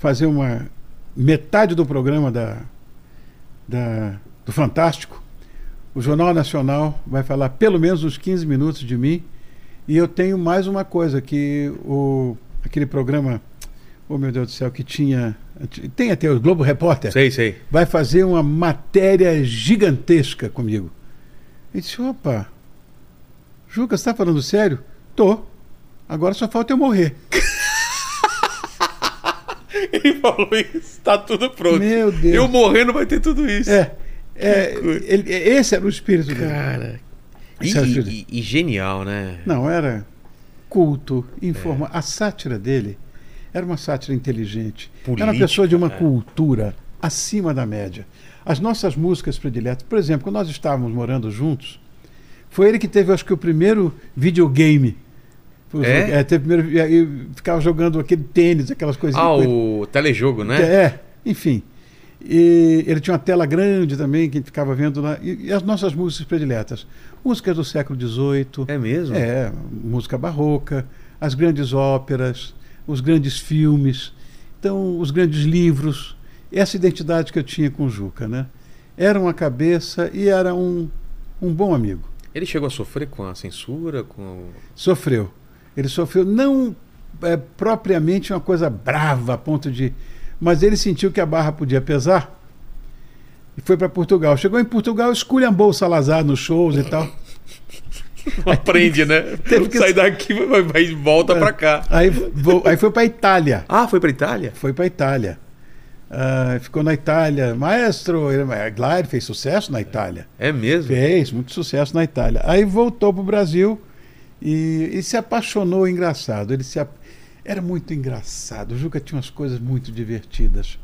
[SPEAKER 3] fazer uma metade do programa da, da- do Fantástico. O Jornal Nacional vai falar pelo menos uns 15 minutos de mim. E eu tenho mais uma coisa, que o, aquele programa, oh meu Deus do céu, que tinha. Tem até o Globo Repórter
[SPEAKER 1] Sei, sei.
[SPEAKER 3] vai fazer uma matéria gigantesca comigo. Ele disse: opa, Juca, você está falando sério? Tô. Agora só falta eu morrer.
[SPEAKER 1] Ele falou isso, tá tudo pronto.
[SPEAKER 3] Meu Deus.
[SPEAKER 1] Eu morrendo vai ter tudo isso.
[SPEAKER 3] É. é,
[SPEAKER 1] Que coisa.
[SPEAKER 3] ele- é, esse era o espírito dele.
[SPEAKER 1] Cara. E,
[SPEAKER 3] Isso é
[SPEAKER 1] e-
[SPEAKER 3] tudo.
[SPEAKER 1] e- e genial, né?
[SPEAKER 3] Não, era culto, informa.
[SPEAKER 1] É.
[SPEAKER 3] A sátira dele era uma sátira inteligente. era uma
[SPEAKER 1] Política,
[SPEAKER 3] pessoa de uma
[SPEAKER 1] né?
[SPEAKER 3] cultura acima da média. As nossas músicas prediletas, por exemplo, quando nós estávamos morando juntos, foi ele que teve, acho que, o primeiro videogame. Foi o
[SPEAKER 1] É?
[SPEAKER 3] jogo- teve primeiro, e aí ficava jogando aquele tênis, aquelas coisinhas.
[SPEAKER 1] Ah, o telejogo, né?
[SPEAKER 3] É, enfim. E ele tinha uma tela grande também, que a gente ficava vendo lá. E, e as nossas músicas prediletas. Músicas do século XVIII.
[SPEAKER 1] É mesmo?
[SPEAKER 3] É, música barroca, as grandes óperas, os grandes filmes, então os grandes livros. Essa identidade que eu tinha com o Juca, né? Era uma cabeça e era um, um bom amigo.
[SPEAKER 1] Ele chegou a sofrer com a censura, com.
[SPEAKER 3] Sofreu. Ele sofreu não é, propriamente uma coisa brava a ponto de, mas ele sentiu que a barra podia pesar e foi para Portugal. Chegou em Portugal, esculhambou o Salazar nos shows e tal.
[SPEAKER 1] Aprende, né?
[SPEAKER 3] teve que-
[SPEAKER 1] Sai daqui vai, vai e volta pra cá.
[SPEAKER 3] Aí, vo- aí foi para Itália.
[SPEAKER 1] Ah, foi pra Itália?
[SPEAKER 3] foi para a Itália. Ah, ficou na Itália. Maestro, ele- é claro, fez sucesso na Itália.
[SPEAKER 1] É mesmo?
[SPEAKER 3] Fez muito sucesso na Itália. Aí voltou para o Brasil e, e se apaixonou, engraçado. Ele se ap- Era muito engraçado. O Juca tinha umas coisas muito divertidas.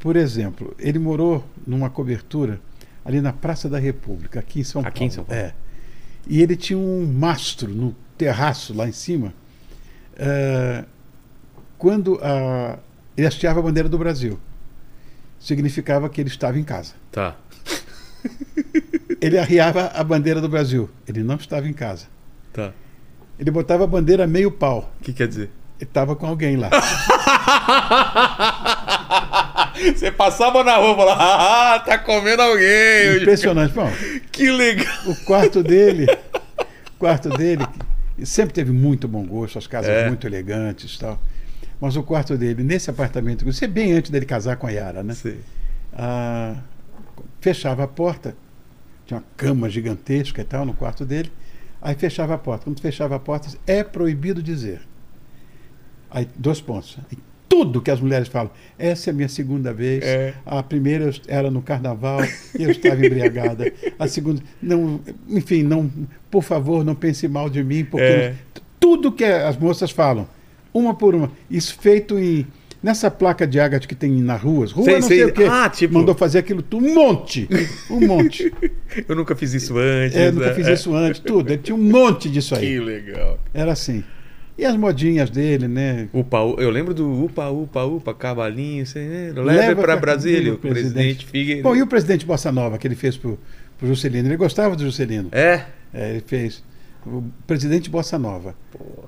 [SPEAKER 3] Por exemplo, ele morou numa cobertura ali na Praça da República, aqui em São Paulo.
[SPEAKER 1] Aqui em São Paulo.
[SPEAKER 3] É. E ele tinha um mastro no terraço lá em cima. eh, quando a- ele hasteava a bandeira do Brasil, significava que ele estava em casa.
[SPEAKER 1] Tá.
[SPEAKER 3] Ele arriava a bandeira do Brasil. Ele não estava em casa.
[SPEAKER 1] Tá.
[SPEAKER 3] Ele botava a bandeira meio pau.
[SPEAKER 1] O que quer dizer?
[SPEAKER 3] Ele estava com alguém lá.
[SPEAKER 1] Você passava na rua e falava, ah, tá comendo alguém.
[SPEAKER 3] Impressionante. Bom,
[SPEAKER 1] Que legal.
[SPEAKER 3] o quarto dele, o quarto dele, que sempre teve muito bom gosto, as casas
[SPEAKER 1] É.
[SPEAKER 3] muito elegantes e tal. Mas o quarto dele, nesse apartamento, isso é bem antes dele casar com a Yara, né? Ah, fechava a porta, tinha uma cama gigantesca e tal no quarto dele, aí fechava a porta. Quando fechava a porta, é proibido dizer. Aí, dois pontos. Aí, tudo que as mulheres falam, essa é a minha segunda vez.
[SPEAKER 1] É.
[SPEAKER 3] A primeira eu est- era no carnaval e eu estava embriagada. A segunda, não, enfim, não, por favor, não pense mal de mim, porque
[SPEAKER 1] É.
[SPEAKER 3] tudo que as moças falam, uma por uma, isso feito em nessa placa de ágata que tem nas ruas, rua
[SPEAKER 1] Sei,
[SPEAKER 3] não
[SPEAKER 1] sei.
[SPEAKER 3] sei, o quê.
[SPEAKER 1] Ah, tipo-
[SPEAKER 3] Mandou fazer aquilo tudo, um monte, um monte.
[SPEAKER 1] Eu nunca fiz isso antes.
[SPEAKER 3] É, nunca
[SPEAKER 1] né?
[SPEAKER 3] fiz
[SPEAKER 1] É.
[SPEAKER 3] isso antes, tudo. Ele tinha um monte disso aí.
[SPEAKER 1] Que legal.
[SPEAKER 3] Era assim. E as modinhas dele, né?
[SPEAKER 1] Upa, u- eu lembro do upa, upa, upa, cavalinho, sei, leve,
[SPEAKER 3] Leva
[SPEAKER 1] pra
[SPEAKER 3] pra
[SPEAKER 1] Brasília,
[SPEAKER 3] Brasília,
[SPEAKER 1] o presidente Figueiredo.
[SPEAKER 3] Bom, e o presidente Bossa Nova que ele fez pro, pro Juscelino? Ele gostava do Juscelino.
[SPEAKER 1] É,
[SPEAKER 3] É, ele fez. o presidente Bossa Nova,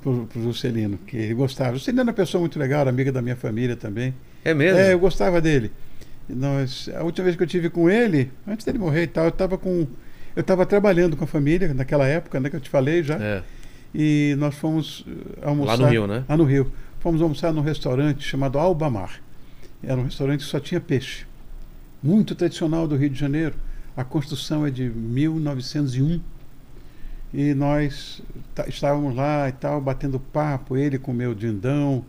[SPEAKER 3] pro, pro Juscelino, que ele gostava. O Juscelino era uma pessoa muito legal, era amiga da minha família também.
[SPEAKER 1] É mesmo?
[SPEAKER 3] É, eu gostava dele. E Nós, a última vez que eu tive com ele, antes dele morrer e tal, eu estava com. Eu estava trabalhando com a família naquela época, né, que eu te falei já.
[SPEAKER 1] É.
[SPEAKER 3] E nós fomos eh, almoçar.
[SPEAKER 1] Lá no Rio, né?
[SPEAKER 3] Lá no Rio. Fomos almoçar num restaurante chamado Albamar. Era um restaurante que só tinha peixe. Muito tradicional do Rio de Janeiro. A construção é de 1901. E nós ta- estávamos lá e tal, batendo papo, ele com o meu dindão.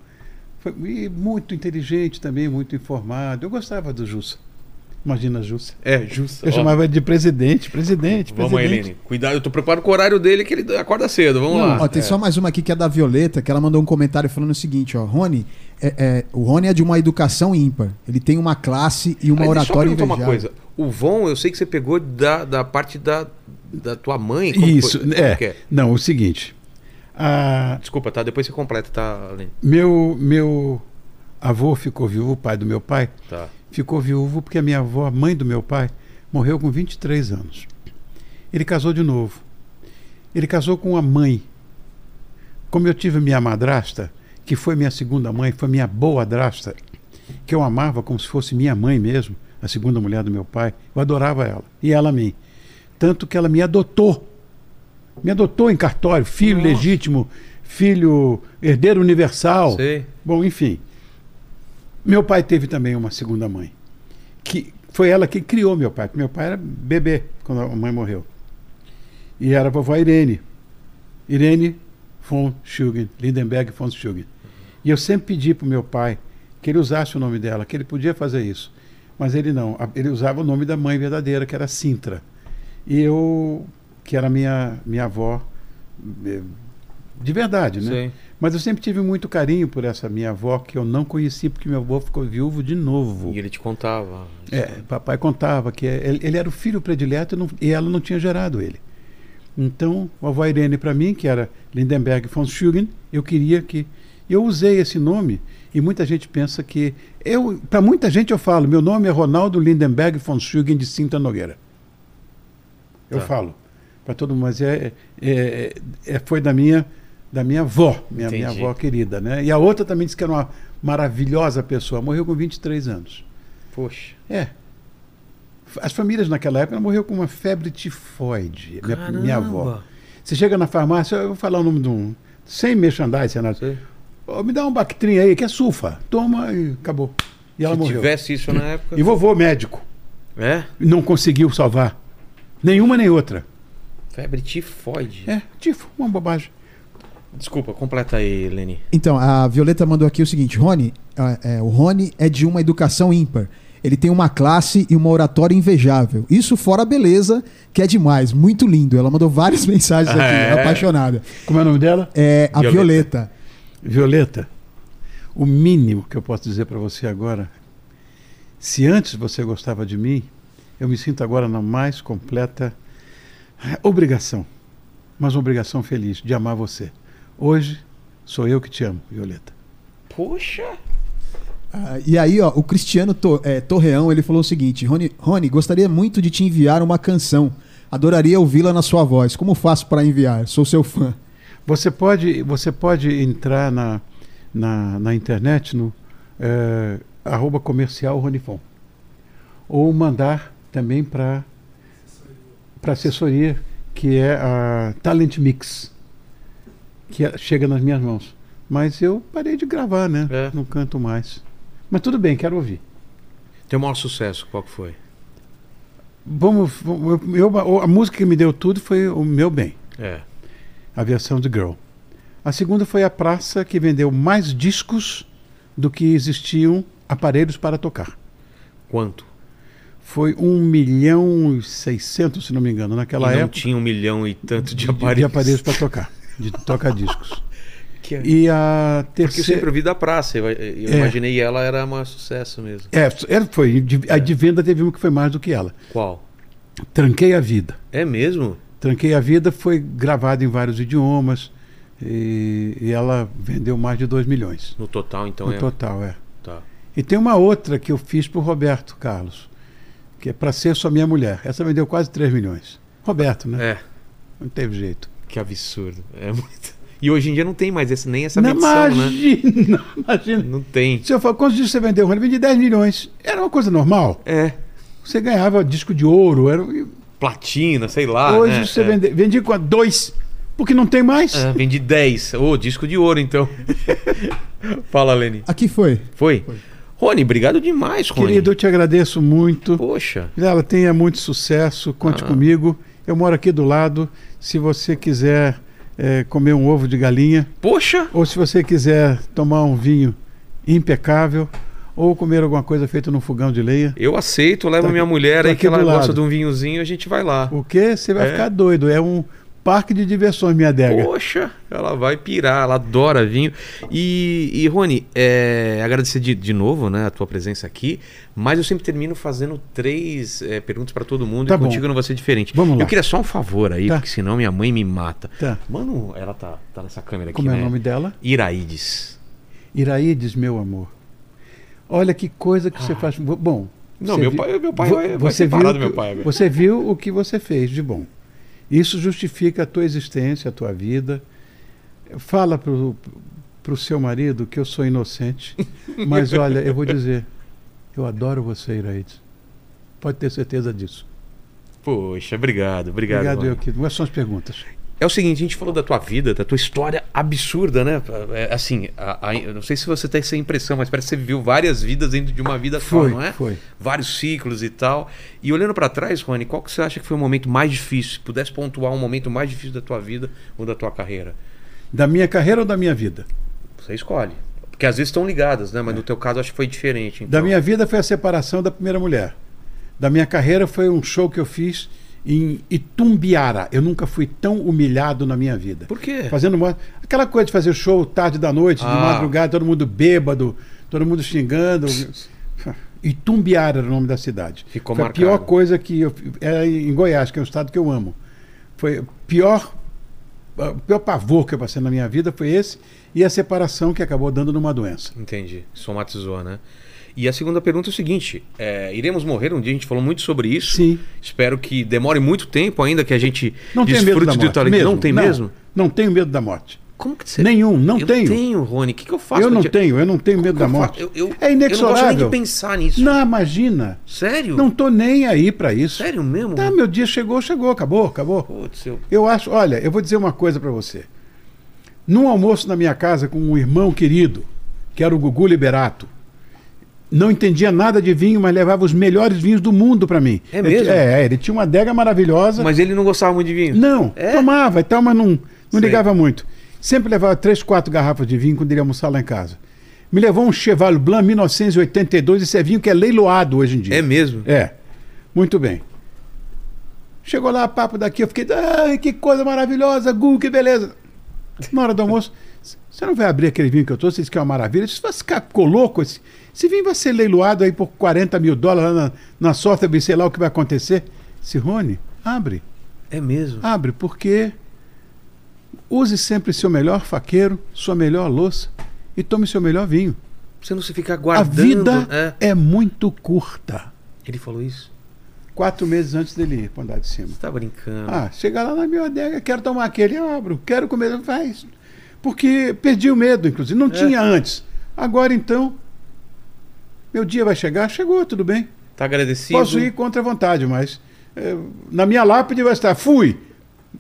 [SPEAKER 3] Foi e muito inteligente também, muito informado. Eu gostava do Jussa. Imagina a Jussa.
[SPEAKER 1] É, justo.
[SPEAKER 3] Eu
[SPEAKER 1] Ó,
[SPEAKER 3] chamava ele de presidente, presidente,
[SPEAKER 1] Vamos,
[SPEAKER 3] presidente.
[SPEAKER 1] Helene. Cuidado, eu tô preocupado com o horário dele, que ele acorda cedo. Vamos
[SPEAKER 3] Não,
[SPEAKER 1] lá.
[SPEAKER 2] Ó, tem
[SPEAKER 1] É.
[SPEAKER 2] só mais uma aqui que é da Violeta, que ela mandou um comentário falando o seguinte, ó. Rony, é- é, o Rony é de uma educação ímpar. Ele tem uma classe e uma
[SPEAKER 1] É. Mas deixa eu
[SPEAKER 2] oratória
[SPEAKER 1] perguntar uma
[SPEAKER 2] invejável.
[SPEAKER 1] coisa. O Von, eu sei que você pegou da, da parte da, da tua mãe. É como
[SPEAKER 3] Isso,
[SPEAKER 1] foi? Como que
[SPEAKER 3] é. Não, o seguinte. a-
[SPEAKER 1] Desculpa, tá? Depois você completa, tá, Helene?
[SPEAKER 3] meu, meu avô ficou viúvo, o pai do meu pai,
[SPEAKER 1] Tá.
[SPEAKER 3] ficou viúvo porque a minha avó, a mãe do meu pai, morreu com 23 anos. Ele casou de novo. Ele casou com a mãe. Como eu tive minha madrasta, que foi minha segunda mãe, foi minha boa drasta, que eu amava como se fosse minha mãe mesmo, a segunda mulher do meu pai, eu adorava ela e ela a mim. Tanto que ela me adotou. Me adotou em cartório, filho legítimo, filho herdeiro universal.
[SPEAKER 1] Sei.
[SPEAKER 3] Bom, enfim. Meu pai teve também uma segunda mãe, que foi ela que criou meu pai, porque meu pai era bebê quando a mãe morreu. E era a vovó Irene. Irene von Schugen, Lindenberg von Schugen. E eu sempre pedi para meu pai que ele usasse o nome dela, que ele podia fazer isso. Mas ele não, a- ele usava o nome da mãe verdadeira, que era Sintra. E eu, que era minha, minha avó, eh, de verdade, né?
[SPEAKER 1] Sei.
[SPEAKER 3] Mas eu sempre tive muito carinho por essa minha avó, que eu não conheci, porque meu avô ficou viúvo de novo.
[SPEAKER 1] E ele te contava.
[SPEAKER 3] É, papai contava que é, ele, ele era o filho predileto e, não- e ela não tinha gerado ele. Então, a avó Irene, para mim, que era Lindenberg von Schugen, eu queria que. Eu usei esse nome e muita gente pensa que. eu Para muita gente eu falo, meu nome é Ronaldo Lindenberg von Schugen de Cinta Nogueira. Eu
[SPEAKER 1] Tá.
[SPEAKER 3] falo. Para todo mundo, mas é, é- é- foi da minha da minha avó, minha, minha
[SPEAKER 1] Entendi.
[SPEAKER 3] avó querida, né? E a outra também disse que era uma maravilhosa pessoa, morreu com 23 anos.
[SPEAKER 1] Poxa.
[SPEAKER 3] É. As famílias naquela época ela morreu com uma febre tifoide. Minha, minha avó.
[SPEAKER 1] Caramba.
[SPEAKER 3] Você chega na farmácia, eu vou falar o nome de um. Sem merchandising, Renato.
[SPEAKER 1] Sei.
[SPEAKER 3] Ô, me dá um Bactrim aí, que é sulfa. Toma e acabou. E ela
[SPEAKER 1] Se
[SPEAKER 3] morreu.
[SPEAKER 1] tivesse isso na época.
[SPEAKER 3] E vovô médico.
[SPEAKER 1] É?
[SPEAKER 3] Não conseguiu salvar. Nenhuma nem outra.
[SPEAKER 1] Febre tifoide.
[SPEAKER 3] É, tifo, uma bobagem.
[SPEAKER 1] Desculpa, completa aí, Helene.
[SPEAKER 2] Então, a Violeta mandou aqui o seguinte: Rony, ah, é, o Rony é de uma educação ímpar. Ele tem uma classe e uma oratória invejável. Isso fora a beleza, que é demais. Muito lindo. Ela mandou várias mensagens aqui,
[SPEAKER 1] É.
[SPEAKER 2] apaixonada.
[SPEAKER 3] Como é o nome dela?
[SPEAKER 2] É, a
[SPEAKER 1] Violeta.
[SPEAKER 2] Violeta.
[SPEAKER 3] Violeta, o mínimo que eu posso dizer para você agora, se antes você gostava de mim, eu me sinto agora na mais completa ah, obrigação, mas uma obrigação feliz de amar você. Hoje sou eu que te amo, Violeta.
[SPEAKER 1] Poxa.
[SPEAKER 2] Ah, e aí, ó, o Cristiano To- é, Torreão, ele falou o seguinte: Rony, Rony, gostaria muito de te enviar uma canção. Adoraria ouvi-la na sua voz. Como faço para enviar? Sou seu fã.
[SPEAKER 3] Você pode, você pode entrar na, na, na internet no eh, arroba comercial Ronifon. Ou mandar também para a assessoria, que é a Talent Mix, que é- chega nas minhas mãos. Mas eu parei de gravar, né?
[SPEAKER 1] É.
[SPEAKER 3] Não canto mais. Mas tudo bem, quero ouvir.
[SPEAKER 1] Teu maior sucesso, qual que foi?
[SPEAKER 3] Vamos, vamos- eu, eu- a música que me deu tudo foi o meu bem.
[SPEAKER 1] É.
[SPEAKER 3] a versão de Girl. A segunda foi a praça que vendeu mais discos do que existiam aparelhos para tocar.
[SPEAKER 1] Quanto?
[SPEAKER 3] Foi 1 milhão e 600, se não me engano, naquela
[SPEAKER 1] E não
[SPEAKER 3] época,
[SPEAKER 1] tinha um milhão e tanto de
[SPEAKER 3] de- de,
[SPEAKER 1] aparelhos.
[SPEAKER 3] aparelhos para tocar, de toca-discos.
[SPEAKER 1] Que é-
[SPEAKER 3] E a
[SPEAKER 1] Porque eu sempre
[SPEAKER 3] terceira.
[SPEAKER 1] ouvi da praça. Eu, eu
[SPEAKER 3] É.
[SPEAKER 1] imaginei ela era o maior sucesso mesmo.
[SPEAKER 3] É, era- foi, de- a de venda teve uma que foi mais do que ela.
[SPEAKER 1] Qual?
[SPEAKER 3] Tranquei a Vida.
[SPEAKER 1] É mesmo?
[SPEAKER 3] Tranquei a Vida foi gravada em vários idiomas e, e ela vendeu mais de 2 milhões.
[SPEAKER 1] No total, então
[SPEAKER 3] no
[SPEAKER 1] é.
[SPEAKER 3] total, é.
[SPEAKER 1] Tá.
[SPEAKER 3] E tem uma outra que eu fiz pro Roberto Carlos, que é Pra Ser Só Minha Mulher. Essa vendeu quase 3 milhões. Roberto, né?
[SPEAKER 1] É.
[SPEAKER 3] Não teve jeito.
[SPEAKER 1] Que absurdo. É muito... E hoje em dia não tem mais esse, nem essa
[SPEAKER 3] Não,
[SPEAKER 1] medição, né?
[SPEAKER 3] imagina, imagina.
[SPEAKER 1] Não tem.
[SPEAKER 3] Se eu falar, quantos discos você vendeu, Rony? Vendi 10 milhões. Era uma coisa normal.
[SPEAKER 1] É.
[SPEAKER 3] Você ganhava disco de ouro. Era... um
[SPEAKER 1] Platina, sei lá.
[SPEAKER 3] Hoje
[SPEAKER 1] né?
[SPEAKER 3] você
[SPEAKER 1] É.
[SPEAKER 3] vende... vendi com a dois, porque não tem mais.
[SPEAKER 1] Ah, vendi 10. Ô, disco de ouro, então. Fala, Leni.
[SPEAKER 2] Aqui foi.
[SPEAKER 1] Foi? Rony, obrigado demais, Rony.
[SPEAKER 3] Querido, eu te agradeço muito.
[SPEAKER 1] Poxa.
[SPEAKER 3] Ela tenha muito sucesso, conte
[SPEAKER 1] Ah.
[SPEAKER 3] comigo. Eu moro aqui do lado. Se você quiser eh, comer um ovo de galinha,
[SPEAKER 1] Poxa.
[SPEAKER 3] ou se você quiser tomar um vinho impecável, ou comer alguma coisa feita num fogão de leia,
[SPEAKER 1] Eu aceito, leva
[SPEAKER 3] Tá
[SPEAKER 1] minha
[SPEAKER 3] aqui-
[SPEAKER 1] mulher
[SPEAKER 3] tá
[SPEAKER 1] aí que
[SPEAKER 3] aqui
[SPEAKER 1] ela
[SPEAKER 3] do
[SPEAKER 1] gosta
[SPEAKER 3] lado.
[SPEAKER 1] de um vinhozinho, a gente vai lá.
[SPEAKER 3] o que você vai
[SPEAKER 1] É.
[SPEAKER 3] ficar doido. É um parque de diversões, minha adega.
[SPEAKER 1] Poxa, ela vai pirar, ela adora vinho. E, e Rony, é, agradecer de, de novo né, a tua presença aqui, mas eu sempre termino fazendo três é, perguntas para todo mundo
[SPEAKER 3] Tá
[SPEAKER 1] e
[SPEAKER 3] bom.
[SPEAKER 1] contigo não vai ser diferente.
[SPEAKER 3] Vamos lá.
[SPEAKER 1] Eu queria só um favor aí,
[SPEAKER 3] Tá.
[SPEAKER 1] porque senão minha mãe me mata.
[SPEAKER 3] Tá.
[SPEAKER 1] Mano, ela tá, tá nessa câmera aqui,
[SPEAKER 3] Como
[SPEAKER 1] né?
[SPEAKER 3] é o nome dela?
[SPEAKER 1] Iraides.
[SPEAKER 3] Iraides, meu amor. Olha que coisa que você faz. Bom.
[SPEAKER 1] Não,
[SPEAKER 3] você
[SPEAKER 1] meu
[SPEAKER 3] vi-
[SPEAKER 1] pai- meu pai é,
[SPEAKER 3] vo-
[SPEAKER 1] vai- vai
[SPEAKER 3] você
[SPEAKER 1] separar
[SPEAKER 3] viu
[SPEAKER 1] do
[SPEAKER 3] que-
[SPEAKER 1] meu pai é. agora.
[SPEAKER 3] Você viu o que você fez de bom. Isso justifica a tua existência, a tua vida. Fala pro, pro seu marido que eu sou inocente. Mas olha, eu vou dizer, eu adoro você, Iraides. Pode ter certeza disso.
[SPEAKER 1] Poxa, obrigado, obrigado. Rony.
[SPEAKER 3] eu, querido. Quais são as perguntas?
[SPEAKER 1] É o seguinte, a gente falou da tua vida, da tua história absurda, né? É, Assim, a- a- eu não sei se você tem essa impressão, mas parece que você viveu várias vidas dentro de uma vida
[SPEAKER 3] Foi,
[SPEAKER 1] só, não é?
[SPEAKER 3] foi.
[SPEAKER 1] Vários ciclos e tal. E olhando pra trás, Rony, qual que você acha que foi o momento mais difícil? Se pudesse pontuar um momento mais difícil da tua vida ou da tua carreira?
[SPEAKER 3] Da minha carreira ou da minha vida?
[SPEAKER 1] Você escolhe. Porque às vezes estão ligadas, né? Mas no teu caso acho que foi diferente.
[SPEAKER 3] É. Da
[SPEAKER 1] então.
[SPEAKER 3] minha vida foi a separação da primeira mulher. Da minha carreira foi um show que eu fiz em Itumbiara. Eu nunca fui tão humilhado na minha vida.
[SPEAKER 1] Por quê?
[SPEAKER 3] Fazendo uma... aquela coisa de fazer show tarde da noite, de
[SPEAKER 1] É. Ah.
[SPEAKER 3] madrugada, todo mundo bêbado, todo mundo xingando. Itumbiara era o nome da cidade.
[SPEAKER 1] Ficou
[SPEAKER 3] foi
[SPEAKER 1] marcado.
[SPEAKER 3] a pior coisa que eu era em Goiás, que é um estado que eu amo. Foi o pior o pior pavor que eu passei na minha vida foi esse e a separação que acabou dando numa doença.
[SPEAKER 1] Entendi. Somatizou, né? E a segunda pergunta é o seguinte: é, iremos morrer um dia? A gente falou muito sobre isso.
[SPEAKER 3] Sim.
[SPEAKER 1] Espero que demore muito tempo ainda que a gente
[SPEAKER 3] Não tenho medo da
[SPEAKER 1] desfrute
[SPEAKER 3] morte.
[SPEAKER 1] do talento.
[SPEAKER 3] mesmo,
[SPEAKER 1] não tem mesmo?
[SPEAKER 3] Não tenho medo da morte.
[SPEAKER 1] Como que você.
[SPEAKER 3] Nenhum, não
[SPEAKER 1] eu
[SPEAKER 3] tenho.
[SPEAKER 1] tenho, Rony. O que, que eu faço?
[SPEAKER 3] eu
[SPEAKER 1] pra
[SPEAKER 3] não
[SPEAKER 1] te-
[SPEAKER 3] tenho, eu não tenho medo
[SPEAKER 1] Como
[SPEAKER 3] da
[SPEAKER 1] que eu
[SPEAKER 3] morte.
[SPEAKER 1] faço? Eu- eu-
[SPEAKER 3] é
[SPEAKER 1] Eu não gosto nem
[SPEAKER 3] inexorável.
[SPEAKER 1] de pensar nisso.
[SPEAKER 3] Não, imagina.
[SPEAKER 1] Sério?
[SPEAKER 3] Não tô nem aí para isso.
[SPEAKER 1] Sério mesmo?
[SPEAKER 3] Tá, meu dia chegou, chegou, acabou, acabou.
[SPEAKER 1] Putz, eu...
[SPEAKER 3] Eu acho, olha, eu vou dizer uma coisa para você. Num almoço na minha casa com um irmão querido, que era o Gugu Liberato, não entendia nada de vinho, mas levava os melhores vinhos do mundo para mim.
[SPEAKER 1] É
[SPEAKER 3] Ele-
[SPEAKER 1] mesmo?
[SPEAKER 3] é, ele tinha uma adega maravilhosa.
[SPEAKER 1] Mas ele não gostava muito de vinho?
[SPEAKER 3] Não,
[SPEAKER 1] É?
[SPEAKER 3] tomava e tal, mas não,
[SPEAKER 1] Sei.
[SPEAKER 3] não ligava muito. Sempre levava três, quatro garrafas de vinho quando ele ia almoçar lá em casa. Me levou um Cheval Blanc 1982, esse é vinho que é leiloado hoje em dia.
[SPEAKER 1] É mesmo?
[SPEAKER 3] É. Muito bem. Chegou lá, papo daqui, eu fiquei, ai, que coisa maravilhosa, Gu, que beleza. Na hora do almoço, você não vai abrir aquele vinho que eu trouxe, isso que é uma maravilha, você vai ficar ficou louco, esse, esse vinho vai ser leiloado aí por 40 mil dólares lá na, na Sotheby, sei lá o que vai acontecer. Cirrone, abre.
[SPEAKER 1] É mesmo.
[SPEAKER 3] Abre, porque use sempre seu melhor faqueiro, sua melhor louça e tome seu melhor vinho.
[SPEAKER 1] Você não se fica guardando.
[SPEAKER 3] A vida
[SPEAKER 1] É.
[SPEAKER 3] é. muito curta.
[SPEAKER 1] Ele falou isso?
[SPEAKER 3] Quatro meses antes dele ir para andar de cima.
[SPEAKER 1] Você tá brincando.
[SPEAKER 3] Ah, chega lá na minha adega, quero tomar aquele, eu abro, quero comer, faz. Porque perdi o medo,
[SPEAKER 1] É.
[SPEAKER 3] inclusive, não tinha antes. Agora então, meu dia vai chegar, chegou, tudo bem.
[SPEAKER 1] Tá agradecido?
[SPEAKER 3] Posso ir contra a vontade, mas eh, na minha lápide vai estar, fui,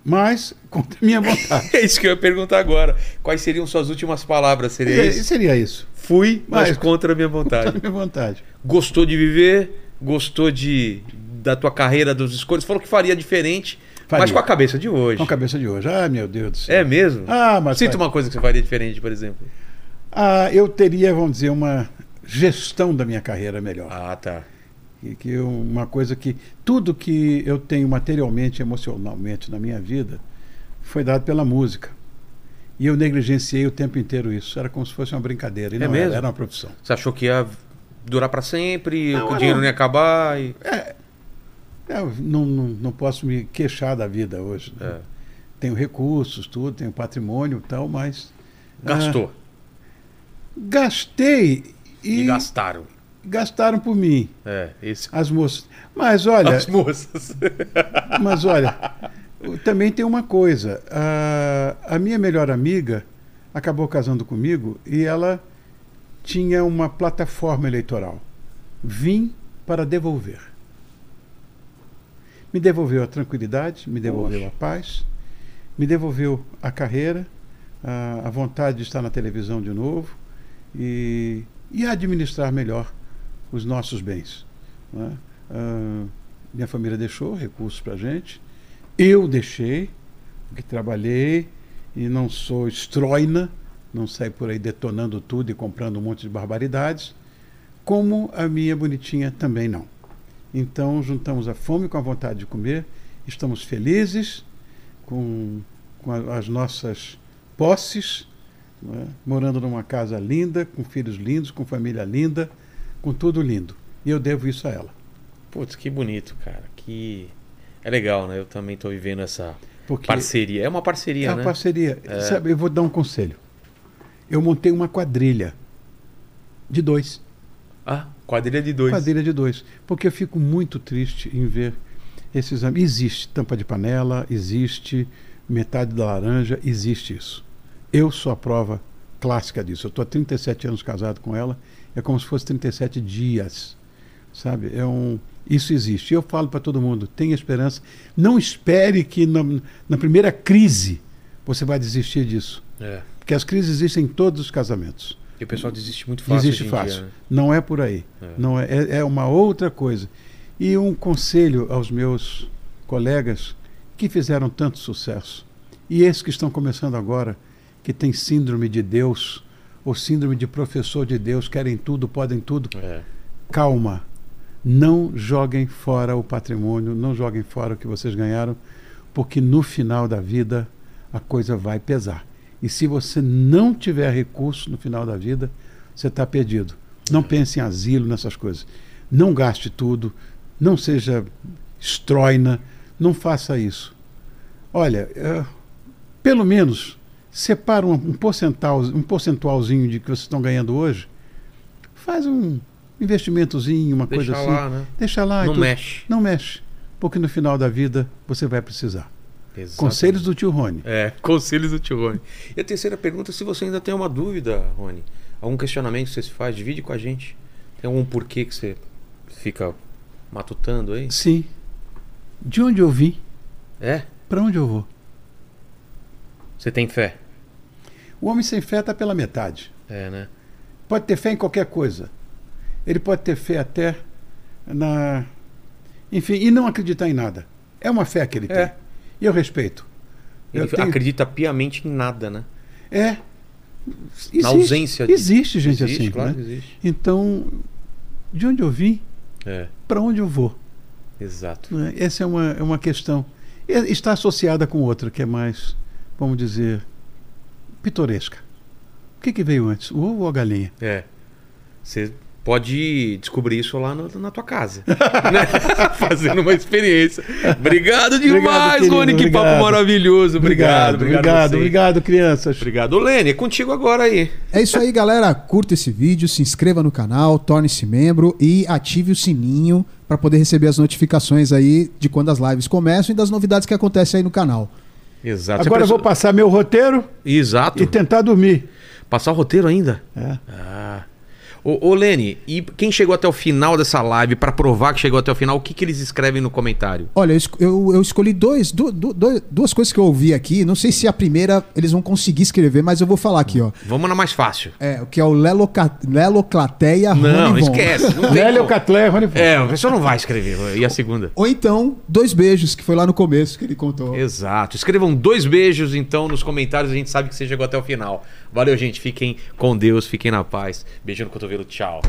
[SPEAKER 3] mas contra a minha vontade.
[SPEAKER 1] É isso que eu ia perguntar agora. Quais seriam suas últimas palavras? Seria
[SPEAKER 3] É,
[SPEAKER 1] isso?
[SPEAKER 3] Seria isso.
[SPEAKER 1] Fui, mas,
[SPEAKER 3] Mas-
[SPEAKER 1] contra a minha
[SPEAKER 3] Tá à
[SPEAKER 1] vontade.
[SPEAKER 3] minha vontade.
[SPEAKER 1] Gostou de viver? Gostou de da tua carreira, dos escolhas? Falou que faria diferente, mas
[SPEAKER 3] Faria.
[SPEAKER 1] com a cabeça de hoje.
[SPEAKER 3] Com a cabeça de hoje. Ah, meu Deus do céu.
[SPEAKER 1] É mesmo?
[SPEAKER 3] Ah, mas
[SPEAKER 1] Cita
[SPEAKER 3] faz-
[SPEAKER 1] uma coisa que você faria diferente, por exemplo.
[SPEAKER 3] Ah, eu teria, vamos dizer, uma gestão da minha carreira melhor.
[SPEAKER 1] Ah, tá.
[SPEAKER 3] E que eu- uma coisa que tudo que eu tenho materialmente, emocionalmente na minha vida foi dado pela música. E eu negligenciei o tempo inteiro isso. Era como se fosse uma brincadeira. E
[SPEAKER 1] É
[SPEAKER 3] não
[SPEAKER 1] mesmo?
[SPEAKER 3] Era, era uma profissão.
[SPEAKER 1] Você achou que ia durar pra sempre,
[SPEAKER 3] Não,
[SPEAKER 1] que
[SPEAKER 3] um- Ah,
[SPEAKER 1] o
[SPEAKER 3] não.
[SPEAKER 1] dinheiro não ia acabar e...
[SPEAKER 3] É, Eu não, não, não posso me queixar da vida hoje. né?
[SPEAKER 1] É.
[SPEAKER 3] Tenho recursos, tudo, tenho patrimônio e tal, mas. ah,
[SPEAKER 1] gastou.
[SPEAKER 3] gastei e,
[SPEAKER 1] E gastaram.
[SPEAKER 3] gastaram por mim.
[SPEAKER 1] É, isso.
[SPEAKER 3] As moças. Mas olha,
[SPEAKER 1] As moças.
[SPEAKER 3] mas olha, também tem uma coisa. A, a minha melhor amiga acabou casando comigo e ela tinha uma plataforma eleitoral. Vim para devolver. Me devolveu a tranquilidade, me devolveu
[SPEAKER 1] Poxa.
[SPEAKER 3] a paz, me devolveu a carreira, a, a vontade de estar na televisão de novo e, e administrar melhor os nossos bens. não é? Ah, minha família deixou recursos para gente, eu deixei, porque trabalhei e não sou estroina, não saio por aí detonando tudo e comprando um monte de barbaridades, como a minha bonitinha também não. Então juntamos a fome com a vontade de comer, estamos felizes com, com a- as nossas posses, não é? morando numa casa linda, com filhos lindos, com família linda, com tudo lindo. E eu devo isso a ela.
[SPEAKER 1] Putz, que bonito, cara. Que. É legal, né? Eu também tô vivendo essa
[SPEAKER 3] Porque
[SPEAKER 1] parceria. É uma
[SPEAKER 3] é
[SPEAKER 1] parceria,
[SPEAKER 3] uma
[SPEAKER 1] né?
[SPEAKER 3] parceria. Sabe, eu vou dar um conselho. Eu montei uma quadrilha de dois.
[SPEAKER 1] Ah, quadrilha de dois.
[SPEAKER 3] Quadrilha de dois. Porque eu fico muito triste em ver esses. am- Existe tampa de panela, existe metade da laranja, existe isso. Eu sou a prova clássica disso. Eu estou há 37 anos casado com ela, é como se fosse 37 dias. Sabe? É um. Isso existe. E Eu falo para todo mundo, tenha esperança. Não espere que na, na primeira crise você vai desistir disso.
[SPEAKER 1] É.
[SPEAKER 3] Porque as crises existem em todos os casamentos.
[SPEAKER 1] E o pessoal desiste muito fácil.
[SPEAKER 3] Existe
[SPEAKER 1] hoje em
[SPEAKER 3] fácil.
[SPEAKER 1] dia, né?
[SPEAKER 3] Não é por aí.
[SPEAKER 1] É.
[SPEAKER 3] Não é, é, é uma outra coisa. E um conselho aos meus colegas que fizeram tanto sucesso. E esses que estão começando agora, que têm síndrome de Deus, ou síndrome de professor de Deus, querem tudo, podem tudo.
[SPEAKER 1] É.
[SPEAKER 3] Calma. Não joguem fora o patrimônio, não joguem fora o que vocês ganharam, porque no final da vida a coisa vai pesar. E se você não tiver recurso no final da vida, você está perdido. Não
[SPEAKER 1] É.
[SPEAKER 3] pense em asilo, nessas coisas. Não gaste tudo, não seja estroina, não faça isso. Olha, eh, pelo menos separa um, um, porcentual, um porcentualzinho de que vocês estão ganhando hoje, faz um investimentozinho, uma
[SPEAKER 1] Deixa
[SPEAKER 3] coisa assim.
[SPEAKER 1] lá, né?
[SPEAKER 3] Deixa lá. e
[SPEAKER 1] Não
[SPEAKER 3] tudo.
[SPEAKER 1] mexe.
[SPEAKER 3] Não mexe, porque no final da vida você vai precisar.
[SPEAKER 1] Exatamente.
[SPEAKER 3] Conselhos do tio Rony.
[SPEAKER 1] É, conselhos do tio Rony. E a terceira pergunta, se você ainda tem uma dúvida, Rony, algum questionamento que você se faz, divide com a gente. Tem algum porquê que você fica matutando aí?
[SPEAKER 3] Sim. De onde eu vim,
[SPEAKER 1] É?
[SPEAKER 3] para onde eu vou?
[SPEAKER 1] Você tem fé?
[SPEAKER 3] O homem sem fé está pela metade.
[SPEAKER 1] É, né?
[SPEAKER 3] Pode ter fé em qualquer coisa. Ele pode ter fé até na. Enfim, e não acreditar em nada. É uma fé que ele
[SPEAKER 1] É.
[SPEAKER 3] tem. E eu respeito.
[SPEAKER 1] Ele
[SPEAKER 3] Eu tenho-
[SPEAKER 1] acredita piamente em nada, né?
[SPEAKER 3] É.
[SPEAKER 1] Na ausência de-
[SPEAKER 3] Existe gente assim.
[SPEAKER 1] claro
[SPEAKER 3] né?
[SPEAKER 1] que existe.
[SPEAKER 3] Então, de onde eu vim,
[SPEAKER 1] É,
[SPEAKER 3] para onde eu vou?
[SPEAKER 1] exato.
[SPEAKER 3] né? Essa é uma, é uma questão. E está associada com outra, que é mais, vamos dizer, pitoresca. O que, que veio antes, o ovo ou a galinha?
[SPEAKER 1] É. Você pode descobrir isso lá na, na tua casa. Fazendo uma experiência. Obrigado demais,
[SPEAKER 3] querido,
[SPEAKER 1] Rony. Que papo
[SPEAKER 3] obrigado.
[SPEAKER 1] maravilhoso. Obrigado, obrigado.
[SPEAKER 3] obrigado,
[SPEAKER 1] você.
[SPEAKER 3] obrigado, crianças.
[SPEAKER 1] Obrigado. Ô, Lene, é contigo agora aí.
[SPEAKER 2] É isso aí, galera. Curta esse vídeo, se inscreva no canal, torne-se membro e ative o sininho para poder receber as notificações aí de quando as lives começam e das novidades que acontecem aí no canal.
[SPEAKER 1] Exato. Você
[SPEAKER 3] Agora eu
[SPEAKER 1] pensa-
[SPEAKER 3] vou passar meu roteiro
[SPEAKER 1] Exato.
[SPEAKER 3] e tentar dormir.
[SPEAKER 1] Passar o roteiro ainda?
[SPEAKER 3] É.
[SPEAKER 1] Ah. Ô, ô, Lene, e quem chegou até o final dessa live, pra provar que chegou até o final, o que, que eles escrevem no comentário?
[SPEAKER 2] Olha, eu, esco- eu- eu escolhi dois, du- du- dois- duas coisas que eu ouvi aqui. Não sei se a primeira eles vão conseguir escrever, mas eu vou falar aqui, ó.
[SPEAKER 1] Vamos na mais fácil.
[SPEAKER 2] É, o que é o Leloca, Leloclateia
[SPEAKER 1] Não,
[SPEAKER 2] Rony Von.
[SPEAKER 1] esquece. Não tem
[SPEAKER 3] Nélio
[SPEAKER 1] como.
[SPEAKER 3] Catlé, Rony Fon-
[SPEAKER 1] É, o pessoal não vai escrever. E a segunda?
[SPEAKER 2] Ou então, dois beijos, que foi lá no começo que ele contou.
[SPEAKER 1] Exato. Escrevam dois beijos, então, nos comentários. A gente sabe que você chegou até o final. Valeu, gente. Fiquem com Deus, fiquem na paz. Beijo no cotovelo. Tchau.